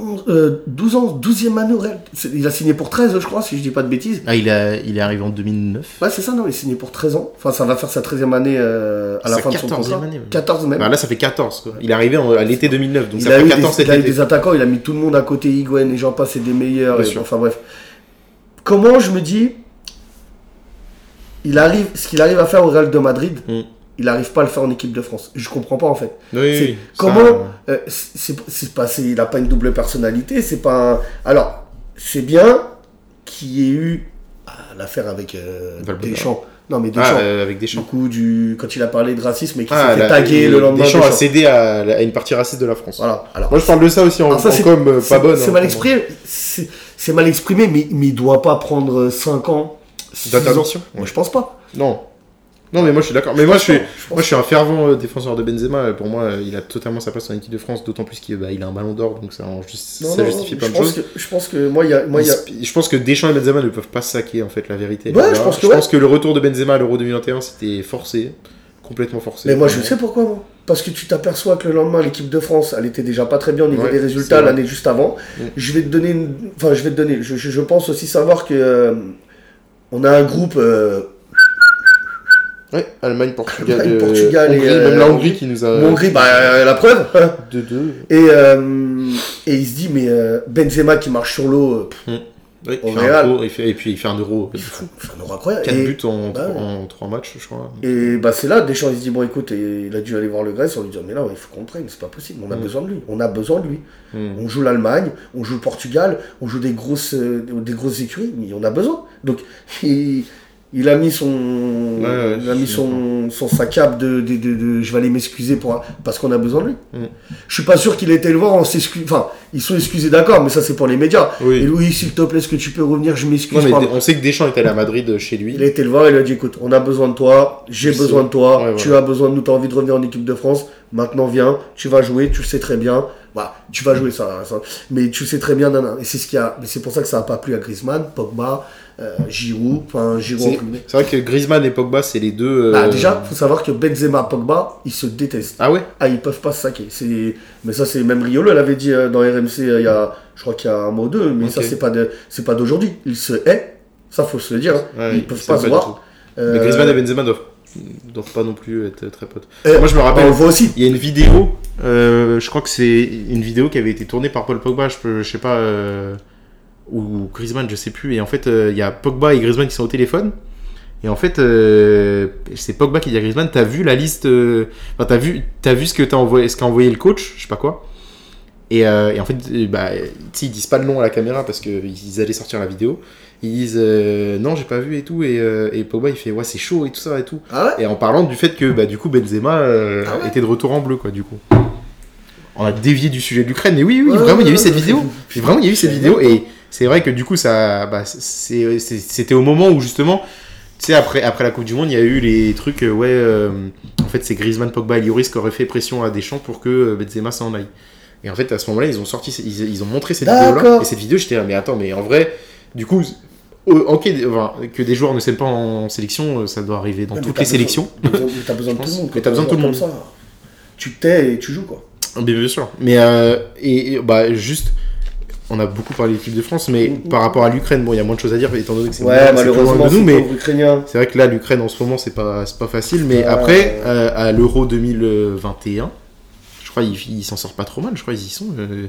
S2: onze- euh, 12 ans, 12e année au Real, c'est- il a signé pour 13, je crois, si je dis pas de bêtises.
S1: Ah, il, a, il est arrivé en 2009.
S2: Ouais, c'est ça, non, il a signé pour 13 ans, enfin, ça va faire sa 13e année euh, à la
S1: Sa
S2: fin de son
S1: 14e
S2: contrat.
S1: année, même.
S2: 14 même.
S1: Bah là, ça fait 14. Quoi. Il est arrivé en- à l'été 2009, donc
S2: il
S1: ça
S2: a,
S1: fait
S2: eu
S1: 14
S2: des,
S1: cet
S2: il a eu
S1: été.
S2: des attaquants, il a mis tout le monde à côté, Higuain et j'en passe, c'est des meilleurs.
S1: Bien
S2: et-
S1: sûr.
S2: enfin bref. Comment je me dis, il arrive, ce qu'il arrive à faire au Real de Madrid,
S1: Mm.
S2: il n'arrive pas à le faire en équipe de France. Je comprends pas en fait.
S1: Oui, oui,
S2: C'est-
S1: oui, ça,
S2: comment
S1: euh,
S2: Euh, c'est c'est- c'est pas, c'est- il n'a pas une double personnalité, c'est pas. un- Alors, c'est bien qu'il y ait eu ah, l'affaire avec euh,
S1: Valbuena.
S2: Deschamps. Non mais
S1: Ah,
S2: Deschamps.
S1: euh, avec
S2: Du
S1: Deschamps.
S2: coup, du quand il a parlé de racisme et qu'il
S1: Ah,
S2: s'est fait
S1: la-
S2: taguer le lendemain.
S1: Deschamps a
S2: Deschamps.
S1: cédé à, la- à une partie raciste de la France.
S2: Voilà. Alors,
S1: Moi, je parle de ça aussi en,
S2: Alors ça,
S1: en
S2: c'est-
S1: com euh,
S2: C'est
S1: pas bonne.
S2: c'est
S1: hein,
S2: mal
S1: pour
S2: exprimé, c'est c'est mal exprimé, mais, mais il doit pas prendre 5 ans.
S1: moi.
S2: six ans.
S1: D'intervention
S2: Moi, je pense pas.
S1: Non. Non, mais moi, je suis d'accord. Mais moi, je suis,
S2: pense
S1: moi, je suis un fervent euh, défenseur de Benzema. Pour moi, euh, il a totalement sa place en équipe de France, d'autant plus qu'il bah, il a un ballon d'or, donc ça, en ju-
S2: Non,
S1: ça
S2: non,
S1: justifie
S2: non,
S1: plein
S2: je
S1: de
S2: pense
S1: choses.
S2: que- je pense que moi, il y a. Moi, il y a...
S1: Il- Je pense que Deschamps et Benzema ne peuvent pas saquer en fait la vérité.
S2: Ouais,
S1: là-bas.
S2: je pense que ouais.
S1: le retour de Benzema à l'Euro 2021 c'était forcé, complètement forcé.
S2: Mais moi, je sais pourquoi, moi. Parce que tu t'aperçois que le lendemain, l'équipe de France, elle était déjà pas très bien au niveau
S1: Ouais,
S2: des
S1: c'est
S2: résultats
S1: vrai.
S2: l'année juste avant.
S1: Mm.
S2: Je vais te donner. une- Enfin, je vais te donner. Je, je- je pense aussi savoir que. euh, on a un groupe. euh,
S1: Ouais, Allemagne, Portugal,
S2: Allemagne,
S1: euh,
S2: Portugal et,
S1: Hongrie,
S2: euh,
S1: même la Hongrie
S2: Hongrie.
S1: qui nous a.
S2: mon gris, bah, euh, la preuve.
S1: de deux.
S2: Et, euh, et il se dit, mais euh, Benzema qui marche sur l'eau, euh, pff,
S1: Ouais,
S2: Au
S1: il fait un
S2: Real.
S1: euro, il fait- et puis il fait un euro. euh,
S2: il faut faut un euro incroyable.
S1: 4
S2: Et-
S1: buts en,
S2: bah ouais.
S1: en 3 matchs, je crois.
S2: Et bah c'est là, Deschamps il se dit bon écoute, et il a dû aller voir le Grèce, on lui dit mais là il faut qu'on le prenne, c'est pas possible, on a
S1: Mm.
S2: besoin de lui, on a besoin de lui.
S1: Hmm.
S2: On joue l'Allemagne, on joue le Portugal, on joue des grosses euh, des grosses écuries, mais on a besoin. Donc il, Il a mis son,
S1: ouais,
S2: il a mis
S1: je
S2: son, son sa cape de, de, de- de- je vais aller m'excuser pour parce qu'on a besoin de lui.
S1: Mm.
S2: Je suis pas sûr qu'il ait été le voir en s'excuse. Enfin, ils sont excusés d'accord, mais ça c'est pour les médias.
S1: Oui.
S2: Et Louis, s'il te plaît, est-ce que tu peux revenir Je
S1: Non,
S2: m'excuse.
S1: mais
S2: pardon.
S1: on sait que Deschamps est allé à Madrid euh, chez
S2: Il
S1: lui.
S2: a été le voir, il lui a dit écoute, on a besoin de toi, j'ai
S1: Je
S2: besoin
S1: sais.
S2: de toi,
S1: Ouais,
S2: tu as besoin de nous, t'as envie de revenir en équipe de France, maintenant viens, tu vas jouer, tu le sais très bien. Bah, tu vas jouer ça, ça. mais tu le sais très bien, nanana. Et c'est ce qui a, mais c'est pour ça que ça n'a pas plu à Griezmann, Pogba, euh, Giroud, enfin Giroud. en
S1: C'est
S2: premier.
S1: c'est vrai que Griezmann et Pogba, c'est les deux. euh,
S2: Bah, déjà, faut savoir que Benzema, Pogba, ils se détestent.
S1: Ah ouais
S2: Ah, ils peuvent pas se saquer. C'est, mais ça c'est même Riolo l'avait dit euh, dans RMC euh, il y a, je crois qu'il y a un mois ou deux, mais
S1: Ok.
S2: ça c'est pas de, c'est pas d'aujourd'hui. Ils se haient, ça faut se le dire. hein.
S1: Ouais,
S2: ils
S1: ils
S2: peuvent
S1: se
S2: pas se
S1: battent
S2: voir.
S1: Mais
S2: Euh,
S1: Griezmann et Benzema doivent, doivent pas non plus être très potes.
S2: euh,
S1: Moi, je me
S2: bah, on
S1: rappelle,
S2: le voit aussi.
S1: il y a une vidéo, euh, je crois que c'est une vidéo qui avait été tournée par Paul Pogba, je, peux- je sais pas, euh, ou Griezmann, je sais plus. Et en fait, euh, il y a Pogba et Griezmann qui sont au téléphone. Et en fait, euh, c'est Pogba qui dit à Griezmann, t'as vu la liste, euh, enfin, t'as vu, t'as vu ce que t'as envoyé, ce qu'a envoyé le coach, je sais pas quoi. Et, euh, et en fait, euh, bah, tu sais, ils disent pas le nom à la caméra parce qu'ils allaient sortir la vidéo. Ils disent euh, non, j'ai pas vu et tout. Et, euh, et Pogba il fait ouais, c'est chaud et tout ça et tout.
S2: Ah ouais
S1: Et en parlant du fait que bah, du coup Benzema euh,
S2: Ah ouais
S1: était de retour en bleu quoi du coup. On a dévié du sujet de l'Ukraine, mais oui, oui,
S2: Ouais,
S1: vraiment, il y a eu
S2: ouais,
S1: cette
S2: ouais.
S1: vidéo. Puis vraiment, il y a eu cette vidéo, et c'est vrai que du coup, ça, bah, c'est- c'est- c'était au moment où justement, tu sais, après, après la Coupe du Monde, il y a eu les trucs, euh, ouais, euh, en fait, c'est Griezmann, Pogba et Lloris qui auraient fait pression à Deschamps pour que euh, Benzema s'en aille. Et en fait, à ce moment-là, ils ont sorti, ils, ils ont montré cette vidéo-là,
S2: D'accord.
S1: et cette vidéo, j'étais là, mais attends, mais en vrai, du coup, euh, ok, enfin, que des joueurs ne s'aiment pas en sélection, euh, ça doit arriver dans
S2: Mais
S1: toutes
S2: t'as
S1: les
S2: besoin-
S1: sélections.
S2: T'as besoin t'as besoin de
S1: Je
S2: tout le
S1: pense.
S2: monde.
S1: Mais t'as besoin de tout le
S2: comme ça. Tu t'es et tu joues quoi.
S1: Ah, mais bien sûr. Mais euh, et, et, bah juste, on a beaucoup parlé de l'équipe de France, mais
S2: Mhm.
S1: par rapport à l'Ukraine, bon, il y a moins de choses à dire étant donné que c'est
S2: Ouais,
S1: c'est plus
S2: malheureusement,
S1: loin de
S2: c'est
S1: nous, mais
S2: pauvre ukrainien.
S1: c'est vrai que là, l'Ukraine en ce moment, c'est pas c'est pas facile. Mais
S2: Ouais.
S1: après, euh, à l'Euro 2021, je crois ils ils s'en sortent pas trop mal. Je crois ils y sont. euh,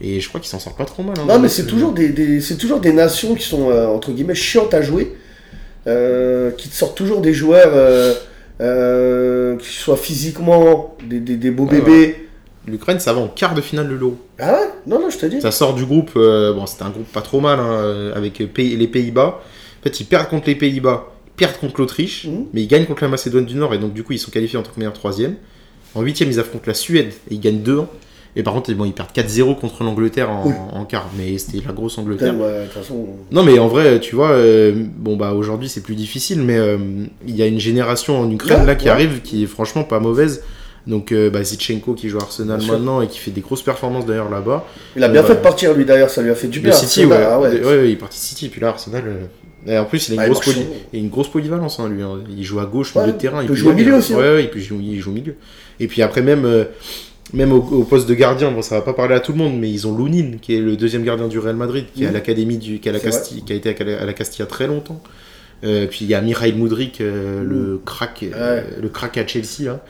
S1: et je crois qu'ils s'en sortent pas trop mal. hein,
S2: Non,
S1: dans
S2: mais
S1: ce-
S2: c'est toujours des, des- c'est toujours des nations qui sont euh, entre guillemets chiantes à jouer, euh, qui te sortent toujours des joueurs euh, euh, qui soient physiquement des, des, des beaux
S1: Ah Ouais,
S2: bébés.
S1: L'Ukraine, ça va en quart de finale de l'Euro.
S2: Ah ouais Non, non, je te dis.
S1: Ça sort du groupe. euh, bon, c'était un groupe pas trop mal hein, euh, avec euh, Pays- les Pays-Bas. En fait, ils perdent contre les Pays-Bas, ils perdent contre l'Autriche,
S2: Mhm.
S1: mais ils gagnent contre la Macédoine du Nord et donc du coup ils sont qualifiés en tant que meilleur troisième. En huitième, ils affrontent la Suède et ils gagnent 2-1. Et par contre, bon, ils perdent 4-0 contre l'Angleterre en,
S2: Oui.
S1: en quart, mais c'était la grosse
S2: Putain,
S1: Angleterre.
S2: ouais, De toute façon.
S1: Non, mais en vrai, tu vois, euh, bon, bah aujourd'hui c'est plus difficile, mais euh, il y a une génération en Ukraine
S2: Ouais,
S1: là qui
S2: ouais.
S1: arrive qui est franchement pas mauvaise. Donc, euh, bah, Zichenko qui joue à Arsenal
S2: Bien sûr.
S1: maintenant et qui fait des grosses performances d'ailleurs là-bas.
S2: Il a bien
S1: Ouais.
S2: fait de partir lui d'ailleurs, ça lui a fait du
S1: Le
S2: bien.
S1: City, ouais.
S2: Arsenal, ah
S1: De- ouais, ouais, il est parti City, puis là, Arsenal. euh, et en plus, il a une,
S2: Ah, il
S1: grosse,
S2: marche
S1: poly-
S2: bien.
S1: il a une grosse polyvalence, hein, lui. hein. Il joue à gauche,
S2: Ouais,
S1: milieu de terrain.
S2: il
S1: Il
S2: peut
S1: peut
S2: jouer au milieu aussi, hein.
S1: Ouais, ouais, il, peut jouer, il joue au milieu. Et puis après, même, euh, même au, au poste de gardien, bon, ça va pas parler à tout le monde, mais ils ont Lounine, qui est le deuxième gardien du Real Madrid, qui est à
S2: Mhm.
S1: l'académie du. Qui, est à la
S2: C'est vrai.
S1: Castille- qui a été à Cala- à la Castilla très longtemps. Euh, puis il y a Mihail Mudrik, euh,
S2: Mmh.
S1: le crack, euh, le crack à Chelsea. Là.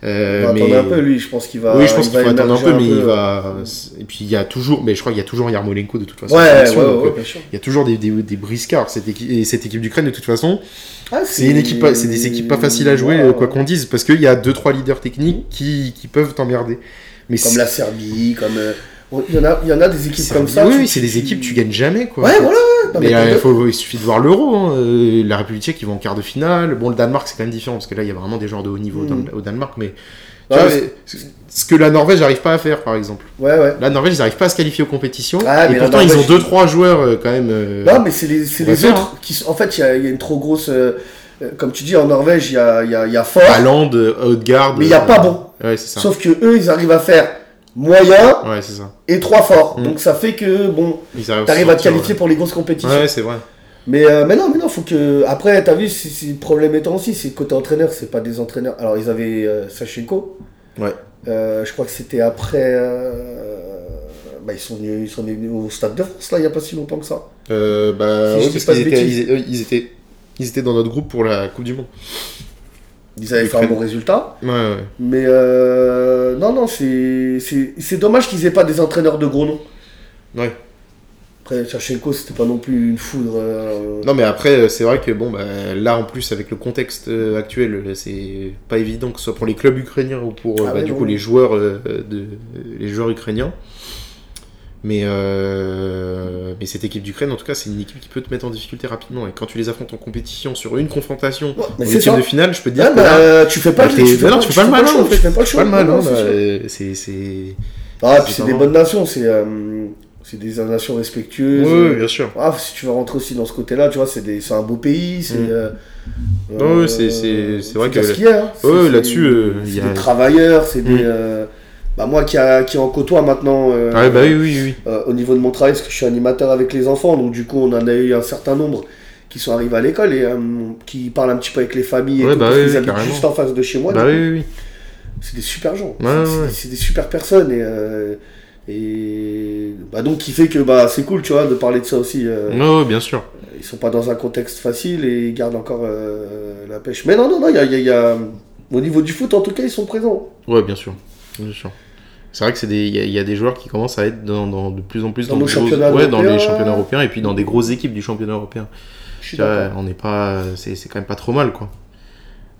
S2: On
S1: Euh,
S2: va
S1: mais-
S2: attendre un peu lui, je pense qu'il va.
S1: oui, je pense
S2: Bah, il
S1: qu'il faut attendre un
S2: émerger euh.
S1: peu, mais il va. Et puis il y a toujours, mais je crois qu'il y a toujours Yarmolenko de toute façon.
S2: Ouais,
S1: en
S2: ouais,
S1: sélection,
S2: ouais,
S1: donc, euh,
S2: bien sûr.
S1: Il y a toujours des, des, des briscards. Cette équipe, et cette équipe d'Ukraine, de toute façon,
S2: Ah,
S1: c'est une équipe, pas- c'est des équipes pas faciles à jouer,
S2: Ouais,
S1: euh,
S2: ouais.
S1: quoi qu'on dise, parce qu'il y a deux trois leaders techniques qui, qui peuvent t'emmerder. Mais
S2: Comme
S1: c'est-
S2: la Serbie, comme. euh, on- Il y, en a, il y en a des équipes
S1: c'est-
S2: comme ça.
S1: Oui,
S2: tu-
S1: oui, c'est des équipes, tu gagnes jamais, quoi.
S2: Ouais, voilà, ouais. Non,
S1: Mais,
S2: mais
S1: euh,
S2: t'as deux-
S1: faut- il suffit de voir l'euro. hein. Euh, La République tchèque, ils vont en quart de finale. Bon, le Danemark, c'est quand même différent parce que là, il y a vraiment des joueurs de haut niveau au Dan-
S2: Mhm.
S1: au Danemark. Mais tu
S2: Ouais,
S1: vois, c'est- ce que la Norvège n'arrive pas à faire, par exemple.
S2: Ouais, ouais.
S1: La Norvège, ils n'arrivent pas à se qualifier aux compétitions.
S2: Ah,
S1: et
S2: mais la
S1: pourtant, ils ont
S2: Norvège-
S1: deux trois joueurs euh, quand même. euh,
S2: Non, mais c'est les, c'est
S1: on va
S2: les
S1: faire, hein.
S2: autres qui sont- En fait, il y, a- il y a une trop grosse. euh, euh, comme tu dis, en Norvège, il y a, il y, a, il y a fort,
S1: Haaland, euh, Odegaard.
S2: mais il n'y a
S1: euh,
S2: pas bon.
S1: Ouais, c'est ça.
S2: Sauf que eux, ils arrivent à faire moyen
S1: Ouais, c'est ça.
S2: et trois forts.
S1: Mm.
S2: Donc ça fait que, bon,
S1: Ils arrivent
S2: t'arrives à te
S1: sortir,
S2: qualifier pour les grosses compétitions.
S1: Ouais, ouais c'est vrai.
S2: Mais, euh, mais non, mais non, faut que. Après, t'as vu, c'est- c'est- le problème étant aussi, c'est que côté entraîneur, c'est pas des entraîneurs. Alors, ils avaient euh, Sachenko.
S1: Ouais.
S2: Euh, je crois que c'était après. euh, Bah, ils sont venus, ils sont venus au Stade de France, là, il n'y a pas si longtemps que ça.
S1: Euh, bah,
S2: Si
S1: ouais,
S2: je dis
S1: parce
S2: pas de
S1: qu'ils étaient,
S2: bêtises.
S1: ils- euh, ils étaient, ils étaient dans notre groupe pour la Coupe du Monde.
S2: Ils avaient
S1: Ils
S2: fait un
S1: prennent-
S2: bon résultat.
S1: Ouais, ouais.
S2: Mais euh, non, non, c'est c'est- c'est dommage qu'ils aient pas des entraîneurs de gros noms.
S1: Ouais.
S2: Après, Sachenko, c'était pas non plus une foudre. euh,
S1: Non, mais après, euh, c'est vrai que bon, bah, là en plus, avec le contexte euh, actuel, euh, c'est pas évident que ce soit pour les clubs ukrainiens ou pour euh,
S2: Ah
S1: bah,
S2: ouais,
S1: du
S2: non.
S1: coup les joueurs, euh, de, les joueurs ukrainiens. Mais, euh, mais cette équipe d'Ukraine, en tout cas, c'est une équipe qui peut te mettre en difficulté rapidement. Et quand tu les affrontes en compétition sur une confrontation,
S2: Ouais, mais
S1: en
S2: c'est
S1: huitième
S2: ça.
S1: de finale, je peux te dire
S2: Ouais,
S1: que là,
S2: bah, tu fais pas
S1: bah,
S2: le
S1: t'es-
S2: tu fais
S1: bah non, tu fais pas le malin,
S2: show,
S1: en fait.
S2: tu fais pas le
S1: c'est
S2: show.
S1: pas le mal.
S2: Non,
S1: hein,
S2: c'est
S1: bah,
S2: sûr.
S1: euh, c'est c'est-
S2: Ah, puis c'est des
S1: Vraiment.
S2: bonnes nations, c'est euh, c'est des nations respectueuses.
S1: Ouais, ouais, bien sûr.
S2: Ah, si tu veux rentrer aussi dans ce côté-là, tu vois, c'est des- c'est un beau pays, c'est.
S1: Mm.
S2: euh,
S1: Ouais, ouais, c'est- c'est- c'est vrai
S2: c'est
S1: que-
S2: ce qu'il y a, hein.
S1: Ouais,
S2: C'est- c'est-
S1: là-dessus, euh, il y
S2: c'est
S1: a-
S2: des travailleurs, c'est
S1: Mm.
S2: des. euh, bah, moi qui, a, qui en côtoie maintenant euh,
S1: Ah, bah oui, oui, oui.
S2: euh, au niveau de mon travail, parce que je suis animateur avec les enfants, donc du coup, on en a eu un certain nombre qui sont arrivés à l'école et euh, qui parlent un petit peu avec les familles et
S1: Ouais,
S2: tout,
S1: bah
S2: parce
S1: oui,
S2: qu'ils
S1: oui,
S2: habitent
S1: carrément.
S2: juste en face de chez moi.
S1: Bah
S2: du
S1: oui,
S2: coup,
S1: oui, oui.
S2: c'est des super gens.
S1: Ouais,
S2: C'est- c'est
S1: ouais.
S2: des- c'est des super personnes. Et, euh, et bah donc, qui fait que bah, c'est cool, tu vois, de parler de ça aussi. euh,
S1: Ouais, ouais, bien sûr.
S2: Ils sont pas dans un contexte facile et ils gardent encore euh, la pêche. Mais non, non, non, il y a, il y a- il y a- Au niveau du foot, en tout cas, ils sont présents.
S1: Ouais, bien sûr. Bien sûr. C'est vrai que c'est des, il y, a- il y a des joueurs qui commencent à être dans, dans- de plus en plus
S2: Dans
S1: des
S2: nos
S1: grosses-
S2: championnats
S1: ouais, dans les
S2: européens.
S1: championnats européens et puis dans des grosses équipes du championnat européen.
S2: Je suis
S1: Tu vois,
S2: d'accord.
S1: on n'est pas, c'est c'est quand même pas trop mal, quoi.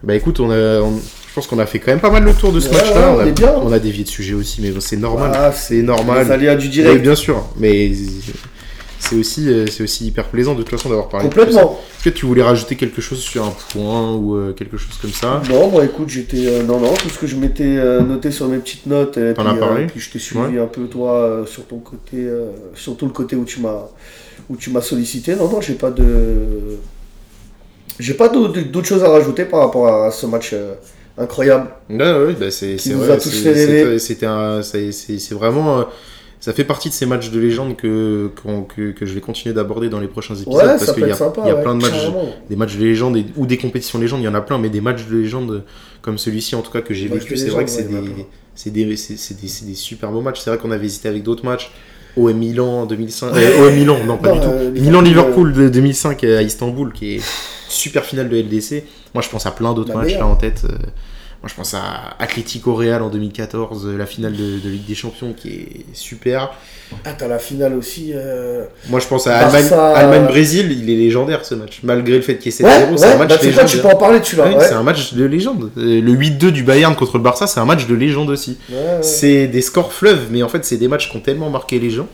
S1: Bah écoute, on a, on- je pense qu'on a fait quand même pas mal le tour de ce
S2: Ouais,
S1: match-là.
S2: ouais,
S1: on, a-
S2: on est bien.
S1: on a dévié de sujet aussi, mais c'est normal.
S2: Ah,
S1: c'est
S2: Les
S1: normal.
S2: aléas du
S1: Oui,
S2: direct.
S1: bien sûr, mais c'est aussi, euh, c'est aussi hyper plaisant de toute façon d'avoir parlé. de tout ça.
S2: Complètement.
S1: Est-ce que tu voulais rajouter quelque chose sur un point ou euh, quelque chose comme ça
S2: Non, moi, écoute, j'étais. euh, non, non, tout ce que je m'étais euh, noté sur mes petites notes. Et
S1: T'en
S2: puis,
S1: as parlé
S2: euh, puis je t'ai suivi un peu, toi, euh, sur ton côté. euh, surtout le côté où tu m'as où tu m'as sollicité. Non, non, j'ai pas de. J'ai pas d'au- d'autres choses à rajouter par rapport à ce match euh, incroyable.
S1: Non, oui, bah c'est c'est
S2: nous
S1: vrai,
S2: a tous
S1: c'est-
S2: fait
S1: c'est-
S2: rêver.
S1: C'était un, c'est c'est- c'est vraiment, euh, ça fait partie de ces matchs de légende que qu'on- que, que je vais continuer d'aborder dans les prochains épisodes
S2: Ouais,
S1: parce
S2: ça
S1: qu'il
S2: peut
S1: y a,
S2: être sympa.
S1: il y a
S2: ouais,
S1: plein de matchs.
S2: carrément.
S1: des matchs de légende et- ou des compétitions de légende, il y en a plein, mais des matchs de légende comme celui-ci, en tout cas, que j'ai
S2: Matchs
S1: vécu,
S2: de
S1: c'est vrai que c'est
S2: légende, ouais, il y en a
S1: des,
S2: plein.
S1: c'est des, c'est- c'est des, c'est des super beaux matchs. C'est vrai qu'on avait hésité avec d'autres matchs. OM Milan 2005,
S2: Ouais.
S1: euh, OM Milan, non pas
S2: Non,
S1: du tout.
S2: euh,
S1: Milan Liverpool de 2005 à Istanbul, qui est super finale de LDC. Moi, je pense à plein d'autres
S2: La
S1: matchs là
S2: meilleure.
S1: en tête. Euh, Moi, je pense à Atlético Real en 2014, euh, la finale de, de Ligue des Champions, qui est super.
S2: Ah, t'as la finale aussi. euh,
S1: Moi, je pense à
S2: Barça-
S1: Allemagne- Allemagne-Brésil. il est légendaire ce match, malgré le fait qu'il y ait 7-0. c'est un match
S2: bah, c'est ça,
S1: légendaire.
S2: tu peux en parler, tu l'as.
S1: Ouais,
S2: Ouais,
S1: C'est un match de légende. Euh, Le 8-2 du Bayern contre le Barça, c'est un match de légende aussi.
S2: Ouais, ouais.
S1: C'est des scores fleuves, mais en fait, c'est des matchs qui ont tellement marqué les gens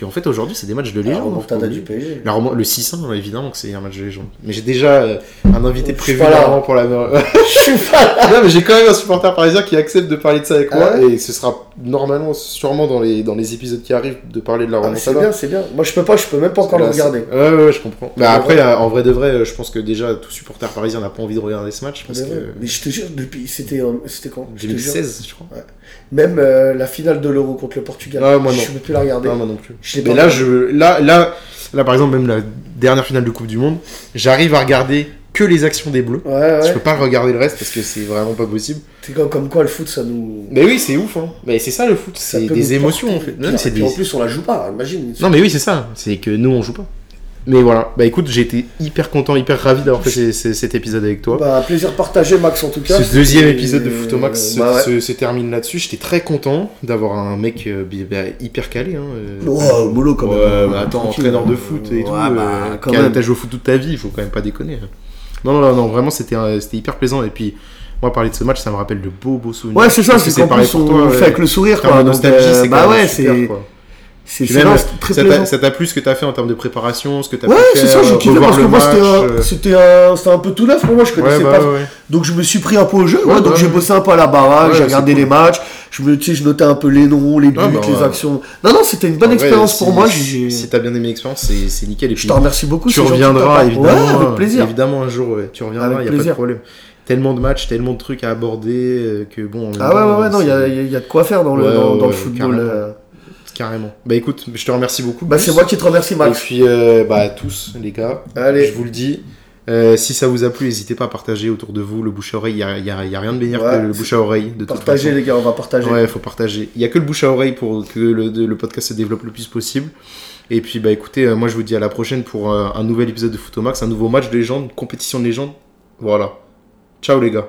S1: qu'en fait, aujourd'hui, c'est des matchs de
S2: La
S1: légende.
S2: Ah, remontada
S1: Faut-
S2: du PSG.
S1: La remon- Le 6-1, évidemment que c'est un match de légende. Mais j'ai déjà euh, un invité
S2: Je suis
S1: prévu
S2: pas là.
S1: normalement pour la. non,
S2: Je suis pas là.
S1: mais j'ai quand même un supporter parisien qui accepte de parler de ça avec
S2: Ah
S1: moi,
S2: ouais
S1: et ce sera normalement, sûrement dans les, dans les épisodes qui arrivent, de parler de la
S2: Ah, C'est
S1: remontada.
S2: bien, c'est bien. Moi, je peux pas, je peux même pas encore le
S1: Là, c'est-
S2: regarder.
S1: Ouais, ouais, je comprends. Bah,
S2: Ouais,
S1: après,
S2: ouais.
S1: euh, en vrai de vrai, euh, je pense que déjà, tout supporter parisien n'a pas envie de regarder ce match parce
S2: Mais ouais.
S1: que.
S2: Mais je te jure, depuis, c'était euh, c'était quand Je te jure.
S1: 2016, je crois.
S2: Même euh, la finale de l'Euro contre le Portugal,
S1: Ah Ouais, moi, non.
S2: je peux plus la regarder.
S1: Non, moi non plus.
S2: Je l'ai
S1: Mais
S2: Ah, pas
S1: là,
S2: regardé.
S1: je, là, là, là, par exemple, même la dernière finale de Coupe du Monde, j'arrive à regarder que les actions des Bleus.
S2: Ah Ouais,
S1: Je peux
S2: ouais.
S1: pas regarder le reste parce que c'est vraiment pas possible.
S2: C'est comme, comme quoi le foot, ça nous.
S1: Mais oui, c'est ouf. Hein. Mais c'est ça le foot,
S2: ça
S1: c'est
S2: peut
S1: des
S2: nous
S1: émotions en
S2: porter.
S1: fait. Non, mais c'est
S2: Puis
S1: des-
S2: En plus, on la joue pas, imagine.
S1: non, mais oui, c'est ça. C'est que nous, on joue pas. Mais voilà. Bah écoute, j'ai été hyper content, hyper ravi d'avoir fait ces- ces- cet épisode avec toi.
S2: Bah, plaisir partagé, Max, en tout cas.
S1: Ce deuxième
S2: Et-
S1: épisode de Footomax se,
S2: Bah, ouais.
S1: se- se termine là-dessus. J'étais très content d'avoir un mec euh, bi- bah, hyper calé. Hein, euh,
S2: Oh, mollo quand même.
S1: Ouais, bah attends,
S2: Tranquille.
S1: entraîneur de foot et
S2: Ouais,
S1: tout.
S2: bah,
S1: euh,
S2: quand
S1: qui a-
S2: même.
S1: T'as joué au foot toute ta vie, il faut quand même pas déconner. hein. Non, non, non, non, vraiment, c'était euh, c'était hyper plaisant. Et puis, moi, parler de ce match, ça me rappelle de beaux, beaux souvenirs.
S2: Ouais, c'est
S1: Je
S2: ça,
S1: pense que
S2: c'est qu'en
S1: pareil
S2: plus, on le
S1: ouais.
S2: fait avec le sourire,
S1: En termes
S2: quoi.
S1: de
S2: donc,
S1: nostalgie,
S2: euh,
S1: c'est
S2: Bah
S1: quand même
S2: ouais,
S1: super,
S2: c'est.
S1: quoi.
S2: C'est
S1: Puis
S2: c'est
S1: même,
S2: là, c'est très
S1: ça t'a-
S2: plaisant.
S1: ça t'a plu ce que t'as fait en termes de préparation, ce que t'as
S2: Ouais,
S1: pu
S2: c'est ça,
S1: faire, euh,
S2: j'ai kiffé
S1: revoir
S2: parce que
S1: le
S2: moi,
S1: match,
S2: c'était un-
S1: euh,
S2: c'était un, c'était un peu tout neuf pour moi, je connaissais
S1: Ouais, bah,
S2: pas.
S1: ouais, ouais.
S2: Donc je me suis pris un peu au jeu, ouais,
S1: Ouais,
S2: donc
S1: bah,
S2: j'ai
S1: ouais.
S2: bossé un peu à la baraque,
S1: Ouais,
S2: j'ai
S1: c'est
S2: regardé
S1: cool.
S2: les matchs, je me, tu sais, je notais un peu les noms, les buts,
S1: Ah, bah,
S2: les
S1: ouais. Ah
S2: actions. Non, non, c'était une bonne
S1: En vrai,
S2: expérience
S1: si-
S2: pour moi. j'ai-
S1: Si si t'as bien aimé l'expérience, c'est c'est nickel. Et
S2: Je
S1: puis,
S2: te remercie beaucoup.
S1: tu
S2: c'est gentil de ta
S1: reviendras
S2: part.
S1: évidemment.
S2: Ouais, avec plaisir.
S1: Évidemment un jour, ouais, tu reviendras, il
S2: Avec
S1: y a pas de
S2: plaisir.
S1: problème. Tellement de matchs, tellement de trucs à aborder euh, que bon. en même
S2: Ah ouais,
S1: temps,
S2: ouais, ouais, non, il y a,
S1: c'est-
S2: il y a de quoi faire dans le,
S1: Ouais,
S2: dans, dans
S1: ouais,
S2: le football.
S1: carrément.
S2: euh.
S1: Carrément. Bah écoute, je te remercie beaucoup.
S2: Bah,
S1: Gus.
S2: c'est moi qui te remercie,
S1: Et
S2: Max.
S1: puis euh, bah à tous les gars,
S2: Allez.
S1: je vous le dis. euh, si ça vous a plu, n'hésitez pas à partager autour de vous le bouche à oreille. Il n'y a, il y a- il y a rien de meilleur
S2: Ouais.
S1: que le bouche à oreille. De toute
S2: Partagez, les gars, on va partager.
S1: Ouais, faut partager. Il y a que le bouche à oreille pour que le, de- le podcast se développe le plus possible. Et puis, bah écoutez, euh, moi je vous dis à la prochaine pour euh, un nouvel épisode de Footomax, un nouveau match de légende, compétition de légende. Voilà. Ciao les gars.